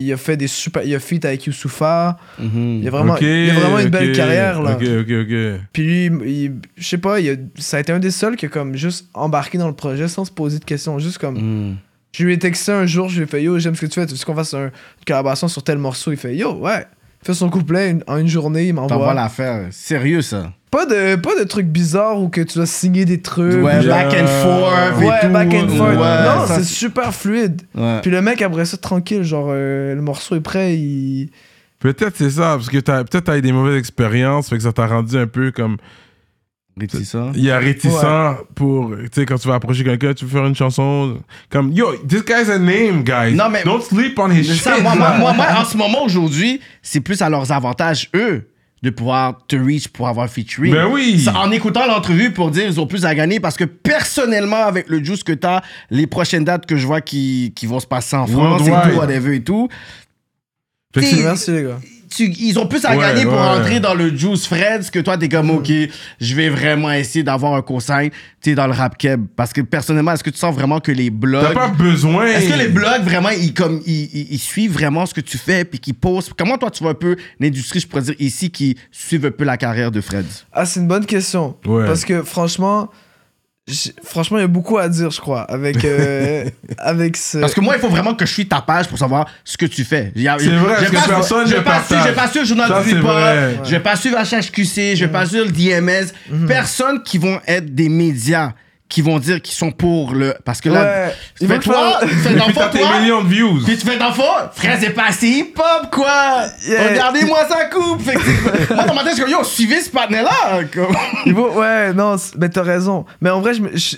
C: il a fait des super. Il a feat avec Youssoufa.
B: Mm-hmm.
C: Il a vraiment,
A: Ok,
C: il a vraiment une belle
A: ok,
C: carrière, là.
A: Ok, ok, ok.
C: Puis lui, il- je sais pas, il a- ça a été un des seuls qui a comme juste embarqué dans le projet sans se poser de questions. Juste comme.
A: Mm.
B: Mm-hmm.
C: Je lui ai texté un jour, je lui ai fait Yo, j'aime ce que tu fais, tu veux qu'on fasse un- une collaboration sur tel morceau Il fait Yo, ouais. Il fait son couplet une- en une journée, il m'envoie.
B: T'envoies l'affaire. Sérieux, ça.
C: Pas, de, pas de trucs bizarres ou que tu dois signer des trucs.
B: Ouais,
C: ou-
B: back and forth. et
C: Ouais,
B: tout.
C: back and forth.
B: Ouais,
C: non,
B: ça,
C: c'est super fluide.
B: Ouais.
C: Puis le mec, après ça, tranquille, genre, euh, le morceau est prêt, il...
A: Peut-être c'est ça, parce que t'as- peut-être t'as eu des mauvaises expériences, fait que ça t'a rendu un peu comme.
B: Réticent.
A: Il y a réticent pour. Tu sais, quand tu vas approcher quelqu'un, tu veux faire une chanson. Comme Yo, this guy's a name, guys.
B: Non, mais-
A: Don't sleep on his
B: Mais
A: shit.
B: ça, moi, moi, moi, moi, en ce moment, aujourd'hui, c'est plus à leurs avantages, eux, de pouvoir te reach pour avoir featuring.
A: Ben oui.
B: Ça, en écoutant l'entrevue pour dire ils ont plus à gagner parce que personnellement, avec le juice que t'as, les prochaines dates que je vois qui, qui vont se passer en France et
A: Worldwide.
B: tout, whatever et tout,
A: Fait que
B: T'es-
A: c'est-
C: Merci, les gars.
B: tu- ils ont plus à
A: Ouais,
B: gagner pour
A: ouais.
B: entrer dans le juice Fred que toi, t'es comme, OK, je vais vraiment essayer d'avoir un conseil, t'es dans le rap keb. Parce que personnellement, est-ce que tu sens vraiment que les
A: T'as
B: blogs.
A: pas besoin.
B: euh, Est-ce que les blogs, vraiment, ils, comme, ils, ils- ils suivent vraiment ce que tu fais puis qu'ils postent? Comment toi, tu vois un peu l'industrie, je pourrais dire, ici, qui suivent un peu la carrière de Fred?
C: Ah, c'est une bonne question.
A: Ouais.
C: Parce que, franchement, j'ai- franchement, il y a beaucoup à dire, je crois, avec, euh, avec ce...
B: Parce que moi, il faut vraiment que je suis ta page pour savoir ce que tu fais. C'est
A: C'est vrai, parce que personne
B: je
A: ne
B: vais pas
A: partage.
B: suivre- Je vais pas suivre le
A: Ça,
B: journal du
A: c'est
B: hip-hop,
A: vrai. Mhm.
B: je vais pas suivre HHQC, je vais pas suivre le DMS. Personne qui vont être des médias qui vont dire qu'ils sont pour le... Parce que là...
C: Ouais. Il faut
B: Fais
C: que
B: toi,
C: je fasse-
B: fais
A: Puis
B: d'enfant,
A: t'as tes
B: toi,
A: millions de views.
B: Puis tu fais d'enfant, frère, c'est pas assez hip-hop, quoi!
C: Yeah.
B: Regardez-moi ça coupe! Fait que c'est- moi, dans ma tête, je suis comme, yo, suivez ce partner-là! comme.
C: il faut- Ouais, non, c'est- mais t'as raison. Mais en vrai, je... me- je-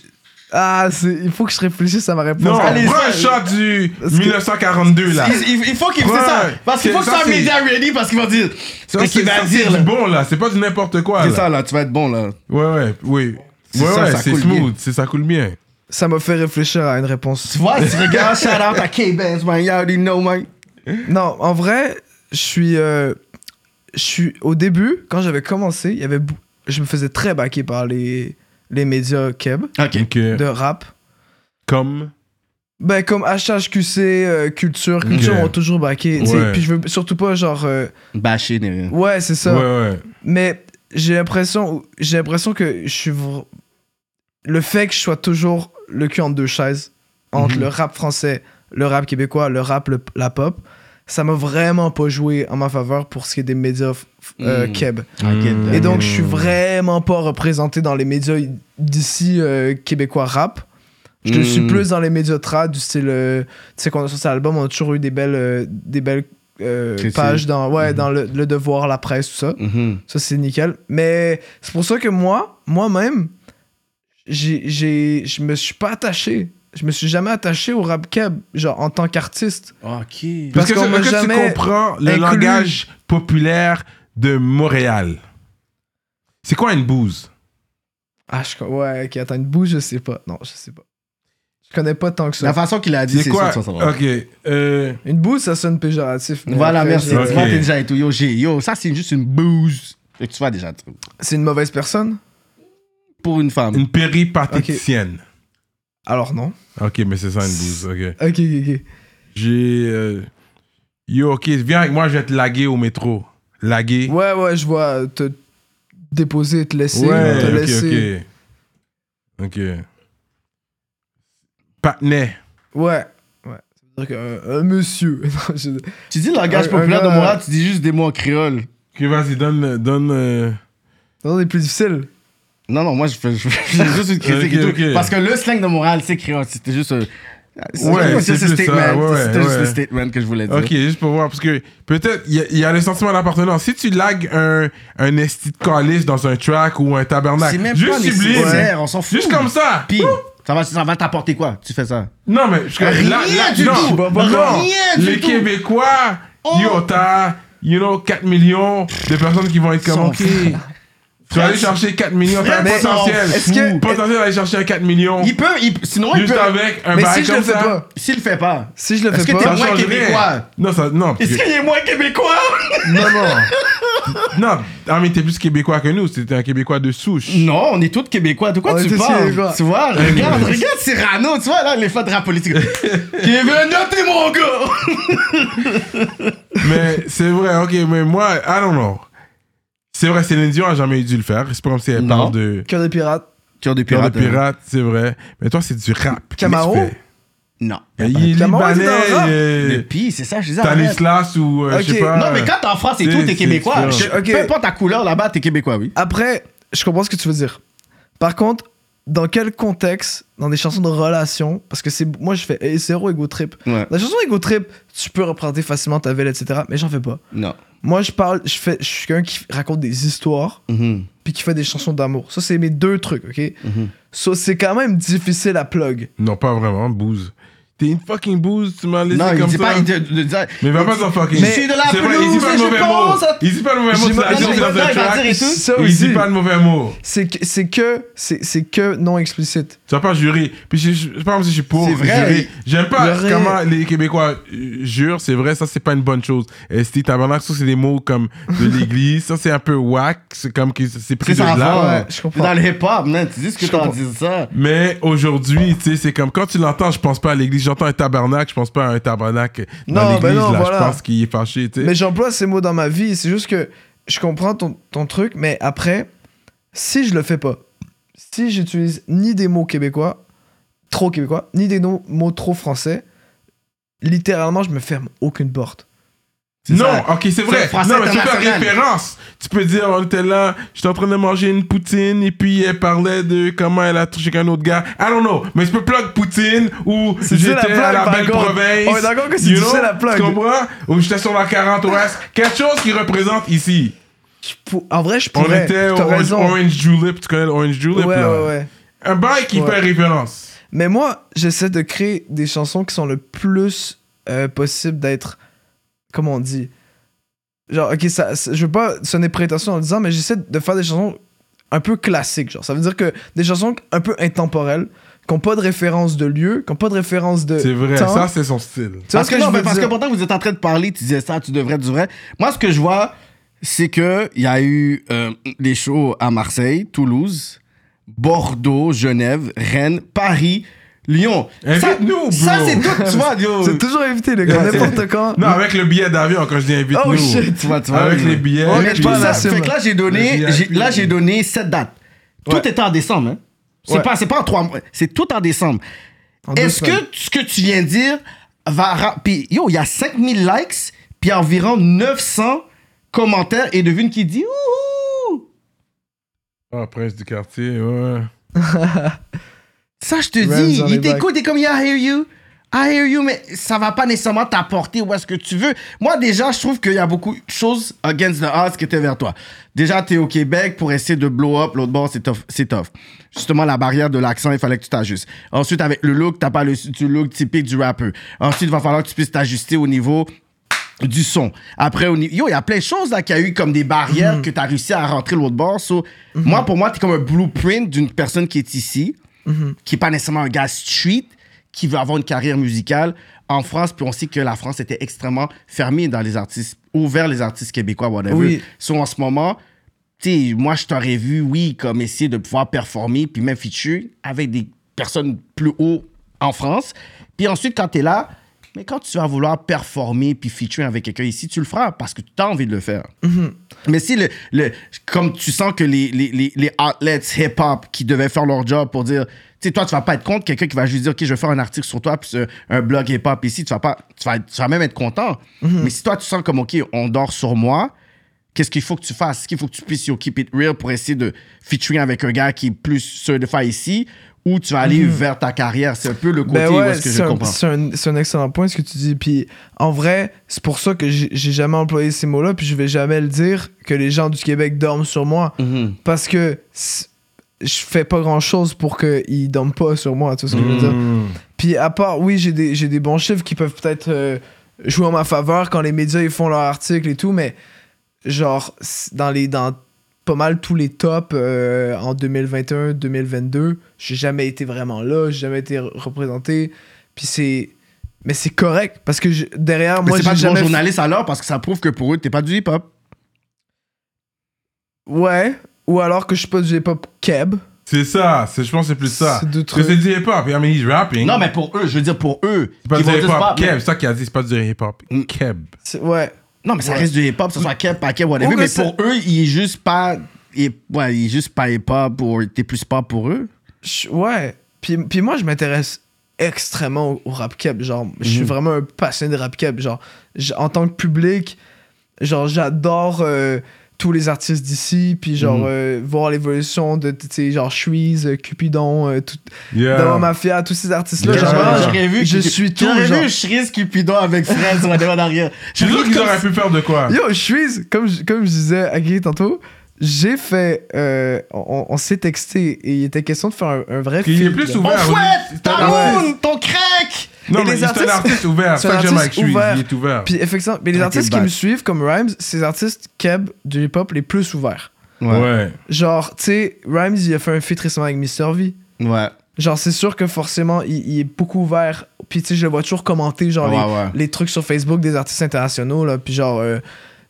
C: Ah, c'est- il faut que je réfléchisse à ma réponse.
A: Non,
B: Allez-y.
A: prends un shot du
C: Parce que-
A: 1942, là.
B: Il, il- il faut qu'il
A: Ouais.
B: c'est ça! Parce qu'il faut
A: C'est-
B: que
A: ça,
B: ça soit
A: c'est-
B: media ready, parce qu'ils vont dire, ce
A: Ça,
B: que tu
A: c'est
B: vas
A: ça, c'est
B: dire,
A: du
B: là.
A: bon, là. C'est pas du n'importe quoi,
B: C'est
A: là.
B: ça, là, tu vas être bon, là.
A: Ouais, ouais, oui.
B: C'est
A: Ouais,
B: ça,
A: ouais,
B: ça
A: c'est
B: coule
A: smooth.
B: bien.
A: c'est Ça coule bien.
C: Ça m'a fait réfléchir à une réponse.
B: Tu vois, tu regardes, shout out à K-Benz, man, you already know, man.
C: Non, en vrai, je suis... euh, Je suis... Au début, quand j'avais commencé, il y avait... bou- Je me faisais très baquer par les, les médias keb
B: Ok.
A: Ok.
C: de rap.
A: Comme.
C: Ben, comme HHQC, euh, Culture, Culture
A: Ok.
C: ont toujours braqué. tu sais.
A: Ouais.
C: Puis je veux surtout pas, genre. euh,
B: Bashing et
A: Mm.
B: rien.
C: ouais, c'est
A: Ouais,
C: ça.
A: ouais.
C: Mais j'ai l'impression j'ai l'impression que je suis. vr- Le fait que je sois toujours le cul entre deux chaises, entre
B: Mhm.
C: le rap français, le rap québécois, le rap, le- la pop, ça m'a vraiment pas joué en ma faveur pour ce qui est des médias f- euh,
B: Mhm.
C: keb.
B: Ok,
C: Et
B: ok.
C: donc, je suis vraiment pas représenté dans les médias d'ici euh, québécois rap. Je le suis
B: Mm.
C: plus dans les médias trad, du style. euh, tu sais, qu'on a sur cet album, on a toujours eu des belles, euh, des belles euh,
B: Critiques.
C: pages dans, ouais, dans le, le Devoir, la presse, tout ça.
B: Mhm.
C: Ça, c'est nickel. Mais c'est pour ça que moi, moi-même, j'ai, j'ai, je me suis pas attaché. Je me suis jamais attaché au rap cab, genre en tant qu'artiste.
B: Ok.
A: Parce,
C: Parce
A: que,
C: qu'on
A: c'est-
C: m'a
A: que tu
C: jamais
A: comprends le
C: inclus.
A: langage populaire de Montréal. C'est quoi une bouse?
C: Ah, je, co- ouais, ok, attends, une bouche, je sais pas. Non, je sais pas. Je connais pas tant que ça.
B: La façon qu'il a dit,
A: C'est
B: c'est
A: quoi?
B: ça, ça, ça va.
A: Ok. euh,
C: Une bouse, ça sonne péjoratif. mais
B: Voilà,
C: après,
B: merci.
C: je-
B: Tu vois,
A: Ok.
B: t'es déjà et tout. Yo, j'ai- yo, ça, c'est juste une bouse. Fait que tu vois déjà, tu-
C: C'est une mauvaise personne
B: pour une femme.
A: une péripatéticienne.
C: Alors non.
A: Ok, mais c'est ça une bouse. Ok.
C: Ok, ok, ok.
A: J'ai. euh, Yo, ok, viens avec moi, je vais te laguer au métro. Laguer.
C: Ouais, ouais, je vois te déposer, te laisser, te
A: Ouais,
C: laisser.
A: ok, ok. Ok. Patnais.
C: Ouais. Ouais. C'est-à-dire qu'un un monsieur. Non, je-
B: Tu dis le langage
C: Un-
B: populaire
C: un
B: de
C: gars-
B: Montréal, tu dis juste des mots en créole.
A: Ok, vas-y, donne. donne euh,
C: Non, c'est plus difficile.
B: Non, non, moi, je fais, je fais- j'ai juste une critique et
A: Ok,
B: tout.
A: ok.
B: Parce que le slang de Montréal, c'est créole. C'était juste. euh,
A: Ouais, c'est
B: ce
A: plus ça,
B: statement.
A: ouais,
B: C'était juste
A: ouais.
B: le statement que je voulais dire.
A: Ok, juste pour voir, parce que peut-être il y, a- il y a le sentiment d'appartenance. Si tu lagues un, un esti de calice dans un track ou un tabernacle,
B: C'est même
A: juste
B: pas
A: sublime.
B: nécessaire, on s'en fout.
A: Juste comme ça.
B: Puis, ça va, ça va t'apporter quoi Tu fais ça.
A: Non, mais je
B: Rien
A: là- là-
B: du
A: non,
B: tout.
A: non,
B: Rien du
A: les
B: tout. Oh.
A: Québécois, yo, t'as, you know, 4 millions de personnes qui vont être comme,
B: S'en
A: ok. Tu vas aller chercher 4 millions, t'as un
B: Mais s'en
A: potentiel.
B: fout.
C: Est-ce que-
A: Potentiel d'aller chercher un 4 millions.
B: Il peut, il- sinon, il
A: Juste
B: peut.
A: avec un
C: Mais
A: bail
C: si je
A: Bah, comme
C: le fais
A: ça.
C: pas,
B: S'il le fait pas.
C: Si je le
B: Est-ce
C: fais
B: que t'es
C: pas.
A: Ça
B: moins
A: change rien.
B: québécois?
A: Non, ça, non. parce
B: Est-ce
A: que-
B: qu'il est moins québécois
C: Non, non.
A: Non, ah, mais t'es plus québécois que nous, c'était un québécois de souche.
B: Non, on est tous québécois. De quoi
C: On est
B: tu
C: tous
B: parles
C: Québécois.
B: Tu vois, regarde, regarde Cyrano. Tu vois, là, les fans de rap politique. Kevin, là, t'es mon gars
A: mais c'est vrai, ok, mais moi, I don't know. C'est vrai, Céline Dion a jamais dû le faire. C'est pas comme si elle
B: Non.
A: parle de
C: Cœur de pirate.
B: Cœur de
A: cœur de
B: hein.
A: pirate, c'est vrai. Mais toi, c'est du rap.
C: Camaro?
A: Qu'est-ce que tu fais?
B: Non.
A: Mais Il est
C: Camaro, il est dans le rap.
A: libanais,
B: Le
A: et
B: pire, c'est ça, je disais. arrête.
A: Stanislas ou euh, je sais
C: Ok.
A: pas.
B: Non, mais quand t'es en France et
A: C'est-
B: tout, t'es
A: c'est
B: québécois.
A: différent.
C: Ok.
B: Peu importe ta couleur là-bas, t'es québécois, oui.
C: Après, je comprends ce que tu veux dire. Par contre, dans quel contexte, dans des chansons de relation, parce que c'est moi je fais hey, zéro ego trip.
B: Ouais.
C: Dans les chansons ego trip, tu peux représenter facilement ta ville, etc. Mais j'en fais pas.
B: Non.
C: Moi je parle, je fais, je suis quelqu'un qui raconte des histoires
B: Mhm.
C: puis qui fait des chansons d'amour. Ça c'est mes deux trucs, ok.
B: Mhm.
C: So, c'est quand même difficile à plug.
A: Non, pas vraiment, bouse. T'es une fucking bouse, tu m'as laissé
B: Non, il
A: comme
B: dit
A: ça.
B: pas. Il dit, de- de- de-
A: Mais va pas dans fucking.
B: Je suis de la
A: C'est vrai, il dit pas le
B: pelouse et
A: mauvais
B: je
A: mot.
B: pense à-
A: Il dit pas le mauvais mot,
C: J'ai
A: c'est
C: pas-
A: la
C: non,
A: chose
C: mais
A: dans
B: là,
A: un
B: il va dire et
A: track.
B: tout.
C: Ça
A: Il
C: aussi.
A: dit pas le mauvais mot.
C: C'est que c'est que c'est c'est que non explicite.
A: Tu vas pas jurer. Puis je, je, je sais pas si je suis pour
B: C'est vrai.
A: jurer. J'aime pas
C: Jurer.
A: comment les Québécois euh, jurent. C'est vrai, ça, c'est pas une bonne chose. Esti, tabarnak, ça, c'est des mots comme de l'église. ça, c'est un peu whack. C'est comme que c'est pris
B: C'est
A: de
B: ça,
A: là.
C: ouais,
B: avant.
C: je comprends.
B: Dans le hip-hop, man, tu dis ce que
C: Je
B: t'en
C: comprends.
B: dis ça.
A: Mais aujourd'hui, tu sais, c'est comme quand tu l'entends, je pense pas à l'église. J'entends un tabarnak, je pense pas à un tabarnak dans
C: Non, ben
A: l'église.
C: non,
A: là,
C: voilà.
A: Je pense qu'il est fâché, tu sais.
C: Mais j'emploie ces mots dans ma vie. C'est juste que je comprends ton, ton truc, mais après, si je le fais pas, si j'utilise ni des mots québécois, trop québécois, ni des no- mots trop français, littéralement, je me ferme aucune porte.
B: C'est
A: Non,
B: ça.
A: ok, c'est vrai.
B: le français
A: Non, mais tu peux faire
B: international.
A: référence. Tu peux dire, on était là, j'étais en train de manger une poutine, et puis elle parlait de comment elle a touché un autre gars. I don't know, mais je peux plug poutine, ou
C: C'est difficile à
A: j'étais à la
C: plug, par
A: belle
C: contre.
A: province.
C: On est d'accord que c'est
A: you
C: difficile
A: know,
C: à plug.
A: Tu comprends? Ou j'étais sur la 40 ouest. Quelque chose qui représente ici.
C: Je pou- En vrai, je
A: On
C: pourrais.
A: était au
C: T'as
A: Orange,
C: raison.
A: Orange Julep, tu connais l'Orange Julep,
C: ouais, ouais,
A: là?
C: ouais.
A: Un bail qui
C: Ouais.
A: fait référence.
C: Mais moi, j'essaie de créer des chansons qui sont le plus euh, possible d'être. Comment on dit Genre, ok, ça, ça- je veux pas sonner prétention en le disant, mais j'essaie de faire des chansons un peu classiques. Genre, ça veut dire que des chansons un peu intemporelles, qui n'ont pas de référence de lieu, qui n'ont pas de référence de.
A: C'est vrai,
C: temps.
A: ça, c'est son style.
C: Tu vois
B: Parce
C: ce
B: que,
C: que
B: non,
C: je
B: mais
C: veux
B: parce que
C: dire?
B: pourtant, vous êtes en train de parler, tu disais ça, tu devrais, tu devrais. Moi, ce que je vois, c'est que il y a eu euh, des shows à Marseille, Toulouse, Bordeaux, Genève, Rennes, Paris, Lyon. Ça,
A: Invite-nous,
B: ça,
A: bro.
B: c'est tout, tu vois, yo.
C: C'est toujours évité, les gars,
B: Ouais, c'est-
C: n'importe quand.
A: Non, avec le billet d'avion, quand je dis invite-nous.
C: Oh shit
B: Tu vois, tu vois,
A: Avec
B: mais-
A: les billets.
C: On
B: Mais
C: est
A: puis-
B: tout
C: pas
B: ça,
C: là, c'est
B: fait
C: vrai.
B: que là, j'ai donné,
A: Le
B: j'ai-
A: VIP.
B: là, j'ai donné sept dates. Tout
C: Ouais.
B: est en décembre, hein. C'est
C: Ouais.
B: pas, c'est pas en trois mois. C'est tout en décembre.
C: En deux
B: Est-ce
C: semaines.
B: que ce que tu viens de dire va. ra- Puis, yo, il y a 5000 likes, puis environ 900 commentaires, et devine qui dit Ouhou!
A: Ah, prince du quartier, ouais.
B: Ça, je te
C: Rams
B: dis,
C: on est
B: il
C: back.
B: t'écoute, et comme, yeah, I hear you. I hear you, mais ça va pas nécessairement t'apporter où est-ce que tu veux. Moi, déjà, je trouve qu'il y a beaucoup de choses against the odds qui étaient vers toi. Déjà, t'es au Québec pour essayer de blow up. L'autre bord, c'est tough, c'est tough. Justement, la barrière de l'accent, il fallait que tu t'ajustes. Ensuite, avec le look, t'as pas le, du look typique du rappeur. Ensuite, il va falloir que tu puisses t'ajuster au niveau du son. Après, au niveau... Yo, il y a plein de choses là qu'il y a eu comme des barrières que tu as réussi à rentrer l'autre bord. So, Moi, pour moi, t'es comme un blueprint d'une personne qui est ici, qui est pas nécessairement un gars street, qui veut avoir une carrière musicale en France. Puis on sait que la France était extrêmement fermée dans les artistes, ouvert les artistes québécois, whatever.
C: Oui.
B: So, en ce moment, tu sais, moi, je t'aurais vu, oui, comme essayer de pouvoir performer, puis même feature avec des personnes plus haut en France. Puis ensuite, quand tu es là, mais quand tu vas vouloir performer puis feature avec quelqu'un ici, tu le feras parce que tu as envie de le faire. Mais si, le, le- comme tu sens que les, les, les, les outlets hip-hop qui devaient faire leur job pour dire, tu sais, toi, tu vas pas être contre quelqu'un qui va juste dire, OK, je vais faire un article sur toi, puis euh, un blog hip-hop ici, tu vas, pas, tu, vas, tu vas même être content.
C: Mhm.
B: Mais si toi, tu sens comme, OK, on dort sur moi, qu'est-ce qu'il faut que tu fasses? Est-ce qu'il faut que tu puisses yo, keep it real pour essayer de featuring avec un gars qui est plus sûr de faire ici, ou tu vas aller vers ta carrière? C'est un peu le côté
C: Mhm. Ben
B: où
C: ouais,
B: est-ce que
C: c'est
B: je
C: un-
B: comprends.
C: C'est un, c'est un excellent point ce que tu dis. Puis en vrai, c'est pour ça que j'ai j'ai jamais employé ces mots-là. Puis je vais jamais le dire que les gens du Québec dorment sur moi.
B: Mhm.
C: Parce que c'est- je fais pas grand-chose pour qu'ils dorment pas sur moi. Tu vois ce que
B: Mm.
C: je veux dire?
A: Hmm.
C: Puis à part, oui, j'ai des, j'ai des bons chiffres qui peuvent peut-être euh, jouer en ma faveur quand les médias ils font leurs articles et tout, mais genre, c'est- dans les dans pas mal tous les tops euh, en 2021, 2022, j'ai jamais été vraiment là, j'ai jamais été re- représenté. Puis c'est. Mais c'est correct, parce que je- derrière
B: Mais
C: moi,
B: c'est pas
C: j'ai
B: du bon
C: jamais.
B: journaliste alors, parce que ça prouve que pour eux, t'es pas du hip-hop.
C: Ouais, ou alors que je suis pas du hip-hop keb.
A: C'est ça, c'est- je pense que c'est plus ça.
C: C'est deux
A: Parce que
C: trucs.
A: C'est du hip-hop, I mean, he's rapping.
B: Non, mais pour eux, je veux dire pour eux.
A: C'est pas
B: qui
A: du
B: vont juste
A: hip-hop,
B: pas- mais- Mm.
A: Keb, c'est ça qu'il a dit, c'est pas du hip-hop. Keb.
C: C'est- Ouais.
B: Non, mais ça
C: Ouais.
B: reste du hip-hop, que ce soit Keb, pas Keb,
C: Ou
B: whatever.
C: que
B: Mais
C: ça-
B: pour eux, il est juste pas. il est- ouais, il est juste pas hip-hop ou t'es plus pas pour eux.
C: Je- ouais. Puis, puis moi, je m'intéresse extrêmement au, au rap keb. Genre, je suis
B: Mhm.
C: vraiment un passionné de rap keb. Genre, j- en tant que public, genre, j'adore euh, tous les artistes d'ici. Puis genre,
B: Mhm.
C: euh, voir l'évolution de, tu sais, genre, Shuiz, euh, Cupidon, euh, tout, Dama
A: Yeah.
C: Mafia, tous ces artistes-là.
A: Yeah.
C: genre,
A: J'aurais-
C: genre,
B: j'aurais
C: je
B: qu'il-
C: suis tout,
B: J'aurais
C: genre.
B: vu Chris Cupidon avec Fred sur la demande arrière.
A: Je suis sûr qu'ils auraient pu faire de quoi.
C: Yo, Shuiz, comme, je- comme je disais à Guy tantôt, j'ai fait. euh, on on s'est texté et il était question de faire un, un vrai
A: Il est
C: feat,
A: plus
C: là.
B: Mon
A: ouvert.
B: fouette, ta
C: Ouais.
B: moune, ton crack!
A: Non,
C: Et
A: mais
C: les
A: c'est un
C: artistes-
A: artiste ouvert. C'est
C: c'est
A: ça
C: un
A: que j'aime avec
C: artiste
A: Shuiz,
C: ouvert.
A: il est ouvert.
C: Puis effectivement, mais les
B: Ok,
C: artistes qui
B: bad.
C: me suivent comme Rhymes, c'est les artistes keb du hip-hop les plus ouverts.
A: Ouais.
C: Genre, tu sais, Rhymes, il a fait un feat récemment avec Mr. V.
B: Ouais.
C: Genre, c'est sûr que forcément, il, il est beaucoup ouvert. Puis tu sais, je le vois toujours commenter, genre, les,
B: Ouais, ouais.
C: les trucs sur Facebook des artistes internationaux, là. Puis genre, euh,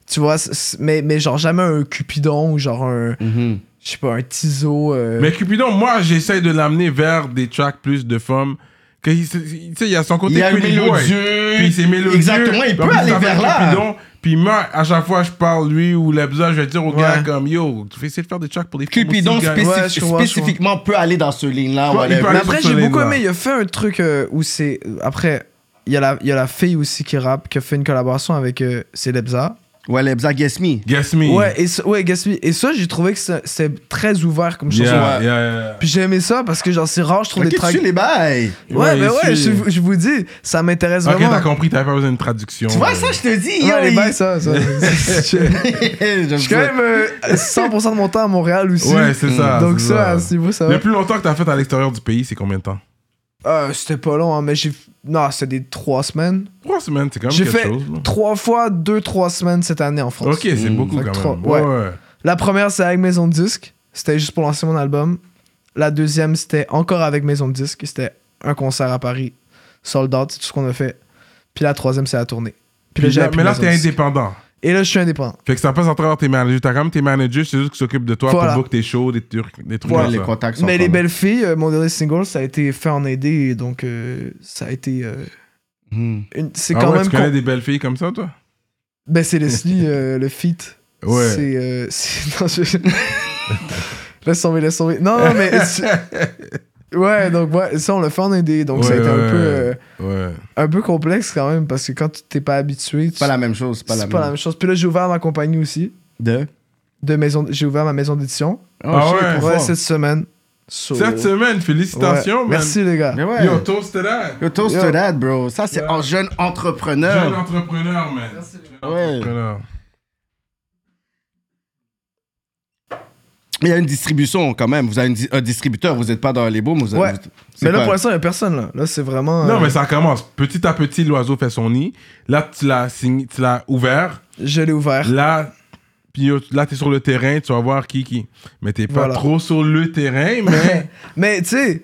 C: tu vois, c- c- mais, mais genre, jamais un Cupidon ou genre un,
B: Mhm.
C: je sais pas, un Tizo. euh,
A: Mais Cupidon, moi, j'essaie de l'amener vers des tracks plus de femmes. Que il- c'est- c'est- Tu sais, il y a son côté
B: Il y a le
A: pretty boy.
B: mélodieux.
A: Puis c'est mélodieux.
B: Exactement, il
A: Puis
B: peut
A: en plus,
B: aller
A: ça fait
B: vers là.
A: Cupidon. Puis moi, à chaque fois, je parle lui ou l'absurde, je vais dire au
C: Ouais.
A: gars comme Yo, tu fais essayer de faire des tracks pour les femmes.
B: Cupidon
A: aussi, gars.
B: spécif-
C: Ouais, je vois, je
B: spécifiquement peut aller dans ce ligne-là.
A: Ouais, il
B: whatever.
A: peut
C: Mais
A: aller
C: après,
A: sur
C: j'ai
A: ce
C: beaucoup
A: lane-là.
C: aimé. Il a fait un truc euh, où c'est. Après, il y, a la- il y a la fille aussi qui rappe, qui a fait une collaboration avec euh, Celebza.
B: Ouais, Lebza Guess Me.
A: Guess me.
C: Ouais, et ça, ouais, Gatsby. Et ça, j'ai trouvé que ça- c'est très ouvert comme chanson.
A: Yeah,
B: ouais.
A: yeah, yeah.
C: Puis j'ai aimé ça parce que genre c'est rare, je trouve
B: Ok,
C: des tracks.
B: tu les bails.
C: Ouais,
A: Ouais,
C: mais ouais,
A: ici.
C: je, vous- je vous dis, ça m'intéresse
A: Ok,
C: vraiment.
A: t'as compris, t'avais pas besoin d'une traduction.
B: Tu vois
A: Euh,
B: ça, je te dis.
C: Ouais,
B: yo,
C: les
B: il-
C: bails, ça, ça. je
B: J'aime
C: suis quand
B: ça.
C: même euh, 100% de mon temps à Montréal aussi.
A: Ouais, c'est ça.
C: Donc
A: c'est
C: ça, à ce niveau, ça va.
A: Le plus longtemps que t'as fait à l'extérieur du pays, c'est combien de temps
C: Euh, c'était pas long, hein, mais j'ai. Non, c'était des 3 semaines.
A: Trois semaines, c'est quand même
C: J'ai
A: quelque
C: fait
A: chose. là.
C: 3 fois 2-3 semaines cette année en France.
A: Ok, c'est
B: Mmh.
A: beaucoup
C: Fait que
A: quand
C: trois-
A: même.
C: ouais.
A: ouais.
C: La première, c'est avec Maison de Disque. C'était juste pour lancer mon album. La deuxième, c'était encore avec Maison de Disque. C'était un concert à Paris. Sold out, c'est tout ce qu'on a fait. Puis la troisième, c'est la tournée. Puis là,
A: Puis
C: j'avais
A: là-
C: plus
A: mais là,
C: Maison
A: t'es
C: de Disque.
A: indépendant.
C: Et là, je suis indépendant.
A: Fait que ça passe à travers tes managers. T'as quand même tes managers, c'est eux qui s'occupent de toi
C: Voilà.
A: pour book tes shows, des, trucs- des trucs
B: Ouais,
A: comme
B: les
A: ça.
B: contacts sont
C: mais les
B: pas mal.
C: belles filles, euh, mon dernier single, ça a été fait en aidé. et Donc, euh, ça a été. euh,
B: Mhm.
C: une- C'est
A: Ah
C: quand
A: ouais,
C: même.
A: tu connais
C: con-
A: des belles filles comme ça, toi
C: Ben, c'est Leslie, euh, le feat.
A: Ouais.
C: C'est. euh, c'est- non, je- laisse tomber, laisse tomber. Non, non, mais. ouais, donc, ouais, ça, on l'a fait en aidé. Donc, ça a
A: Ouais,
C: été un
A: ouais,
C: peu.
A: ouais.
C: euh,
A: Ouais.
C: un peu complexe quand même parce que quand tu t'es pas habitué, tu-
B: C'est pas la même chose. C'est pas la
C: c'est pas la
B: même
C: même chose. Puis là, j'ai ouvert ma compagnie aussi.
B: De.
C: De maison, j'ai ouvert ma maison d'édition.
B: Oh,
A: Ah
B: shit,
A: ouais.
B: trop
C: Ouais,
B: fort.
C: cette semaine. So-
A: Cette semaine, félicitations,
C: Oh. Ouais.
A: man.
C: Merci les gars.
B: Mais ouais.
A: Yo, toast to that.
B: Yo, toast
C: Yo.
B: to that, bro. Ça, c'est
A: Yeah.
B: un jeune
A: Jeune
B: entrepreneur.
A: entrepreneur, man. Jeune
B: Ouais.
A: entrepreneur.
B: Il y a une distribution quand même. Vous avez une di- un distributeur. Vous n'êtes pas dans les booms. Vous êtes-
C: Ouais.
B: vous- c'est
C: Mais là,
B: quoi?
C: pour l'instant, il y a personne là. Là, c'est vraiment.
A: Non,
C: euh,
A: mais ça commence. Petit à petit, l'oiseau fait son nid. Là, tu l'as signé- tu l'as ouvert.
C: Je l'ai
B: Ah.
C: ouvert.
A: Là, puis yo, là, t'es sur le terrain, tu vas voir qui qui. Mais t'es pas
C: Voilà.
A: trop sur le terrain, mais.
C: Mais tu sais,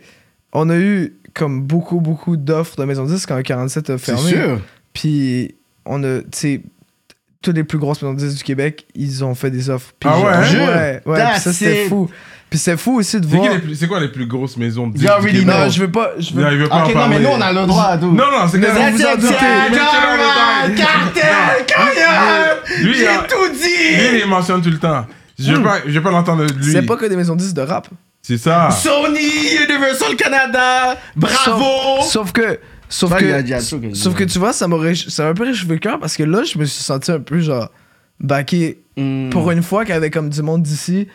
C: on a eu comme beaucoup, beaucoup d'offres de maison de disques quand 47 a
B: C'est
C: fermé.
B: sûr.
C: Puis on a, tu sais, toutes les plus grosses maisons de disques du Québec, ils ont fait des offres. Puis
A: Ah
C: genre-
A: ouais, hein?
C: ouais, ouais,
B: That's
C: puis ça, c'était
B: it.
C: fou. Puis c'est fou aussi de
A: C'est qui
C: voir.
A: les plus- c'est quoi les plus grosses maisons de
B: You
A: disques du
B: already
A: Québec?
C: Non,
B: Non.
C: je veux pas. Je veux...
A: Non, il veut pas
B: Ok,
A: en
B: non,
A: parler.
B: mais nous, on a le droit à tout.
A: Non, non, c'est
C: Mais
A: correct.
C: vous vous en doutez.
B: Cartel,
A: Mais tu l'as
B: cartel, Cayenne.
A: Lui, il
B: J'ai
A: a-
B: tout
A: Lui, il
B: dit. Hmm.
A: les mentionne tout le temps. Je vais pas, je vais pas l'entendre de lui.
C: C'est pas que des maisons de disques de rap.
A: C'est ça.
B: Sony, Universal Canada,
A: Oh.
B: bravo!
C: Sauf, sauf que. Sauf
B: Ça, il y a- il y a
C: que.
B: un truc que je
C: Sauf que
B: dis.
C: tu vois, ça m'aurait ça m'a un peu réchauffé le cœur parce que là, je me suis senti un peu genre. Baqué
B: Hmm.
C: pour une fois qu'il y avait comme du monde d'ici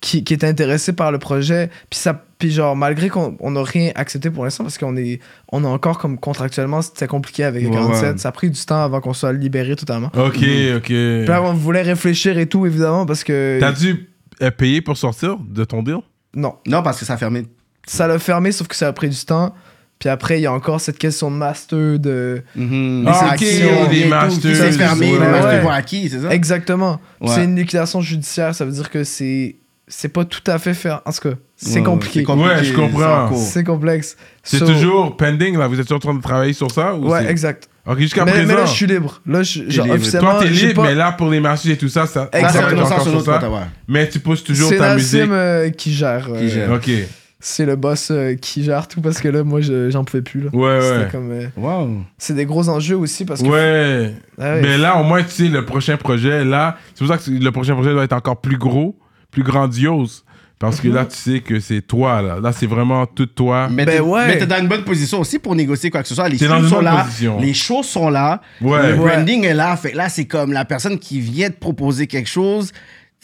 C: qui, qui était intéressé par le projet. Puis ça, puis genre malgré qu'on on n'a rien accepté pour l'instant parce qu'on est, on a encore comme contractuellement c'était compliqué avec les
B: Ouais,
C: 47.
B: ouais.
C: Ça a pris du temps avant qu'on soit libéré totalement.
B: Hmm.
A: Ok, ok.
C: Puis là, on voulait réfléchir et tout évidemment parce que
A: T'as dû euh, payer pour sortir de ton deal?
C: non,
B: Non, parce que ça a fermé.
C: ça l'a fermé sauf que ça a pris du temps. Puis après, il y a encore cette question de master de
B: Mhm.
C: Mais
A: Ah,
C: c'est
A: ok,
C: action,
A: les
C: bientôt,
A: masters.
B: C'est fermé,
C: Ouais,
B: les
C: ouais.
B: masters vont à qui, c'est ça?
C: Exactement. Puis
B: Ouais.
C: C'est une liquidation judiciaire, ça veut dire que c'est c'est pas tout à fait faire. En tout cas, c'est
B: Ouais,
C: compliqué.
B: c'est compliqué,
A: Ouais, je
B: c'est
A: comprends.
B: en cours.
C: C'est complexe.
A: C'est
C: So-
A: toujours pending, là? Vous êtes en train de travailler sur ça? Ou
C: Ouais,
A: c'est-
C: exact.
A: Ok, jusqu'à
C: mais,
A: présent.
C: mais là, je suis libre. Là, je, genre,
B: libre.
C: officiellement,
A: Toi, t'es
C: j'ai
A: libre,
C: pas-
A: mais là, pour les marchés et tout ça, ça.
B: Là, c'est
C: Exactement.
A: ça,
B: un
A: t'es
B: autre
A: encore
B: sens, un
A: sur
B: autre
A: ça.
B: côté, ouais.
A: Mais tu pousses toujours
C: c'est
A: ta
C: Nassim
A: musique.
C: euh, qui gère. euh,
B: Qui gère.
A: Ok. Ouais,
C: C'est le boss euh, qui gère tout parce que là, moi, je- j'en pouvais plus. là. C'était
A: ouais.
C: comme, euh,
B: Wow.
C: c'est des gros enjeux aussi parce que.
A: Ouais.
C: Ah ouais.
A: Mais là, au moins, tu sais, le prochain projet, là, c'est pour ça que le prochain projet doit être encore plus gros, plus grandiose. Parce que
C: Mhm.
A: là, tu sais que c'est toi, là. Là, c'est vraiment tout toi.
B: Mais
C: Ben
B: t'es-
C: ouais.
B: mais t'es dans une bonne position aussi pour négocier quoi que ce soit. Les
A: T'es dans
B: sous
A: une
B: sont
A: bonne
B: là,
A: position.
B: les choses sont là,
A: Ouais.
B: le
C: Ouais.
B: branding est là. Fait que là, c'est comme la personne qui vient te proposer quelque chose.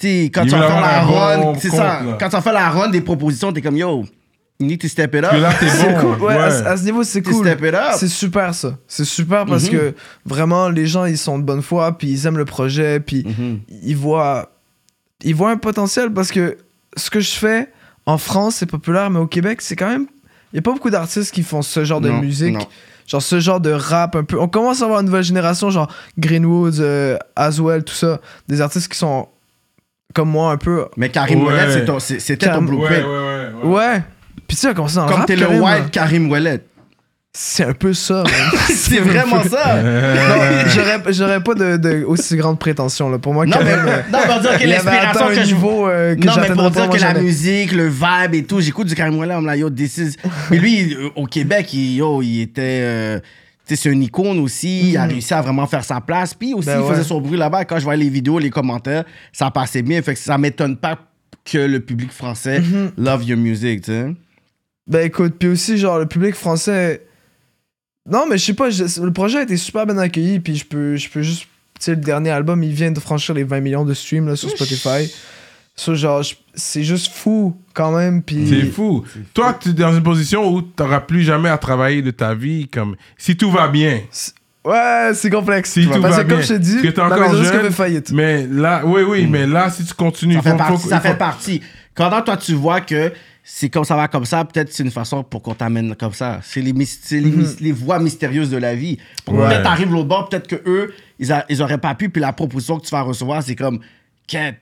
B: Tu sais, quand
A: Il
B: tu vas
A: veut
B: faire la
A: avoir un
B: run,
A: bon
B: c'est
A: compte,
B: ça.
A: là.
B: Quand tu vas faire la run des propositions, t'es comme yo, you need to step it up.
A: Parce que là,
C: C'est
A: t'es bon.
C: cool. Ouais,
A: Ouais.
C: À, ce- à ce niveau, c'est
B: You need to
C: cool.
B: step it up.
C: C'est super ça. C'est super parce
B: Mhm.
C: que vraiment, les gens, ils sont de bonne foi, puis ils aiment le projet, puis
B: Mhm.
C: ils voient, ils voient un potentiel parce que ce que je fais en France, c'est populaire, mais au Québec, c'est quand même. Il n'y a pas beaucoup d'artistes qui font ce genre de
B: Non,
C: musique.
B: non.
C: Genre ce genre de rap un peu. On commence à avoir une nouvelle génération, genre Greenwood, euh, Aswell, tout ça. Des artistes qui sont comme moi un peu.
B: Mais Karim
A: Ouais.
B: Ouellet, c'est ton- c'est- c'était ton
C: Karim-
A: Ouais, ouais,
B: blueprint.
A: ouais. ouais.
C: Ouais. Puis tu sais, on commence dans le
B: Comme
C: rap.
B: t'es le
C: Karim. hein.
B: wild Karim Ouellet.
C: C'est un peu ça. man.
B: c'est vraiment ça. Euh,
C: Non, j'aurais- J'aurais pas de, de aussi grande prétention là. Pour moi,
B: Non, mais,
C: Karim, euh,
B: non, mais on dirait que
C: il avait atteint
B: l'inspiration
C: un
B: que je
C: niveau euh, que
B: non, mais
C: j'atteindrai
B: pour
C: pas,
B: dire
C: moi,
B: que la
C: jamais.
B: musique, le vibe et tout, j'écoute du Karim Ouellet, on me l'a yo, this is- Mais lui, euh, au Québec, il, yo, il était. euh, tu sais, c'est une icône aussi, il a réussi à vraiment faire sa place. Puis aussi,
C: Mhm. Ben
B: il faisait
C: ouais.
B: son bruit là-bas. Quand je voyais les vidéos, les commentaires, ça passait bien. Fait que ça m'étonne pas que le public français
C: Mhm.
B: love your music, tu sais.
C: Ben écoute, puis aussi, genre, le public français. Non, mais je sais pas, je- le projet a été super bien accueilli, puis je peux, je peux juste. Tu sais, le dernier album, il vient de franchir les 20 millions de streams là, sur Spotify. So, genre, je- c'est juste fou quand même,
A: C'est
C: puis.
A: fou. Toi, tu es dans une position où tu n'auras plus jamais à travailler de ta vie. Comme, si tout va bien.
C: Ouais, c'est complexe.
A: Si tout
C: Parce
A: va
C: que, comme
A: bien.
C: je te
A: Parce
C: dis,
A: que t'es
C: la
A: encore
C: maison risque
A: jeune.
C: de faillite.
A: Mais là, oui, oui, mais là, si tu continues,
B: Ça
A: il
B: fait
A: faut-
B: partie.
A: faut-
B: ça
A: il faut-
B: fait partie. Quand toi, tu vois que c'est comme ça va comme ça, peut-être c'est une façon pour qu'on t'amène comme ça. C'est les, mys- c'est
C: Mhm.
B: les, mys- les voies mystérieuses de la vie. Pour que
A: Ouais.
B: Peut-être t'arrives l'autre bord, peut-être que eux, ils, a- ils auraient pas pu, puis la proposition que tu vas recevoir, c'est comme, Quête,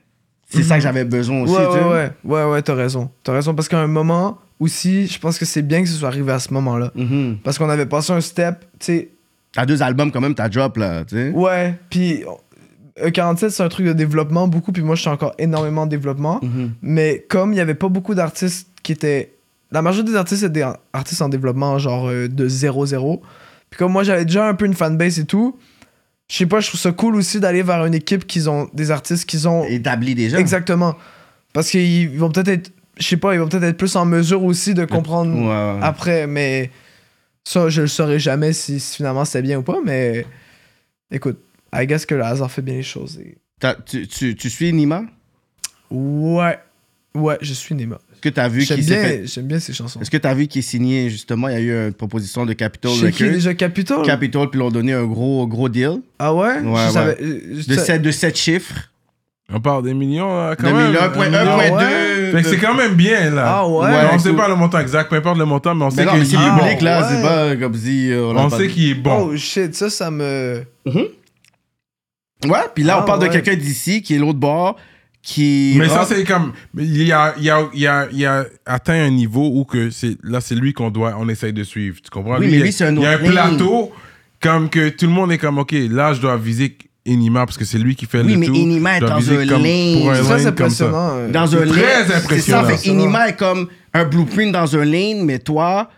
B: c'est ça que j'avais besoin aussi.
C: Mhm. Ouais,
B: tu sais.
C: ouais, ouais, ouais, ouais, t'as raison. T'as raison, parce qu'à un moment aussi, je pense que c'est bien que ce soit arrivé à ce moment-là.
B: Mhm.
C: Parce qu'on avait passé un step, tu sais,
B: T'as deux albums quand même, t'as drop là, tu sais.
C: Ouais, puis euh, 47, c'est un truc de développement beaucoup, puis moi, je suis encore énormément en développement.
B: Mhm.
C: Mais comme il n'y avait pas beaucoup d'artistes qui étaient... La majorité des artistes étaient en- artistes en développement, genre euh, de 0-0. Puis comme moi, j'avais déjà un peu une fanbase et tout, je sais pas, je trouve ça cool aussi d'aller vers une équipe qui ont des artistes qui ont...
B: Établi déjà.
C: Exactement. Parce qu'ils vont peut-être être... Je sais pas, ils vont peut-être être plus en mesure aussi de comprendre
B: Ouais, ouais.
C: après, mais ça, je le saurais jamais si, si finalement c'était bien ou pas, mais écoute, I guess que le hasard fait bien les choses. et-
B: T'as- tu, tu, tu suis Nima?
C: Ouais, ouais, je suis Nema.
B: Est-ce que t'as vu
C: J'aime
B: qu'il s'est
C: bien,
B: fait...
C: j'aime bien ces chansons.
B: Est-ce que t'as vu qu'il est signé, justement, il y a eu une proposition de Capitol
C: Chez qui
B: Records?
C: déjà Capitol
B: Capitol, puis ils leur ont donné un gros, gros deal
C: Ah ouais,
B: Ouais,
C: Je savais-
B: ouais.
C: euh, je
B: de
C: savais-
B: 7, de sept chiffres.
A: On parle des millions, là,
B: De
A: quand même.
C: million.
A: Ouais.
C: ouais.
B: 1,2.
A: Fait que c'est quand même bien, là.
C: Ah ouais,
B: Ouais.
A: Mais on sait
B: écoute.
A: pas le montant exact, peu importe le montant, mais on sait
B: Mais non, mais c'est
A: qu'il est
C: Ah,
B: public,
A: bon.
B: là,
C: ouais.
B: c'est pas comme si. euh, on l'a
A: On
B: pas
A: sait
B: dit.
A: qu'il est bon.
C: Oh shit, ça, ça me.
B: Ouais, puis là,
C: Ah,
B: on parle
C: ouais.
B: de quelqu'un d'ici qui est l'autre bord, qui.
A: Mais ça,
B: rentre-
A: c'est comme. Il a, il, a, il, a, il a atteint un niveau où que c'est, là, c'est lui qu'on doit, on essaye de suivre. Tu comprends?
B: Oui, mais
A: il y a-
B: lui, c'est un
A: Il y a un
B: autre lane.
A: plateau, comme que tout le monde est comme, OK, là, je dois viser Enima parce que c'est lui qui fait
B: Oui,
A: le
B: mais
A: tout.
B: Enima est
A: Je dois
B: dans
A: viser
B: un
A: comme-
B: lane.
A: pour un
C: Ça,
A: lane
C: c'est
A: comme ça.
C: impressionnant. euh.
B: Dans un
A: C'est très
B: lane. C'est ça,
A: impressionnant.
B: fait Inima est comme un blueprint dans un lane, mais toi,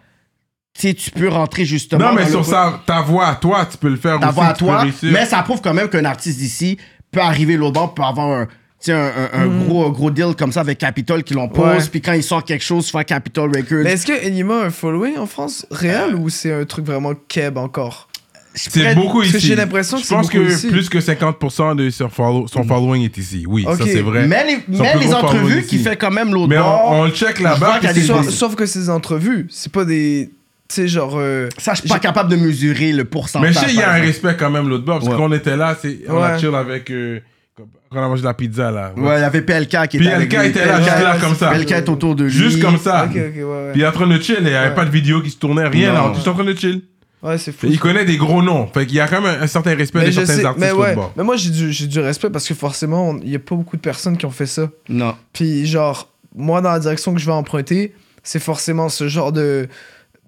B: tu sais, tu peux rentrer justement.
A: Non, mais
B: dans le-
A: sur sa- ta voix à toi, tu peux le faire
B: ta
A: aussi.
B: voix à
A: tu peux
B: toi.
A: réussir.
B: Mais ça prouve quand même qu'un artiste d'ici peut arriver l'autre bord, peut avoir un sais, un, un- un gros, un gros deal comme ça avec Capitol qui l'on pose,
C: Hmm. Ouais.
B: puis quand il sort quelque chose, faire Capitol Records.
C: Mais est-ce que Enima a un following en France
B: Euh.
C: réel ou c'est un truc vraiment keb encore
A: C'est beaucoup
C: parce que
A: ici.
C: j'ai l'impression que
A: Je
C: c'est
A: pense
C: beaucoup
A: que
C: ici.
A: plus que 50% de son, follow- son following est ici. Oui,
C: Ok,
A: ça c'est vrai.
B: Mm. Mais les,
A: Son
B: mais
A: plus
B: les
A: gros
B: entrevues
A: following
B: qu'il
A: ici.
B: fait quand même l'autre
A: Mais
B: bord,
A: on, on le check là-bas.
B: qu'il y a
A: puis
B: des
A: c'est-
C: sauf, sauf que ces entrevues, c'est pas des. Tu sais, genre. euh,
B: ça, je suis pas capable de mesurer le pourcentage.
A: Mais je sais, il y a
B: par
A: un
B: exemple.
A: respect quand même l'autre bord. Parce
B: Ouais.
A: qu'on était là, c'est- on a
C: Ouais.
A: chill avec. euh, quand on a mangé la pizza là.
B: Ouais, il y avait PLK qui
A: Puis
B: était avec
A: LK
B: lui.
A: était là, juste là
C: ouais,
A: comme ça.
C: c'est-
B: PLK est autour de lui.
A: Juste comme ça.
C: Ah, Ok, ok, ouais, ouais.
A: Puis il est en train de chill, il n'y avait
C: Ouais.
A: pas de vidéo qui se tournait, rien.
B: Non.
A: là, on est juste en train de chill.
C: Ouais, c'est fou.
A: Il connaît des gros noms. Fait qu'il y a quand même un, un certain respect de
C: Mais, je
A: certains
C: sais,
A: artistes
C: mais,
A: l'autre
C: ouais.
A: bord.
C: mais moi, j'ai du, j'ai du respect parce que forcément, il y a pas beaucoup de personnes qui ont fait ça.
B: Non.
C: Puis genre, moi, dans la direction que je vais emprunter, c'est forcément ce genre de,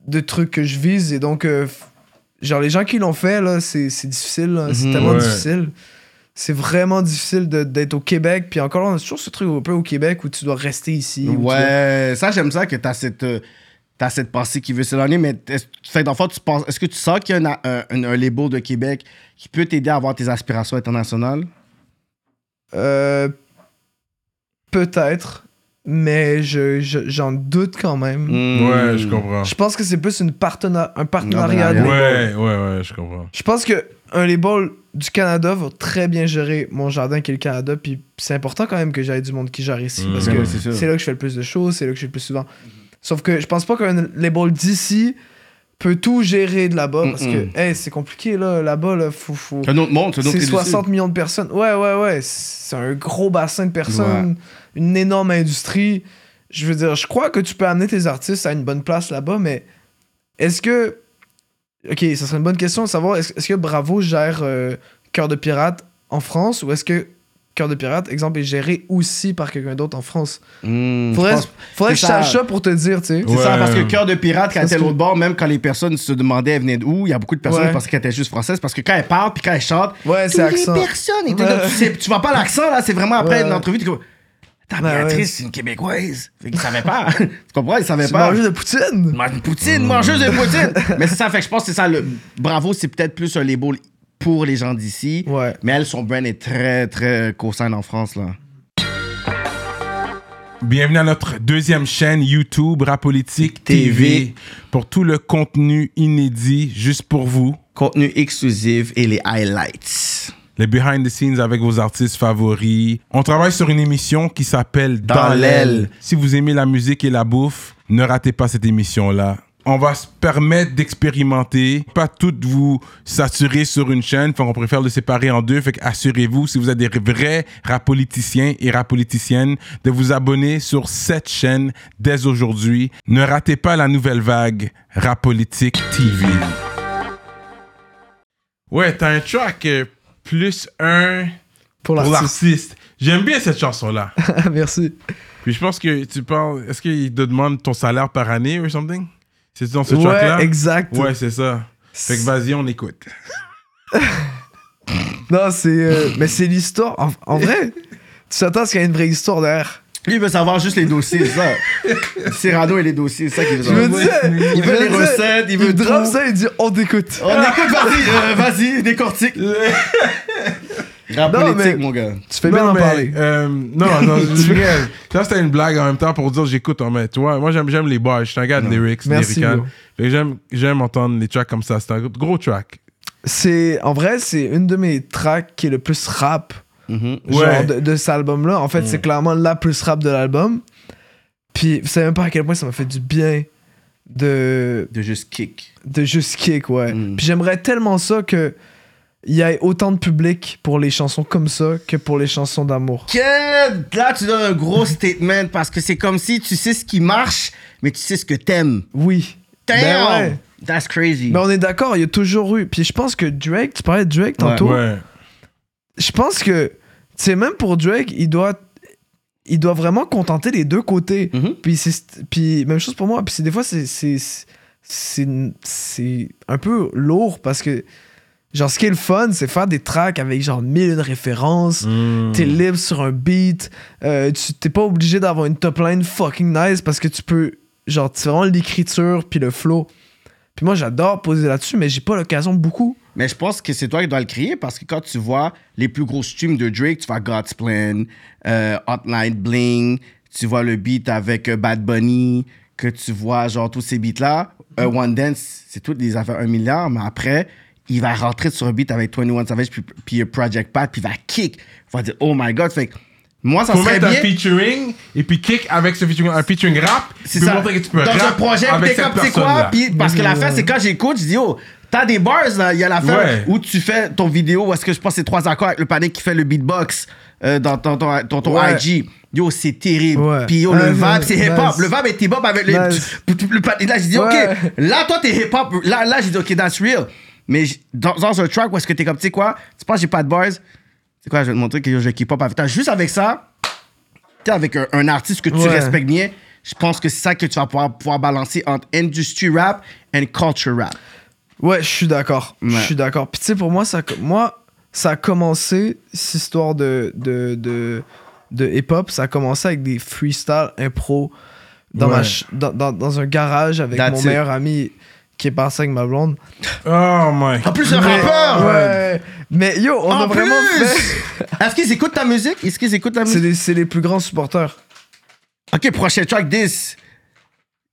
C: de truc que je vise. Et donc, euh, f- genre, les gens qui l'ont fait, là, c'est c'est difficile. là. C'est
B: Mhm.
C: tellement
A: Ouais.
C: difficile. C'est vraiment difficile de- d'être au Québec. Puis encore là, on a toujours ce truc un peu au Québec où tu dois rester ici. où tu dois-
B: Ouais, ça, j'aime ça que t'as cette. euh, T'as cette pensée qui veut s'éloigner, mais est-ce- fait d'enfant, tu penses, est-ce que tu sens qu'il y a un, un, un- un label de Québec qui peut t'aider à avoir tes aspirations internationales?
C: Euh, Peut-être, mais je- je- j'en doute quand même.
B: Mm.
A: Ouais, je comprends.
C: Hmm. Je pense que c'est plus une partena- un
B: Partenariat.
C: partenariat.
A: Ouais,
C: de-
A: ouais, ouais, je comprends.
C: Je pense que un label du Canada va très bien gérer mon jardin qui est le Canada. Puis c'est important quand même que j'aille du monde qui gère ici.
A: Mhm.
C: Parce
B: Ben
C: que
B: oui, c'est sûr.
C: c'est là que je fais le plus de choses, c'est là que je suis le plus souvent. Sauf que je pense pas qu'un label d'ici peut tout gérer de là-bas. Parce
B: Mhm.
C: que, hey, c'est compliqué là. Là-bas, là, faut. faut-
B: C'est un autre monde, c'est un autre
C: C'est
B: industrie.
C: 60 millions de personnes. Ouais, ouais, ouais. C'est un gros bassin de personnes, une énorme industrie. Je veux dire, je crois que tu peux amener tes artistes à une bonne place là-bas, mais est-ce que. Ok, ça serait une bonne question de savoir est-ce est-ce que Bravo gère euh, Cœur de Pirate en France ou est-ce que Cœur de Pirate, exemple, est géré aussi par quelqu'un d'autre en France
B: Mmh,
C: Faudrait,
B: je pense-
C: faudrait que
B: c'est
C: je sache
B: ça.
C: ça pour te dire, tu sais.
B: C'est ça,
A: Ouais.
B: parce que Cœur de Pirate, quand elle
C: Parce
B: était à
C: que-
B: l'autre bord, même quand les personnes se demandaient elles venaient d'où, il y a beaucoup de personnes
C: Ouais.
B: qui pensaient qu'elle était juste française, parce que quand elle parle puis quand elle chante,
C: Ouais,
B: toutes
C: c'est accent.
B: les personnes, étaient
C: Ouais.
B: là. tu, sais, tu vois pas l'accent, là, c'est vraiment après
C: Ouais.
B: une entrevue, tu dis comme, ta
C: Ouais,
B: Béatrice,
C: ouais.
B: c'est une Québécoise. Fait qu'ils savaient pas. tu comprends, ils savaient
C: Tu
B: pas.
C: manges de poutine
B: Mange une poutine, mangeuse de poutine. Mais c'est ça, fait que je pense que c'est ça, le bravo, c'est peut-être plus un label pour les gens d'ici.
C: Ouais.
B: Mais elle, son brand est très, très co-sign en France, là.
A: Bienvenue à notre deuxième chaîne YouTube, Rapolitique
B: TV.
A: TV. pour tout le contenu inédit juste pour vous.
B: Contenu exclusif et les highlights.
A: Les behind the scenes avec vos artistes favoris. On travaille sur une émission qui s'appelle Dans,
B: Dans l'aile.
A: l'aile. Si vous aimez la musique et la bouffe, ne ratez pas cette émission-là. On va se permettre d'expérimenter, pas toutes vous saturer sur une chaîne, enfin on préfère le séparer en deux, fait assurez-vous si vous êtes des vrais rapoliticiens et rapoliticiennes de vous abonner sur cette chaîne dès aujourd'hui. Ne ratez pas la nouvelle vague Rapolitique TV. Ouais, t'as un track euh, plus un pour
C: pour l'artiste. Ah,
A: l'artiste. J'aime bien cette chanson-là.
C: Merci.
A: Puis je pense que tu parles. Est-ce qu'il te demande ton salaire par année ou something? C'est dans ce track-là?
C: Ouais, exact.
A: Ouais, c'est ça. Fait que vas-y, on écoute.
C: Non, c'est. euh, mais c'est l'histoire. En, en vrai, tu t'attends à ce qu'il y ait une vraie histoire derrière.
B: Lui, il veut savoir juste les dossiers, c'est ça. Cyrano et les dossiers, c'est ça qu'il veut
C: Je me
B: savoir.
C: disais.
B: Il veut
C: je me
B: les
C: disais,
B: recettes, il veut tout.
C: drop ça Ah. et dit on t'écoute.
B: On écoute, vas-y, euh, vas-y, décortique. Rap
C: Non,
B: politique,
C: mais-
B: mon gars.
C: Tu fais bien
A: Non,
C: d'en
A: mais,
C: parler.
A: euh, non, non, je rigole. Ça, c'était une blague en même temps pour dire j'écoute en même. Tu vois, moi, j'aime, j'aime les bars. Je suis un gars de lyrics,
C: Merci,
A: lyrical.
C: bro.
A: Fait que j'aime, j'aime entendre les tracks comme ça. C'est un gros track.
C: C'est. En vrai, c'est une de mes tracks qui est le plus rap. Genre
A: Ouais.
C: de, de cet album-là. En fait,
B: Mm.
C: c'est clairement la plus rap de l'album. Puis, vous savez même pas à quel point ça m'a fait du bien de.
B: De juste kick.
C: de juste kick, ouais.
B: Mm.
C: Puis j'aimerais tellement ça que. Il y ait autant de public pour les chansons comme ça que pour les chansons d'amour.
B: Que là, tu donnes un gros statement parce que c'est comme si tu sais ce qui marche, mais tu sais ce que t'aimes.
C: Oui.
B: Damn!
C: Ben ouais. Ben
B: That's crazy.
C: Mais on est d'accord, il y a toujours eu. Puis je pense que Drake, tu parlais de Drake tantôt.
A: Ouais.
C: Je pense que, tu sais, même pour Drake, il doit, il doit vraiment contenter les deux côtés.
A: Mm.
B: Mhm.
C: Puis c'est, puis même chose pour moi. Puis c'est- des fois, c'est, c'est, c'est, c'est un peu lourd parce que, genre, ce qui est le fun, c'est faire des tracks avec genre mille et une références.
A: Mm.
C: T'es libre sur un beat. euh, tu t'es pas obligé d'avoir une top line fucking nice parce que tu peux. Genre, c'est vraiment l'écriture puis le flow. Puis moi, j'adore poser là-dessus, mais j'ai pas l'occasion beaucoup.
B: Mais je pense que c'est toi qui dois le créer parce que quand tu vois les plus gros streams de Drake, tu vois God's Plan, euh, Hotline Bling, tu vois le beat avec euh, Bad Bunny, que tu vois genre tous ces beats-là. Euh,
A: Mm-hmm.
B: One Dance, c'est toutes les affaires 1 milliard, mais après, il va rentrer sur un beat avec 21 Savage puis, puis euh, Project Pat, puis il va kick. Il va dire Oh my god. Fait que moi, ça
A: Faut
B: serait
A: mettre un
B: bien.
A: featuring et puis kick avec ce featuring, un featuring rap.
B: C'est
A: puis
B: ça.
A: montrer que tu peux
B: Dans
A: rap
B: un projet,
A: avec
B: t'es comme,
A: cette
B: c'est quoi?
A: personne-là.
B: Puis, parce que
C: Ben
B: la fin, c'est quand j'écoute, je dis, oh, t'as des bars, là. Il y a la fin
A: Ouais.
B: où tu fais ton vidéo, où est-ce que je pense que c'est trois accords avec le panique qui fait le beatbox euh, dans ton, ton, ton, ton
C: Ouais.
B: IG. Yo, c'est terrible.
C: Ouais.
B: Puis yo,
C: Ouais,
B: le vibe,
C: ouais,
B: c'est hip-hop.
C: nice.
B: Le vibe est hip-hop avec le.
C: Nice.
B: p- p- le pa- et là, je dis,
C: Ouais.
B: OK, là, toi, t'es hip-hop. Là, là j'ai dit, OK, that's real. Mais j- dans, dans un track où est-ce que t'es comme, tu sais quoi, tu penses que j'ai pas de bars? C'est quoi, je vais te montrer que yo, je keep up avec toi. Juste avec ça, tu sais, avec un, un artiste que tu
C: Ouais.
B: respectes bien, je pense que c'est ça que tu vas pouvoir, pouvoir balancer entre industry rap and culture rap.
C: Ouais, je suis d'accord. Je
B: Ouais.
C: suis d'accord. Puis tu sais, pour moi, ça, moi, ça a commencé, cette histoire de, de, de, de hip-hop, ça a commencé avec des freestyle impro dans, ma
A: Ouais.
C: ch- dans, dans, dans un garage avec
B: That's
C: mon
B: it.
C: meilleur ami qui est passé avec ma blonde.
A: Oh my.
B: En plus, un
C: Mais-
B: rappeur!
C: Ouais. Mais yo, on
B: En
C: a vraiment
B: plus!
C: fait...
B: Est-ce qu'ils écoutent ta musique? Est-ce qu'ils écoutent ta
C: C'est
B: musique?
C: les, c'est les plus grands supporters.
B: Ok, prochain track, this.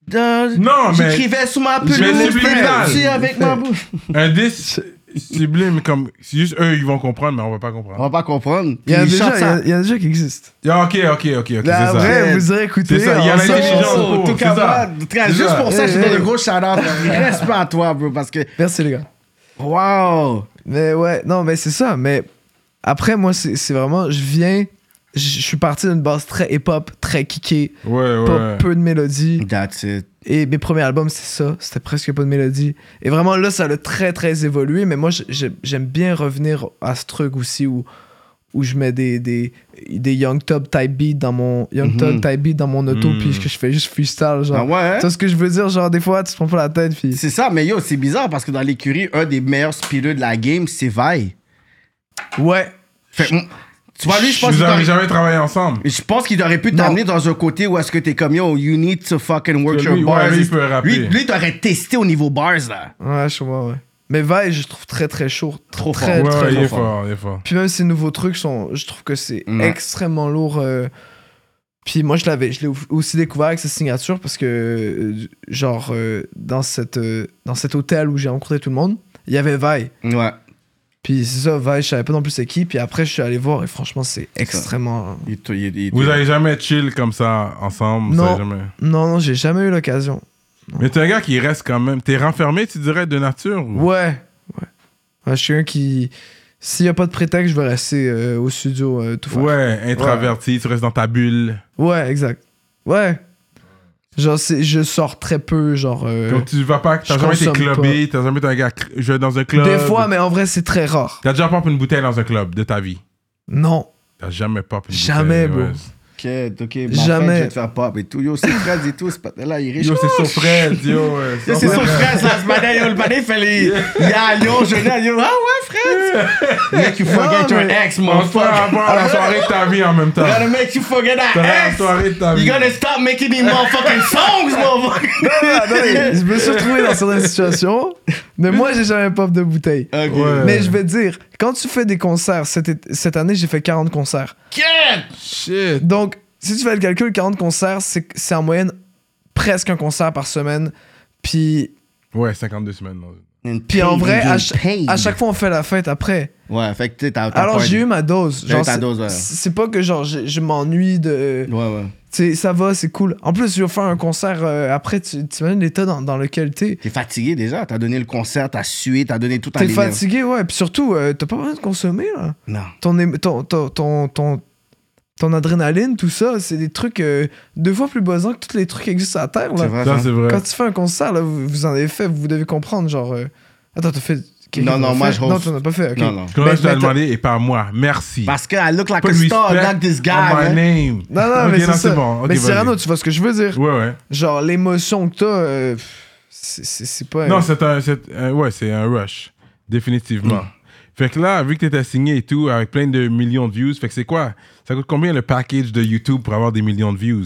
B: De-
A: Non, mais-
B: J'écrivais sous ma pelouse,
A: Mais
B: t'es
A: subliminal.
B: parti avec ma bouche.
A: Un disque sublime comme. C'est juste eux, ils vont comprendre, mais on va pas comprendre.
C: Ah.
B: On va pas comprendre.
C: Il y en a
B: Ils
C: déjà-
B: chantent
C: il y
B: ça.
C: a- il y en a déjà qui existent.
A: Ah, ok, ok, ok, ok. C'est
C: Là,
A: ça.
C: vrai, vous aurez écouté.
A: C'est ça, il y en a
C: ensemble.
A: des gens-
B: Oh,
A: Oh,
B: tout
A: c'est ça.
B: cas, moi, en tout cas,
A: C'est
B: Juste
A: ça.
B: pour ça, je te
C: Eh,
B: donne
C: eh.
B: un gros shout-out. Respect à toi, bro, parce que...
C: Merci les gars.
B: Wow!
C: Mais ouais, non, mais c'est ça. Mais après, moi, c'est c'est vraiment, je viens, je je suis parti d'une base très hip-hop, très kické,
A: Ouais, ouais.
C: pas peu de mélodie.
B: That's it.
C: Et mes premiers albums, c'est ça, c'était presque pas de mélodie. Et vraiment, là, ça a très, très évolué. Mais moi, j'ai- j'ai- j'aime bien revenir à ce truc aussi où, où je mets des, des, des Young Top type beat dans mon, Young
B: Mhm.
C: Thug type beat dans mon auto,
A: Mhm.
C: puis que je fais juste freestyle. Genre,
B: Ah ouais? hein?
C: tu vois ce que je veux dire? Genre, des fois, tu te prends pas la tête, puis.
B: C'est ça, mais yo, c'est bizarre parce que dans l'écurie, un des meilleurs speeders de la game, c'est Vi.
C: Ouais,
B: Fait que, mm, tu vois, lui, je pense
A: Vous
B: qu'il
A: avez
B: t'aurait-
A: jamais travaillé ensemble.
B: je pense qu'il aurait pu
C: Non.
B: t'amener dans un côté où est-ce que t'es comme yo, you need to fucking work
A: Lui,
B: your
A: ouais,
B: bars.
A: lui, il peut rapper.
B: lui, lui, t'aurais testé au niveau bars, là.
C: Ouais, chez moi, ouais. Mais Vi, je trouve très très chaud.
B: Trop fort.
C: très,
A: ouais,
C: très
A: ouais, il
C: lourd.
A: est fort, il est fort.
C: Puis même ces nouveaux trucs, sont, je trouve que c'est
B: Ouais.
C: extrêmement lourd. euh. Puis moi, je l'avais, je l'ai ou- aussi découvert avec sa signature parce que, euh, genre, euh, dans, cette, euh, dans cet hôtel où j'ai rencontré tout le monde, il y avait Vi.
B: Ouais.
C: Puis c'est ça, Vi, je savais pas non plus c'est qui. Puis après, je suis allé voir et franchement, c'est
B: ça.
C: extrêmement.
B: Il te- il- il-
A: Vous
B: il-
A: avez jamais chill comme ça ensemble. vous
C: Non.
A: avez Jamais...
C: Non, non, j'ai jamais eu l'occasion.
A: Mais t'es un gars qui reste quand même. T'es renfermé, tu dirais, de nature. ou-
C: Ouais, ouais. Ouais, je suis un qui. S'il y a pas de prétexte, je vais rester euh, au studio euh, tout faire.
A: Ouais, introverti, tu restes dans ta bulle.
C: Ouais, exact. Ouais. Genre, c'est- je sors très peu, genre. euh,
A: Comme tu vas pas. T'as
C: je
A: jamais été
C: consomme
A: clubé, t'as jamais été un gars cr- joué dans un club.
C: des fois, mais en vrai, c'est très rare.
A: T'as déjà pop une bouteille dans un club de ta vie.
C: Non.
A: T'as jamais pop une
C: Jamais,
A: bouteille.
C: bro.
B: Ok, ok, ma
C: Jamais.
B: fête, je vais te faire pop et tout. Yo, c'est Fred et tout, ce patin-là, il est riche.
A: Yo, c'est son frère, yo. ouais,
B: Yo, c'est son frère, ça, ce matin, yo, le matin, il fait les. Yeah, yo, je l'ai, yo, ah ouais, Fred! Make you forget
C: Non,
B: your ex,
A: On se fait
B: motherfucker. Ah,
A: avoir la soirée de ta vie en même temps.
B: Gotta make you forget that
A: T'as la
B: ex!
A: soirée de ta
B: You
A: vie.
B: gotta stop making these motherfucking songs, motherfucker!
C: je me suis retrouvé dans certaines situations, mais moi, j'ai jamais pop de bouteille.
B: Ok.
A: Ouais.
C: Mais je vais te dire, quand tu fais des concerts, cet été- cette année, j'ai fait 40 concerts.
A: Shit.
C: Donc, si tu fais le calcul, 40 concerts, c'est c'est en moyenne presque un concert par semaine. Puis,
A: Ouais, 52 semaines. non.
C: puis en vrai, à, ch- à chaque fois, on fait la fête après.
B: Ouais, fait que tu sais, t'as. t'as
C: Alors
B: pas-
C: j'ai eu ma dose.
B: T'as eu
C: Genre,
B: ta
C: c'est-
B: dose, ouais.
C: C'est pas que genre je, je m'ennuie de.
B: Ouais, ouais.
C: Tu sais, ça va, c'est cool. En plus, je vais faire un concert euh, après. Tu t'imagines l'état dans, dans lequel t'es.
B: T'es fatigué déjà, t'as donné le concert, t'as sué, t'as donné tout à
C: T'es fatigué, ouais. Puis surtout, euh, t'as pas besoin de consommer, là.
B: Non.
C: Ton, éme- ton, ton, ton, ton, ton adrénaline, tout ça, c'est des trucs euh, deux fois plus buzzants que tous les trucs qui existent à terre,
B: C'est
C: là.
B: vrai,
A: Ça,
B: ça.
A: c'est vrai.
C: Quand tu fais un concert, là, vous, vous en avez fait, vous devez comprendre, genre. euh, Attends, t'as fait. quelqu'un
B: Non, non,
C: t'en a
B: moi,
C: fait?
B: je
C: Non,
B: host.
C: t'en as pas fait, ok.
B: Non, non.
A: Quand je
C: Mais-
A: t'ai
C: mais t'as- Bah,
A: demandé et pas moi. Merci.
B: Parce que I look like
A: Pas
B: a
A: de
B: star,
A: respect
B: not
C: Oh
B: this guy.
A: on my
B: man.
A: name.
C: Non, non,
A: Ok,
C: mais c'est ça.
A: bon. Ok,
C: mais
A: vas-y.
C: Cyrano, tu vois ce que je veux dire?
A: Ouais, ouais.
C: genre l'émotion que t'as, euh, pff, c'est- c'est c'est pas. euh,
A: Non, c'est un, c'est un- ouais, c'est un rush, définitivement.
C: Mm.
A: Fait que là, vu que t'étais signé et tout, avec plein de millions de views, fait que c'est quoi Ça coûte combien le package de YouTube pour avoir des millions de views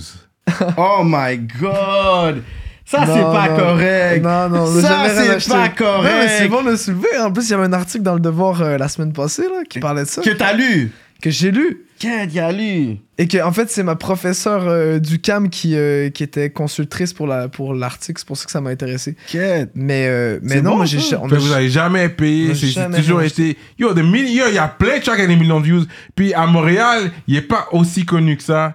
B: Oh my Oh god! Ça, c'est
C: Non,
B: pas
C: non.
B: correct.
C: Non, non, on a
B: Ça,
C: jamais rien
B: c'est
C: acheté.
B: pas
C: Non, mais c'est
B: correct.
C: bon de le soulever. En plus, il y avait un article dans Le Devoir euh, la semaine passée là, qui parlait de ça,
B: Que t'as lu.
C: que j'ai lu.
B: Qu'est-ce qu'il y a lu?
C: Et que, en fait, c'est ma professeure euh, du CAM qui, euh, qui était consultrice pour la- pour l'article. c'est pour ça que ça m'a intéressé.
B: Qu'est-ce?
C: Mais, euh, mais
B: C'est
C: non,
B: bon,
C: j'ai
B: ça. Ben,
C: on
A: Fait
C: a-
A: que vous avez jamais
C: on a
A: payé, c'est c'est
C: jamais
A: toujours
C: acheté.
A: été. Yo, des millions, il y a plein de tracks à des millions de views. Puis à Montréal, il n'est pas aussi connu que ça,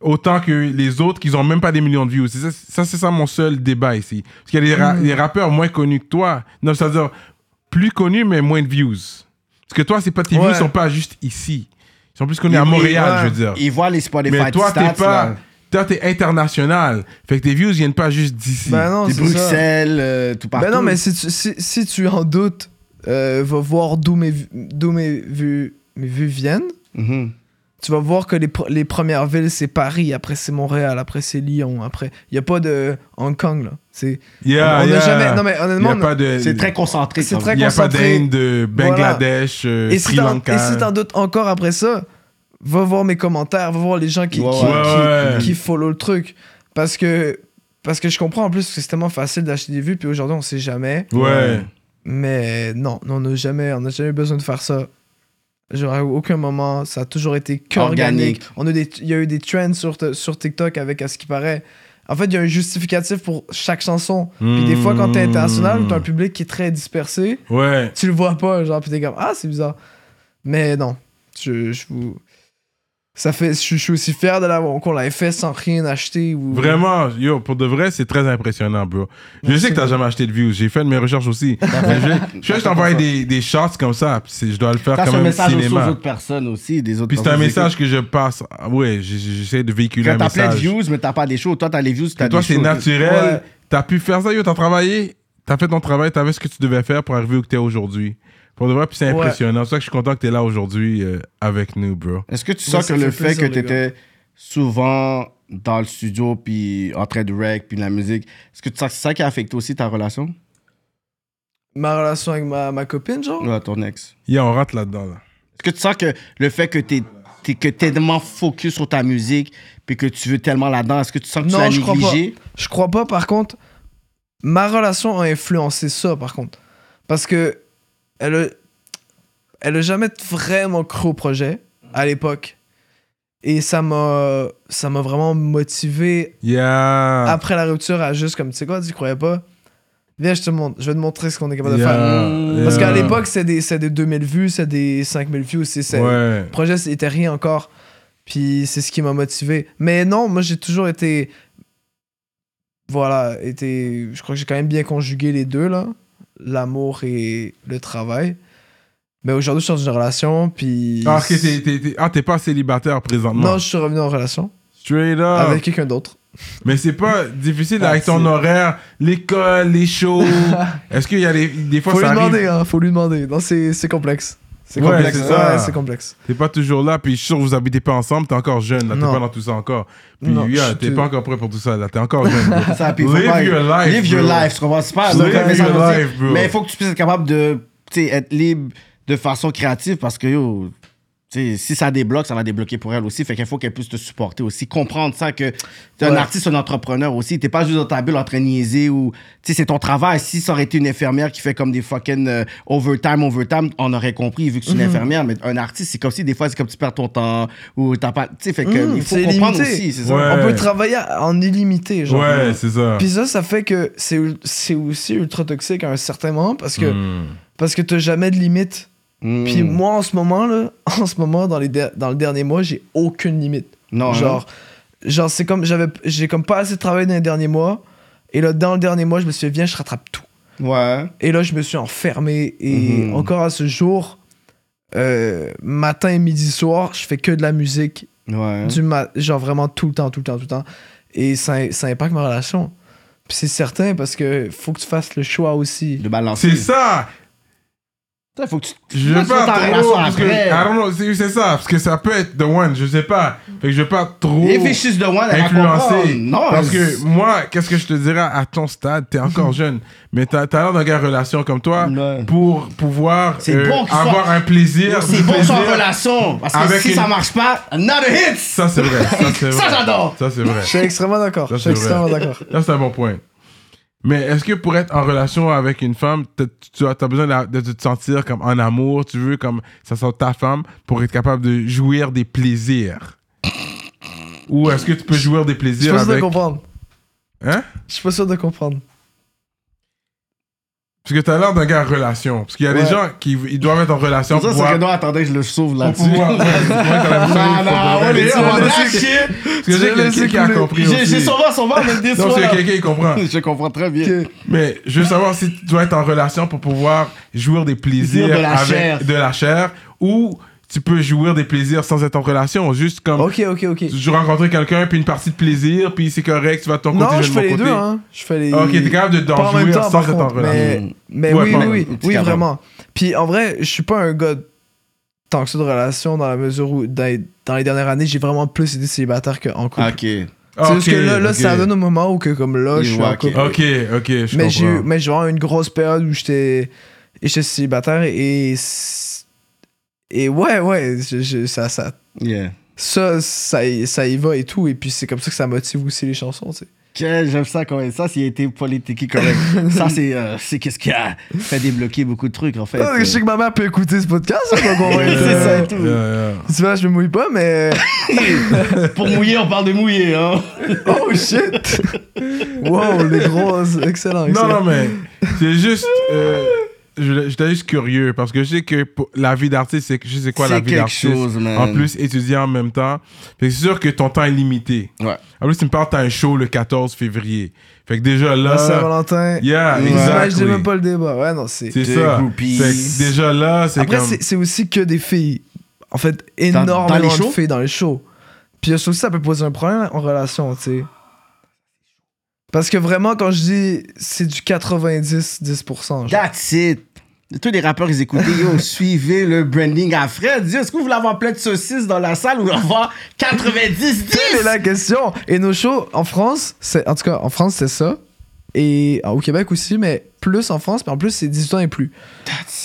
A: autant que les autres qui n'ont même pas des millions de views. C'est Ça, ça, c'est ça mon seul débat ici. Parce qu'il y a des,
C: Mm.
A: ra- des rappeurs moins connus que toi. Non, c'est-à-dire plus connus, mais moins de views. Parce que toi, c'est pas, tes
C: Ouais.
A: views sont pas juste ici. Ils sont plus connus à
B: Il-
A: Montréal,
C: ouais.
A: je veux dire.
B: Il voit les Spotify
A: Mais toi,
B: stats,
A: t'es pas.
B: là.
A: Toi, t'es international. Fait que tes views viennent pas juste d'ici.
C: Ben non,
B: T'es
C: c'est ça.
B: Bruxelles, euh, tout partout.
C: Ben non, mais si tu, si, si tu en doutes, euh, va voir d'où mes, vu- d'où mes, vues, mes vues viennent.
B: Mhm.
C: Tu vas voir que les, pr- les premières villes, c'est Paris, après c'est Montréal, après c'est Lyon, après. Il n'y a pas de Hong Kong, là. C'est,
A: Yeah,
C: on n'a
A: yeah.
C: jamais. Non, mais
A: Y
C: honnêtement,
A: a pas de-
B: C'est très concentré.
C: C'est
B: comme-
C: très
A: Il n'y a pas
C: concentré.
A: d'Inde, de Bangladesh, euh,
C: et, si
A: Sri
C: t'en,
A: Lanka.
C: et si t'en doutes encore après ça, va voir mes commentaires, va voir les gens qui,
B: Ouais,
C: qui,
B: ouais.
C: qui-
A: Ouais.
C: qui follow le truc. Parce que, parce que je comprends en plus que c'est tellement facile d'acheter des vues, puis aujourd'hui, on sait jamais.
A: Ouais.
C: Mais non, non, on n'a jamais, on n'a jamais eu besoin de faire ça. Genre, à aucun moment, ça a toujours été qu'organique.
B: Organique.
C: On a des, il y a eu des trends sur, t- sur TikTok avec, à ce qui paraît. En fait, il y a un justificatif pour chaque chanson. Puis
A: Hmm.
C: des fois, quand t'es international, t'as un public qui est très dispersé,
A: Ouais.
C: tu le vois pas, genre, puis t'es comme, ah, c'est bizarre. Mais non, je, je vous. Ça fait, je, je suis aussi fier de l'avoir, qu'on l'avait fait sans rien acheter. Ou...
A: Vraiment, yo, pour de vrai, c'est très impressionnant, bro. Je sais que t'as jamais acheté de views. J'ai fait de mes recherches aussi. Mais je, je vais juste t'envoyer des, des shots comme ça. puis c'est- je dois le faire
B: Ça,
A: quand
B: c'est un
A: même
B: message aussi aux
A: cinéma.
B: autres personnes aussi. Des autres
A: Puis c'est un
B: personnes qui
A: message que je passe. Ah Ouais, j'ai- j'ai- j'essaie de véhiculer
B: Quand
A: un
B: t'as plein de
A: message.
B: views, mais t'as pas des shows. Toi, t'as les views, t'as
A: Puis toi,
B: des shows.
A: c'est naturel.
C: Ouais.
A: T'as pu faire ça, yo. T'as travaillé. T'as fait ton travail. T'avais ce que tu devais faire pour arriver où que t'es aujourd'hui. Pour de vrai, puis c'est
C: Ouais.
A: impressionnant. C'est pour ça que je suis content que t'es là aujourd'hui euh, avec nous, bro.
B: Est-ce que tu
C: Moi,
B: sens que
C: ça
B: le
C: fait
B: fait que
C: plaisir, les
B: t'étais souvent dans le studio, puis en train de rec, puis de la musique, est-ce que tu sens que c'est ça qui a affecté aussi ta relation
C: Ma relation avec ma, ma copine, genre.
B: ou à ton ex
A: Yeah, on rentre là-dedans, là.
B: Est-ce que tu sens que le fait que t'es t'es- que t'es tellement focus sur ta musique, puis que tu veux tellement là-dedans, est-ce que tu sens que tu
C: Non,
B: l'as
C: je crois
B: négligé
C: Je crois pas, par contre. Ma relation a influencé ça, par contre. Parce que elle a, elle a jamais vraiment cru au projet à l'époque. Et ça m'a ça m'a vraiment motivé
A: Yeah.
C: après la rupture à juste comme, tu sais quoi, tu y croyais pas? Viens, je te montre, je vais te montrer ce qu'on est capable de
A: Yeah,
C: faire.
A: yeah.
C: Parce qu'à l'époque, c'est des, c'est des 2000 vues, c'est des 5000 vues, c'est c'est-
A: ouais.
C: le projet c'était rien encore puis c'est ce qui m'a motivé mais non moi j'ai toujours été voilà été je crois que j'ai quand même bien conjugué les deux là l'amour et le travail mais aujourd'hui je suis dans une relation puis
A: Ah, ok, t'es- t'es- t'es- ah, t'es pas célibataire présentement.
C: non je suis revenu en relation
A: Straight up.
C: avec quelqu'un d'autre
A: Mais c'est pas difficile
B: Ah,
A: avec ton
B: c'est-
A: horaire, l'école, les shows. Est-ce qu'il y a des, des fois
C: faut lui
A: ça arrive
C: demander hein, faut lui demander non c'est c'est complexe c'est
A: Ouais,
C: complexe
A: c'est ça.
C: Ouais, c'est complexe
A: T'es pas toujours là, puis je suis sûr que vous habitez pas ensemble, t'es encore jeune, là, t'es
C: Non.
A: pas dans tout ça encore. Puis
C: Non,
A: yeah,
C: je
A: t'es
C: te-
A: pas encore prêt pour tout ça, là, t'es encore jeune. bro.
B: Ça, puis faut
A: Live
B: pas-
A: your life,
B: Live your
A: bro.
B: life, tu comprends? C'est pas-
A: Live
B: ça veut
A: your
B: dire-
A: life, bro.
B: Mais il faut que tu puisses être capable de tu sais, être libre de façon créative parce que yo, tu sais, si ça débloque, ça va débloquer pour elle aussi. Fait qu'il faut qu'elle puisse te supporter aussi. Comprendre ça que t'es un
C: Ouais.
B: artiste, un entrepreneur aussi. T'es pas juste dans ta bulle en train de niaiser ou. Tu sais, c'est ton travail. Si ça aurait été une infirmière qui fait comme des fucking euh, overtime, overtime, on aurait compris vu que c'est
A: Mhm.
B: une infirmière. Mais un artiste, c'est comme si des fois, c'est comme tu perds ton temps ou t'as pas. Tu sais, fait que
C: Mhm,
B: il faut
C: c'est
B: comprendre
C: limité.
B: aussi, c'est ça.
A: Ouais.
C: on peut travailler en illimité genre
A: ouais, c'est ça.
C: puis ça ça fait que c'est ul- c'est aussi ultra toxique à un certain moment parce que
A: Hmm.
C: parce que t'as jamais de limite
B: Mhm.
C: Puis moi, en ce moment, là, en ce moment, dans, les der- dans le dernier mois, j'ai aucune limite.
B: non, hein.
C: genre, genre c'est comme, j'avais, j'ai comme pas assez travaillé dans les derniers mois. Et là, dans le dernier mois, je me suis dit, viens, je rattrape tout.
B: Ouais.
C: Et là, je me suis enfermé. Et
B: Mhm.
C: encore à ce jour, euh, matin, et midi, soir, je fais que de la musique.
B: Ouais.
C: Du ma- genre vraiment tout le temps, tout le temps, tout le temps. Et ça, ça impacte ma relation. Puis c'est certain parce que faut que tu fasses le choix aussi.
B: de balancer.
A: C'est ça!
B: Ça, faut que tu.
A: Je veux
B: Là,
A: pas
B: c'est ta
A: trop,
B: relation
A: parce que,
B: après.
A: I don't know, c'est c'est ça, parce que ça peut être the one, je sais pas. Fait que je veux pas trop...
B: Les fiches de one, elle va comprendre.
A: influencé.
B: Non,
A: parce
B: elle-
A: que moi, qu'est-ce que je te dirais à ton stade T'es encore jeune, mais t'as t'as l'air d'un gars relation comme toi
B: Ouais.
A: pour pouvoir
B: C'est
A: euh,
B: bon qu'il
A: avoir
B: soit-
A: un plaisir.
B: C'est
A: du
B: bon
A: plaisir.
B: sans relation. Parce que
A: Avec
B: si
A: une-
B: ça marche pas, another hit.
A: Ça c'est vrai. Ça c'est
B: Ça,
A: vrai.
B: j'adore.
A: Ça c'est vrai.
C: Je suis extrêmement d'accord.
A: Ça,
C: Je suis
A: c'est vrai.
C: extrêmement d'accord.
A: Là c'est un bon point. Mais est-ce que pour être en relation avec une femme, t'as- tu as, as besoin de, la- de te sentir comme en amour, tu veux comme ça soit ta femme pour être capable de jouir des plaisirs? Ou est-ce que tu peux jouir des
C: Je suis
A: plaisirs
C: pas sûr de
A: avec...
C: comprendre.
A: Hein?
C: Je suis pas sûr de comprendre.
A: Parce que t'as l'air d'un gars en relation. Parce qu'il y a des
C: Ouais.
A: gens qui ils doivent être en relation
B: C'est ça,
A: pour
B: c'est que
A: pouvoir...
B: non, attendez que je le sauve
A: Pour
B: là-dessus.
A: pouvoir... Ouais, ouais, t'as la besoin
B: Ah
A: de-
B: non, on
A: pour-
B: est
A: Parce
B: on va
C: laisser
B: lâcher.
A: que j'ai quelqu'un qui a compris
B: J'ai j'ai
A: aussi.
B: son vent, son vent, mais dis
A: Non,
B: moi,
A: c'est
B: là.
A: quelqu'un qui comprend.
B: Je comprends très bien.
C: Ok.
A: Mais je veux savoir si tu dois être en relation pour pouvoir jouir des plaisirs
B: Jouir de la
A: avec
B: chair.
A: de la chair ou tu peux jouir des plaisirs sans être en relation, juste comme
C: Ok, ok, ok.
A: tu rencontres quelqu'un puis une partie de plaisir puis c'est correct, tu vas de ton côté,
C: Non,
A: vais de
C: je
A: mon
C: fais les
A: côté.
C: deux, hein. Je fais les
A: Ah, Ok, t'es capable de
C: Pas
A: d'en
C: en même
A: jouir
C: temps,
A: sans
C: par
A: être en
C: contre.
A: relation.
C: Mais, mais
A: Ouais,
C: oui,
A: par-
C: oui, oui,
B: petit
C: oui,
B: cadre.
C: vraiment. Puis en vrai, je suis pas un gars tant que ça de relation dans la mesure où dans les, dans les dernières années, j'ai vraiment plus été célibataire qu'en couple.
B: Ok.
C: C'est juste que là, là
A: Ah, ok.
C: ça donne au moment où que comme là, je
B: Oui,
C: suis
B: ouais,
C: en
B: ok.
C: couple.
A: Ok, ok, je
C: mais j'ai eu-
A: comprends.
C: mais j'ai vraiment eu une grosse période où j'étais et j'étais célibataire et c- et ouais ouais je- je- ça ça
B: Yeah.
C: ça ça y, ça y va et tout et puis c'est comme ça que ça motive aussi les chansons tu sais
B: Que j'aime ça quand même. Ça, c'est été politique correct. ça, c'est euh, c'est qu'est-ce qui a fait débloquer beaucoup de trucs, en fait.
C: Ah, je sais que ma mère peut écouter ce podcast hein, donc on va
B: Ouais,
C: être,
B: c'est ça
C: euh,
B: et tout.
A: Yeah, yeah.
C: tu vois je me mouille pas mais
B: Pour mouiller, on parle de mouiller, hein.
C: oh shit wow les grosses excellent, excellent.
A: Non, non, mais c'est juste. euh, je- J'étais juste curieux parce que je sais que pour- la vie d'artiste, c'est je sais quoi la
B: C'est
A: vie
B: quelque
A: d'artiste.
B: chose, man.
A: En plus, étudier en même temps. Fait que c'est sûr que ton temps est limité.
B: Ouais.
A: En plus, tu me parles, t'as un show le 14 février. Fait que déjà
C: La
A: là.
C: Ah, Saint-Valentin
A: Yeah,
B: Ouais.
C: imaginez même
A: exactly.
C: pas le débat ouais non c'est
A: C'est
B: Des
A: ça.
B: groupies.
A: Fait que déjà là, c'est
C: Après,
A: comme.
C: c'est- c'est aussi que des filles. En fait,
B: dans
C: énormément
B: les
C: de
B: shows?
C: filles dans les shows. Puis je trouve que ça peut poser un problème en relation, tu sais. Parce que vraiment, quand je dis c'est du 90-10%, genre.
B: That's it. Tous les rappeurs, ils écoutaient, yo, suivez le branding à Fred. Dis, Est-ce que vous voulez avoir plein de saucisses dans la salle ou avoir 90 10
C: Quelle est la question? Et nos shows en France, c'est en tout cas en France, c'est ça. Et ah, au Québec aussi, mais plus en France, mais en plus, c'est 18 ans et plus.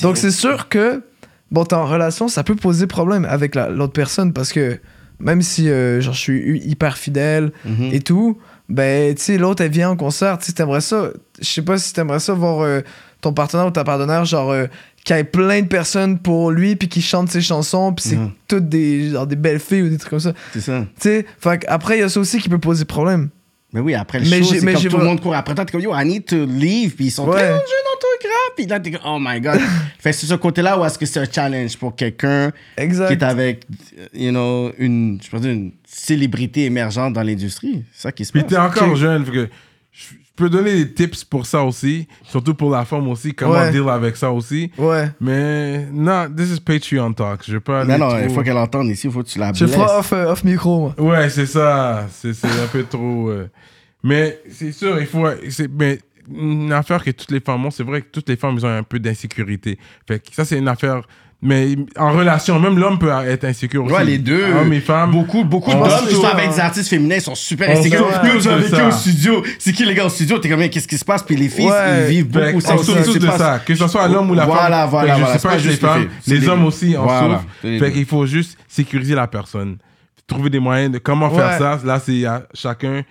C: Donc c'est sûr que, bon, t'es en relation, ça peut poser problème avec la- l'autre personne parce que même si euh, genre, je suis hu- hyper fidèle
B: Mhm.
C: et tout, ben, tu sais, l'autre, elle vient en concert, tu sais, t'aimerais ça, je sais pas si t'aimerais ça voir euh, ton partenaire ou ta partenaire, genre, euh, qu'il y ait plein de personnes pour lui, puis qui chantent ses chansons, puis c'est
B: Mhm.
C: toutes des, genre, des belles filles ou des trucs comme ça.
B: C'est ça.
C: Tu sais, fait après, il y a ça aussi qui peut poser problème.
B: Mais oui, après le
C: Mais
B: show,
C: j'ai-
B: c'est
C: mais
B: comme
C: j'ai
B: tout le
C: vra-
B: monde court après toi. T'es comme, yo, I need to leave. Puis ils sont
C: Ouais.
B: très jeunes autographe. Puis là, t'es comme, oh my God. fait que c'est ce côté-là où est-ce que c'est un challenge pour quelqu'un qui
C: Exact.
B: est avec, you know, une, je peux dire, une célébrité émergente dans l'industrie. C'est ça qui se
A: Puis
B: passe.
A: t'es encore jeune. Fait que je je peux donner des tips pour ça aussi. Surtout pour la forme aussi. Comment
C: Ouais.
A: deal avec ça aussi.
C: Ouais.
A: Mais non, this is Patreon Talks. Je vais pas aller
B: Non, non, il
A: trop-
B: faut qu'elle entende ici. Il faut que tu la
C: Je
B: blesses.
C: ferai off, euh, off micro, moi.
A: Ouais, c'est ça. C'est c'est un peu trop. euh. Mais c'est sûr, il faut. c'est- Mais une affaire que toutes les femmes ont, c'est vrai que toutes les femmes elles ont un peu d'insécurité. Fait que ça, c'est une affaire. Mais en relation, même l'homme peut être insécure aussi.
B: Ouais, les deux.
A: Hommes et Ah, femmes.
B: Beaucoup, beaucoup
C: Je pense
B: d'hommes
C: que
B: qui sont
C: ça,
B: avec
C: hein.
B: des artistes féminins, ils sont super
A: On
B: insécures.
A: sait
B: Nous,
A: tous
B: on est
A: de
B: avec
A: ça.
B: eux au studio. C'est qui les gars au studio? T'es comme, mais qu'est-ce qui se passe? Puis les filles,
C: Ouais.
B: ils vivent
A: Fait
B: beaucoup
A: qu'on
B: ça aussi.
A: souffre
B: C'est
A: tous de
B: pas-
A: ça, que ce soit l'homme ou la
B: Voilà,
A: femme.
B: voilà,
A: Fait que
B: voilà.
A: Je sais pas
B: C'est
A: juste les
B: pas
A: femmes,
B: juste les filles.
A: les
B: C'est
A: hommes
B: les-
A: aussi en
B: Voilà.
A: souffrent.
B: C'est les
A: Fait
B: deux.
A: qu'il faut juste sécuriser la personne. Trouver des moyens de comment
C: Ouais.
A: faire ça. Là, c'est à chacun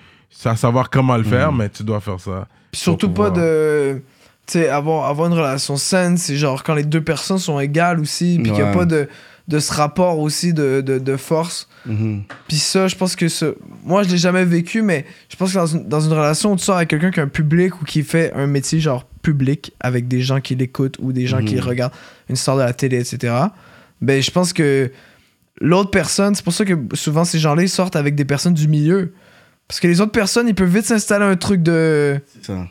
A: à savoir comment le faire,
B: Mm.
A: mais tu dois faire ça.
C: Puis surtout
A: Pour
C: pas
A: pouvoir-
C: de. Tu sais, avoir, avoir une relation saine, c'est genre quand les deux personnes sont égales aussi, puis qu'il n'y
B: Ouais.
C: a pas de, de ce rapport aussi de, de, de force.
B: Mhm.
C: Puis ça, je pense que ce. Moi, je l'ai jamais vécu, mais je pense que dans une, dans une relation où tu sors avec quelqu'un qui a un public ou qui fait un métier genre public avec des gens qui l'écoutent ou des gens qui
B: Mhm.
C: le regardent une histoire de la télé, etc., ben je pense que l'autre personne, c'est pour ça que souvent ces gens-là, ils sortent avec des personnes du milieu. Parce que les autres personnes, ils peuvent vite s'installer un truc de
B: C'est ça.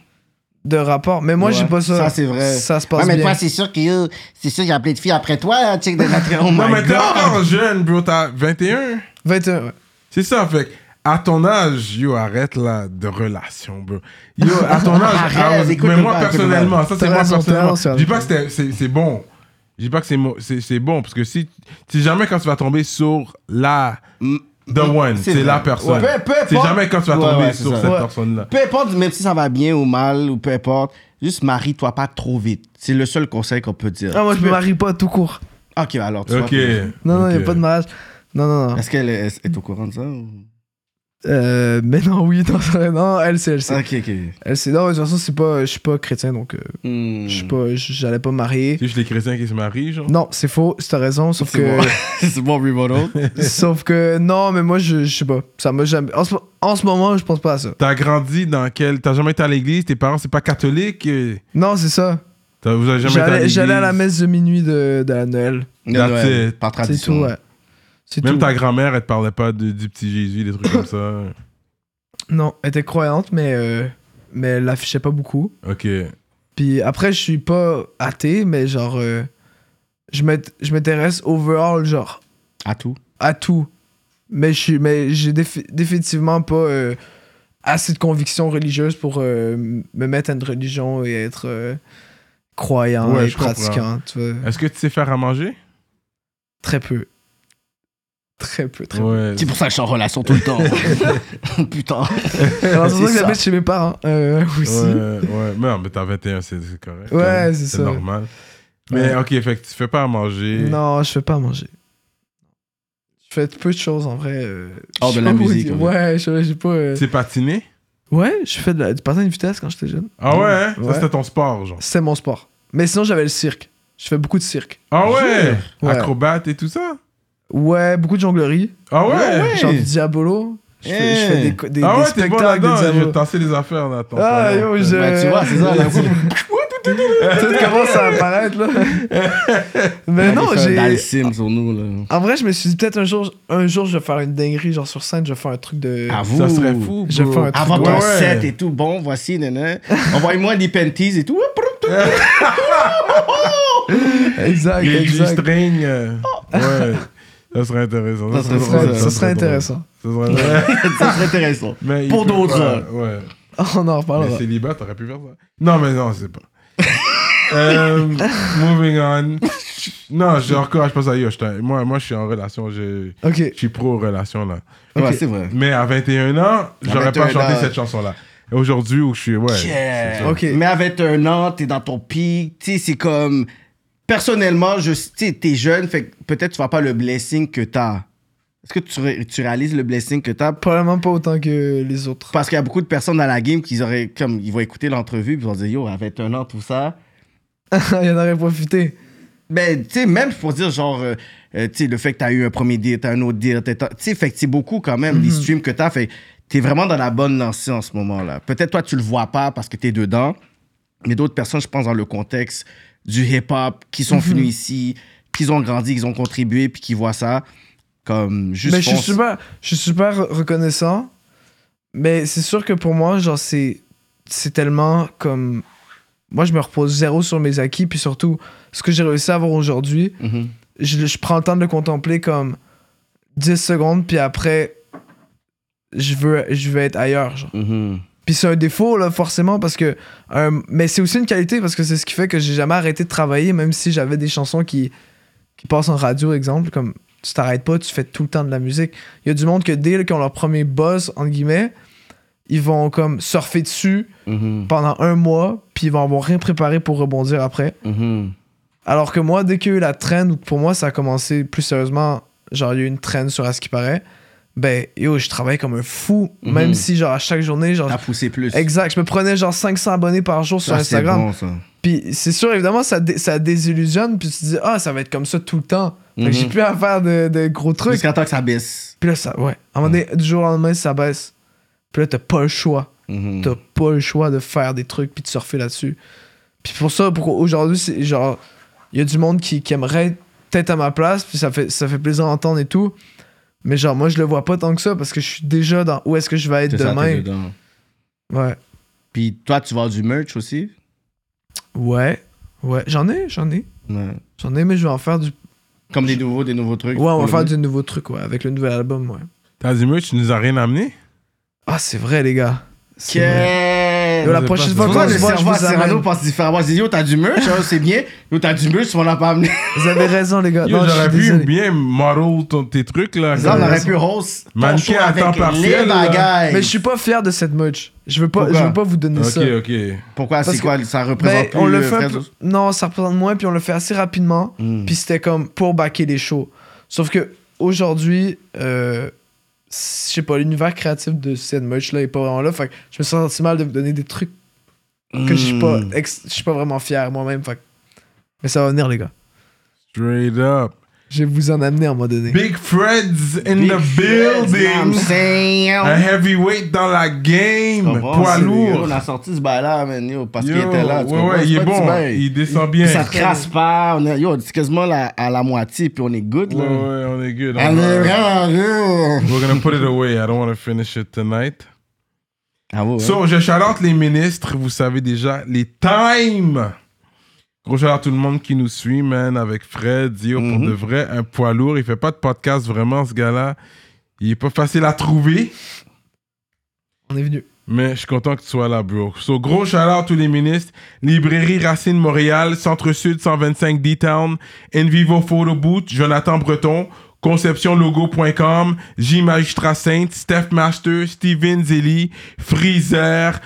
C: de rapport. Mais moi,
B: Ouais.
C: j'ai pas ça.
B: Ça, c'est vrai.
C: Ça se
B: Ouais,
C: passe
B: mais
C: bien.
B: toi, c'est sûr qu'il y a- c'est sûr qu'il y a plein de filles après toi, là, check de la Oh
A: non, mais
B: my
A: t'es
B: god!
A: encore jeune, bro. T'as 21.
C: 21. ouais.
A: C'est ça, fait que, à ton âge, yo, arrête là de relation, bro. Yo, à ton âge,
B: Arrête,
A: I was-
B: écoute
A: mais
B: le
A: moi
B: pas, écoute le
A: personnellement, ça c'est
C: T'as
A: moi
C: raison, t'as
A: personnellement.
C: raison,
A: Je dis pas que c'était- c'est c'est bon. Je dis pas que c'est mo- c'est c'est bon, parce que si, si jamais quand tu vas tomber sur la, the one,
B: Mm, c'est
A: c'est la
B: vrai.
A: personne.
B: Ouais. Peu- peu
A: C'est
B: importe.
A: jamais quand tu vas
B: Ouais,
A: tomber
B: ouais, c'est
A: sur
B: ça.
A: cette
B: Ouais.
A: personne-là.
B: Peu importe, même si ça va bien ou mal, ou peu importe, juste marie-toi pas trop vite. C'est le seul conseil qu'on peut dire.
C: Ah, moi, je me marie pas tout court.
B: Ok, bah, alors tu vois
A: Ok.
B: que-
C: Non, non,
A: Ok.
C: y a pas de mariage. Non, non, non.
B: Est-ce qu'elle est, est au courant de ça? ou-
C: Euh, mais non, oui, non, non elle, c'est elle. c'est-
B: Ok, ok.
C: Elle, Euh, c'est. Non, de toute façon, c'est pas, je suis pas chrétien, donc euh,
B: Hmm.
C: je suis pas, j'allais pas me marier.
A: C'est juste les chrétiens qui se marient, genre.
C: Non, c'est faux, c'est ta raison, sauf
B: C'est
C: que.
B: bon. C'est bon, remodel.
C: Sauf que non, mais moi je, je sais pas. Ça m'a jamais. En ce, en ce moment, je pense pas à ça.
A: T'as grandi dans quel. T'as jamais été à l'église, tes parents, c'est pas catholique. euh,
C: Non, c'est ça.
A: T'as- Vous avez jamais été à
C: J'allais
A: l'église.
C: j'allais à la messe de minuit de, de la Noël.
B: Non,
A: That's
B: ouais,
A: it.
B: Par
C: C'est tout,
B: tradition.
C: ouais. C'est
A: Même
C: tout.
A: ta grand-mère, elle te parlait pas de- du petit Jésus, des trucs comme ça.
C: Non, elle était croyante, mais, euh, mais elle l'affichait pas beaucoup.
A: Ok.
C: Puis après, je suis pas athée, mais genre. euh, je m'int- je m'intéresse overall, genre,
B: À tout.
C: à tout. Mais je suis. Mais j'ai défi- définitivement pas. euh, assez de convictions religieuses pour euh, me mettre à une religion et être euh, croyant
A: Ouais,
C: et
A: je comprends.
C: pratiquant. Tu vois.
A: Est-ce que tu sais faire à manger?
C: Très peu. Très peu, très
A: Ouais.
B: C'est pour ça que je suis en relation tout le temps. Putain.
C: peu. Alors, c'est pour ça
B: C'est
C: que
B: ça.
C: j'habite chez mes parents euh, aussi.
A: Ouais, ouais. Mais non, mais t'as 21, c'est c'est correct.
C: Ouais,
A: Comme,
C: c'est ça.
A: C'est normal. Mais
C: Ouais.
A: ok, fait que tu fais pas à manger.
C: Non, je fais pas à manger. Je fais peu de choses en vrai. euh,
B: Hors
C: je
B: de
C: sais
B: la
C: pas où
B: musique,
C: dire.
B: en
C: Ouais, je- j'ai pas. euh,
A: Tu sais patiner?
C: Ouais, je fais de la... du patin de vitesse quand j'étais jeune.
A: Ah ouais? hein?
C: Ouais.
A: Ça, c'était ton sport, genre.
C: C'était mon sport. Mais sinon, j'avais le cirque. Je fais beaucoup de cirque.
A: Ah ouais?
C: Ouais.
A: Acrobate et tout ça?
C: Ouais, beaucoup de jonglerie.
A: Ah ouais?
B: ouais. Hey.
C: Genre du diabolo. Je fais, je fais des, co- des,
A: Ah
C: des
A: ouais, t'es bon
C: spectacles
A: là-dedans.
C: de
A: Je vais
C: diabolo.
A: tasser les affaires là. attends.
C: Ah, yo, je.
B: Ben, tu vois, c'est ça, là,
C: Tout commence à apparaître, là.
A: Ben
C: Mais non, j'ai.
B: Dans le sim sur nous, là.
C: En vrai, je me suis dit peut-être un jour, un jour, je vais faire une dinguerie, genre sur scène, je vais faire un truc de.
B: À vous.
A: Ça serait fou.
C: je vais
A: bro.
C: faire un truc
B: Avant
C: de-
B: ton
A: Ouais, ouais.
B: set et tout, bon, voici, nana. Envoyez-moi des panties et tout.
C: Exact,
A: Les
C: exact. Oh.
A: G-strings. euh, Ouais. Ça serait intéressant.
B: Ça serait
C: Ça serait,
B: Ouais,
C: ça serait
A: drôle.
C: intéressant.
A: Ça serait-
B: ça serait intéressant.
A: Mais il
B: Pour
A: peut
B: d'autres
A: pas,
B: heures.
A: Ouais.
C: On en
A: Mais
C: reparlera.
A: célibat, t'aurais pu faire ça. Non, mais non, c'est pas. Euh, moving on. Non, je encourage pas ça. Yo, je t'ai- moi, moi, je suis en relation. Je,
C: Ok.
A: je suis pro-relation, là.
B: Ouais,
C: Ok.
B: c'est vrai.
A: Mais à 21 ans, j'aurais pas
B: 21
A: chanté
B: ans.
A: cette chanson-là. Aujourd'hui, où je suis, ouais. c'est
B: Yeah.
A: ça.
C: Ok.
B: Mais avec un an, t'es dans ton pic, tu sais, c'est comme. Personnellement, je, tu sais, t'es jeune, fait que peut-être tu vas pas le blessing que t'as. Est-ce que tu, ré- tu réalises le blessing que t'as?
C: Probablement pas autant que les autres.
B: Parce qu'il y a beaucoup de personnes dans la game qui auraient, comme, ils vont écouter l'entrevue, puis ils vont dire, yo, avec un an, tout ça.
C: Il y en aurait profité.
B: Ben, tu sais, même pour dire, genre, euh, euh, tu sais, le fait que t'as eu un premier deal, t'as un autre deal, t'as- t'as- tu sais, fait que c'est beaucoup quand même,
C: Mhm.
B: les streams que t'as, fait que t'es vraiment dans la bonne lancée en ce moment-là. Peut-être toi, tu le vois pas parce que t'es dedans, mais d'autres personnes, je pense, dans le contexte du hip-hop, qui
C: Mhm.
B: sont venus ici, qui ont grandi, qui ont contribué, puis qui voient ça comme juste.
C: mais Ben, je suis
B: fonce.
C: super, je suis super reconnaissant. Mais c'est sûr que pour moi, genre, c'est, c'est tellement comme. Moi, je me repose zéro sur mes acquis, puis surtout, ce que j'ai réussi à avoir aujourd'hui,
B: Mhm.
C: je, je prends le temps de le contempler comme 10 secondes, puis après, je veux, je veux être ailleurs. Genre.
B: Mhm.
C: Puis c'est un défaut, là, forcément, parce que. euh, mais c'est aussi une qualité, parce que c'est ce qui fait que j'ai jamais arrêté de travailler, même si j'avais des chansons qui, qui passent en radio, exemple, comme tu t'arrêtes pas, tu fais tout le temps de la musique. Il y a du monde que dès qu'ils ont leur premier buzz, entre guillemets, ils vont comme surfer dessus
B: Mhm.
C: pendant un mois, puis ils vont avoir rien préparé pour rebondir après.
B: Mhm.
C: Alors que moi, dès qu'il y a eu la traîne, ou que pour moi, ça a commencé plus sérieusement, genre il y a eu une traîne sur à ce qui paraît, ben yo, je travaillais comme un fou,
B: Mhm.
C: même si genre à chaque journée, genre.
B: T'as poussé plus.
C: Exact, je me prenais genre 500 abonnés par jour sur
B: Ça, Ah, c'est
C: Instagram.
B: bon, ça.
C: Puis c'est sûr, évidemment, ça, dé- ça désillusionne, puis tu te dis, ah, ça va être comme ça tout le temps. Fait que
B: Mhm.
C: j'ai plus à faire de, de gros trucs.
B: Jusqu'à temps que ça baisse.
C: Puis là, ça, ouais. À un moment donné, du jour au lendemain, ça baisse. Puis là, t'as pas le choix.
B: Mhm.
C: T'as pas le choix de faire des trucs puis de surfer là-dessus. Puis pour ça, pour aujourd'hui, c'est genre, il y a du monde qui, qui aimerait peut-être à ma place, puis ça fait, ça fait plaisir à entendre et tout. Mais genre, moi, je le vois pas tant que ça parce que je suis déjà dans où est-ce que je vais être
B: C'est ça, t'es
C: demain.
B: dedans.
C: Ouais.
B: Puis toi, tu vends du merch aussi?
C: Ouais. Ouais. J'en ai, j'en ai.
B: Ouais.
C: J'en ai, mais je vais en faire du.
B: Comme des nouveaux, des nouveaux trucs.
C: Ouais, on va
B: pour
C: faire
B: le
C: du nouveau truc, ouais, avec le nouvel album, ouais.
A: T'as dit, mais tu nous as rien amené?
C: Ah, c'est vrai, les gars. C'est vrai. Yo,
B: Yeah.
C: la
A: Vous
C: prochaine
A: êtes
C: fois
A: pas-
C: qu'on
B: Pourquoi
C: se
B: le
C: voit, je
B: cerveau à
C: vous
B: Cyrano
C: amène.
B: pense différemment? Je dis, yo, t'as du merch, hein, c'est bien. Yo, t'as du merch, on l'a pas amené.
C: Vous avez raison, les gars.
A: Yo,
C: Ah, Non, je
A: J'aurais
C: suis
A: pu
C: désolé.
A: bien model ton- tes trucs là.
B: Ça, on
A: comme-
B: aurait pu host. ton
A: Mannequin
B: show
A: à
B: avec
A: temps partiel,
B: les
A: là.
B: bagailles.
C: Mais je suis pas fier de cette merch. Je veux pas, je
B: Pourquoi
C: veux pas vous donner
A: Ok,
C: ça.
A: ok.
B: Pourquoi?
C: Parce
B: C'est
C: que-
B: quoi? Ça
C: Ben,
B: représente plus
C: on le
B: euh,
C: fait un
B: Fred
C: peu-
B: Oust-
C: Non, ça représente moins, puis on le fait assez rapidement.
B: Hmm.
C: Puis c'était comme pour baquer les shows. Sauf que aujourd'hui, euh, je sais pas, l'univers créatif de cette merch-là est pas vraiment là. Fait que je me suis senti mal de vous donner des trucs que je suis pas,
A: Hmm.
B: Mm.
C: ex- je suis pas vraiment fier moi-même. Fait que- Mais ça va venir, les gars.
A: Straight up.
C: Je vais vous en amener à un moment donné.
A: Big Fred's in
B: Big
A: the
B: shit,
A: building.
B: I'm saying.
A: Un heavyweight dans la
B: Tu
A: game.
B: comprends?
A: Poids
B: C'est le gars,
A: lourd.
B: On a sorti ce bail-là, man, yo, parce qu'il
A: Yo,
B: était là.
A: ouais,
B: tu comprends?
A: ouais,
B: C'est
A: il est
B: pas petit
A: bon.
B: bail.
A: Il descend
B: Puis
A: bien.
B: ça crasse pas. On est, yo, c'est quasiment la- à la moitié, puis on est good,
A: Ouais, ouais,
B: là.
A: on est good.
B: On est vraiment good.
A: We're gonna put it away. I don't want to finish it tonight.
B: Ah ouais, ouais.
A: So, je chalote les ministres, vous savez déjà, les times. Gros shout out à tout le monde qui nous suit, man, avec Fred, Dio, pour
B: Mhm.
A: de vrai, un poids lourd. Il fait pas de podcast vraiment, ce gars-là. Il est pas facile à trouver,
C: On est venu.
A: mais je suis content que tu sois là, bro. So, gros shout out à tous les ministres. Librairie Racine Montréal, Centre-Sud 125 D-Town, Envivo Photo Boot, Jonathan Breton, conceptionlogo.com, J Magistrat Saint, Steph Master, Steven Zilli, Freezer,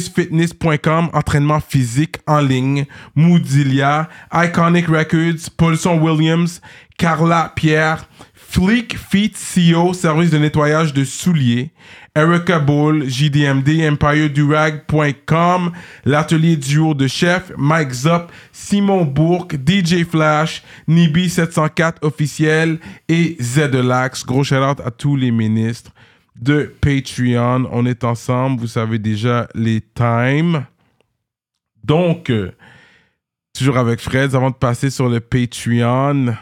A: sansfocusfitness.com, entraînement physique en ligne, Moodilia, Iconic Records, Paulson Williams, Carla Pierre, Fleek Feet CO, E service de nettoyage de souliers, Erica Ball, JDMD, EmpireDurag.com, l'atelier duo de chef, Mike Zop, Simon Bourque, DJ Flash, Nibi 704 officiel et Zedelax. Gros shout out à tous les ministres de Patreon. On est ensemble, vous savez déjà les times. Donc, euh, toujours avec Fred, avant de passer sur le Patreon,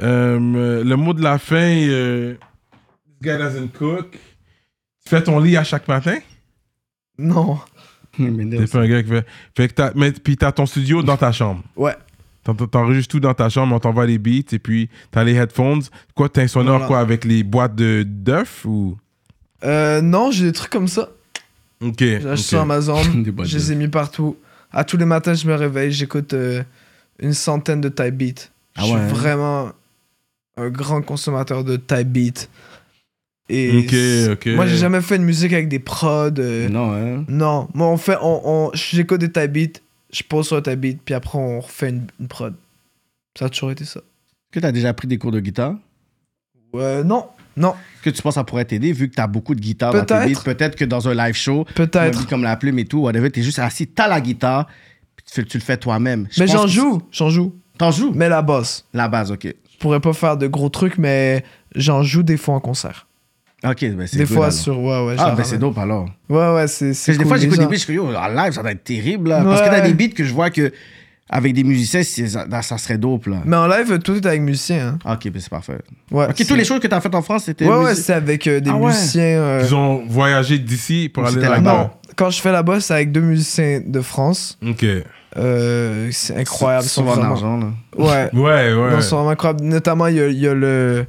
A: euh, le mot de la fin, euh, This guy doesn't cook. Tu fais ton lit à chaque matin?
C: Non.
B: Mais
A: T'es pas un gars qui fait. fait que t'as, mais, puis t'as ton studio dans ta chambre.
C: Ouais.
A: T'en- t'en- T'enregistres tout dans ta chambre, on t'envoie les beats et puis t'as les headphones. Quoi, t'es un sonore
C: Voilà.
A: quoi avec les boîtes de d'œufs ou.
C: Euh, non, j'ai des trucs comme ça.
A: Ok.
C: J'ai
A: ok.
C: acheté sur Amazon.
B: Des boîtes
C: Je
B: de-
C: les ai mis partout. À tous les matins, je me réveille, j'écoute euh, une centaine de type beat.
B: Ah
C: je
B: ouais, hein?
C: suis vraiment un grand consommateur de type beat. Et
A: Ok,
C: c'est-
A: ok.
C: Moi, j'ai jamais fait de musique avec des prods. euh, non.
B: Non, hein.
C: moi, on fait, on, on- j'écoute des type beats, je pose sur le type beat, puis après, on refait une, une prod. Ça a toujours été ça.
B: Est-ce que t'as déjà pris des cours de guitare?
C: Euh, non, non,
B: Est-ce que tu penses que ça pourrait t'aider vu que t'as beaucoup de guitare dans tes
C: Peut-être.
B: beats? Peut-être que dans un live show, un
C: peut-être.
B: hobby comme la plume et tout, whatever, t'es juste assis, t'as la guitare, puis tu, fais- tu le fais toi-même. Je
C: Mais
B: pense
C: j'en
B: que-
C: joue, j'en joue.
B: T'en joues?
C: Mais la bosse.
B: La base, ok.
C: Je pourrais pas faire de gros trucs, mais j'en joue des fois en concert.
B: Ok, ben c'est
C: Des
B: good,
C: fois
B: alors.
C: sur. Ouais, ouais, je
B: Ah,
C: la
B: ben c'est
C: ramène.
B: dope alors.
C: Ouais, ouais, c'est.
B: Parce que
C: c'est
B: des
C: cool,
B: fois, j'écoute
C: les
B: des
C: gens.
B: beats, je suis comme, yo, en live, ça doit être terrible. Là. Parce que
C: Ouais.
B: t'as des beats que je vois que avec des musiciens, c'est- ça, ça serait dope. Là.
C: Mais en live, tout est avec musiciens. Hein.
B: Ah, Ok, ben c'est parfait.
C: Ouais,
B: Ok,
C: c'est-
B: tous les choses que t'as faites en France, c'était.
C: Ouais, ouais,
B: musique-
C: c'est avec euh, des
B: Ah ouais.
C: musiciens. euh,
A: Ils ont voyagé d'ici pour
B: Ou
A: aller
B: c'était
A: là-bas.
C: Non, quand je fais la bosse, c'est avec deux musiciens de France.
A: Ok. Ouais,
C: Euh, c'est incroyable. ils sont
B: Souvent en
C: vraiment-
B: argent, là.
C: Ouais,
A: ouais.
C: non, ils sont vraiment incroyables. Notamment, il y a, il y a le.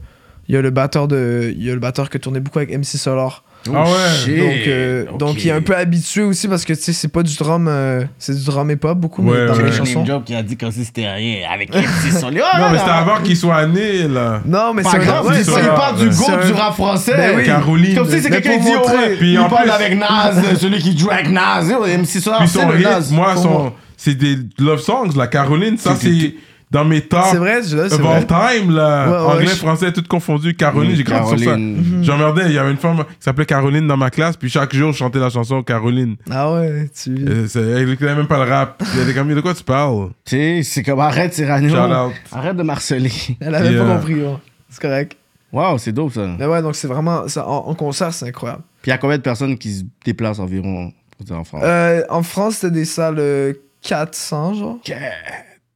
C: Il y a le batteur de il y a le batteur que tournait beaucoup avec MC Solar.
A: Ah ouais.
B: Oh, shit.
C: donc euh,
B: Ok.
C: donc il est un peu habitué aussi parce que tu sais c'est pas du drum euh, c'est du drum et pop beaucoup mais
A: Ouais,
C: dans
A: ouais.
C: les
B: C'est
C: chansons.
B: Name Job qui a dit comme si c'était rien avec MC Solar. Oh,
A: Non, mais c'était
B: là.
A: avant qu'ils soient nés, là.
C: Non mais
B: Pas
C: c'est
B: grave,
C: ouais,
B: c'est
C: c'est
B: ça, il
A: un-
B: parle du
A: c'est
B: groupe
C: un-
B: du rap français.
C: Ben oui.
A: Caroline.
B: Comme si c'est
C: Mais
B: quelqu'un
C: pour
B: qui dit, oh,
C: montrer.
B: ouais,
A: Puis
B: il
A: en
B: parle
A: plus-
B: avec Nas, euh, celui qui joue avec Nas. Yo, MC Solar,
A: Puis son
B: c'est le
A: hit,
B: Nas.
A: moi,
B: Pour
A: son, c'est des love songs, la Caroline, ça, c'est dans mes
C: c'est
A: tops
C: vrai, je- là, c'est
A: of
C: vrai.
A: all time, là.
C: Ouais, ouais,
A: Anglais,
C: je-
A: français, tout confondu. Caroline,
B: Mm,
A: j'ai grandi sur ça.
B: Caroline.
A: J'emmerdais, il y avait une femme qui s'appelait Caroline dans ma classe, puis chaque jour, je chantais la chanson Caroline.
C: Ah ouais, tu
A: Euh, c'est- Elle écoutait même pas le rap. Elle était comme, de quoi tu parles?
B: Tu sais, c'est comme arrête, Cyrano.
A: Shout out.
B: Arrête de marceler.
C: elle avait
A: Yeah.
C: pas compris. ouais. C'est correct.
B: Waouh, c'est dope ça.
C: Mais ouais, donc c'est vraiment. ça, en, en concert, c'est incroyable.
B: Puis il y a combien de personnes qui se déplacent environ pour dire en France
C: Euh, en France, c'était des salles euh, 400, genre.
B: Ok,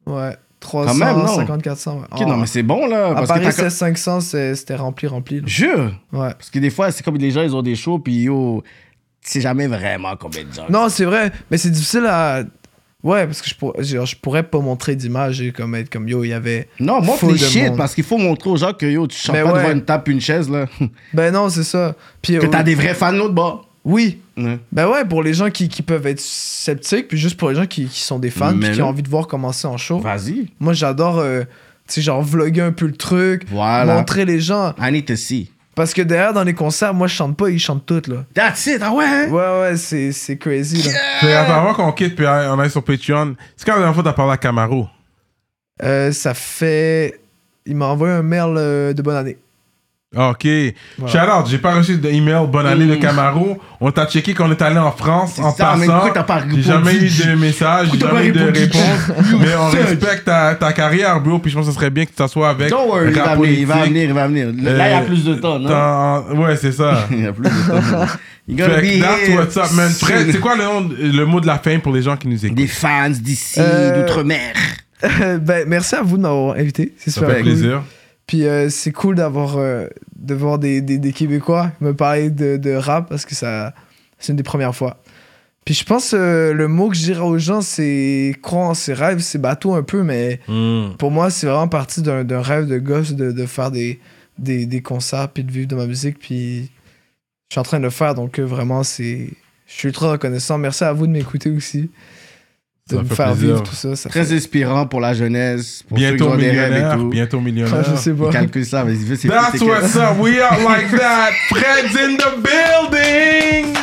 C: Ouais.
B: Quand même, non.
C: 350, 400. Ouais. Ah.
B: Ok, non, mais c'est bon là.
C: Oh. à
B: Parce
C: Paris,
B: que t'as
C: c'était 500, c'est- c'était rempli, rempli. là.
B: Jure.
C: Ouais.
B: Parce que des fois, c'est comme les gens, ils ont des shows, puis yo, tu sais jamais vraiment combien de gens.
C: Non, c'est vrai, mais c'est difficile à. Ouais, parce que je, pour- genre, je pourrais pas montrer d'image et comme être comme yo, il y avait.
B: Non, montre
C: Full
B: les
C: de
B: shit,
C: monde.
B: parce qu'il faut montrer aux gens que yo, tu chantes
C: Mais
B: pas
C: ouais.
B: devant une table puis une chaise là.
C: Ben non, c'est ça. Puis,
B: que
C: euh,
B: t'as des vrais fans de l'autre bord.
C: Oui.
B: Ouais.
C: Ben ouais, pour les gens qui, qui peuvent être sceptiques, puis juste pour les gens qui, qui sont des fans,
B: Mais
C: puis qui
B: là-
C: ont envie de voir comment c'est en show.
B: Vas-y.
C: Moi, j'adore, euh, tu sais, genre, vloguer un peu le truc,
B: Voilà.
C: montrer les gens.
B: I need to see.
C: Parce que derrière, dans les concerts, moi, je chante pas, ils chantent toutes, là.
B: That's it, ah ouais.
C: Ouais, ouais, c'est, c'est crazy, là.
A: Fait, attends, avant qu'on quitte, puis on aille sur Patreon, c'est quand la dernière fois que t'as parlé à Camaro?
C: Euh, ça fait... Il m'a envoyé un mail euh, de bonne année.
A: Ah, Ok. Shout out, j'ai pas reçu d'email. Bonne année, le Camaro. On t'a checké quand on est allé en France
B: C'est
A: en
B: ça, mais
A: passant.
B: pourquoi t'as pas
A: J'ai jamais eu
B: répondu?
A: de message, j'ai
B: Pourquoi t'as
A: jamais eu de
B: pas répondu?
A: réponse. mais on
B: Sérieux?
A: respecte ta, ta carrière, bro. Puis je pense que ce serait bien que tu t'assoies avec.
B: Don't worry, il va
A: rap
B: venir, il va
A: politique.
B: venir, il va venir. Là, il y
C: Euh,
B: a plus de temps, non?
A: T'en- Euh, Ouais, c'est ça.
B: Il y a plus de temps. You gotta
A: Fait
B: be
A: que that's
B: here
A: what's up, man.
B: soon.
A: Fred, c'est quoi le, nom- le mot de la fin pour les gens qui nous écoutent?
B: Des fans d'ici,
C: Euh,
B: d'outre-mer.
C: ben, merci à vous de m'avoir invité. C'est
A: Ça
C: super
A: fait
C: cool.
A: plaisir.
C: Puis euh, c'est cool d'avoir euh, de voir des, des, des Québécois me parler de, de rap parce que ça c'est une des premières fois. Puis je pense euh, le mot que je dirais aux gens c'est croire en ses rêves, c'est bateau un peu, mais
A: Mm.
C: pour moi c'est vraiment parti d'un d'un rêve de gosse de, de faire des, des, des concerts puis de vivre de ma musique. Puis je suis en train de le faire donc euh, vraiment c'est. Je suis ultra reconnaissant. Merci à vous de m'écouter aussi. De
A: Ça
C: me
A: fait
C: faire
A: plaisir.
C: vivre tout ça. ça
B: Très
C: fait-
B: inspirant pour la jeunesse, pour ceux qui
A: Bientôt
B: ont des rêves et
A: millionnaire.
B: tout. Ah,
A: Bientôt millionnaire.
C: je sais pas.
B: Ils calculent ça, mais ils veulent- c'est
A: That's
B: c'est-
A: what's up. We are like that. Fred's in the building.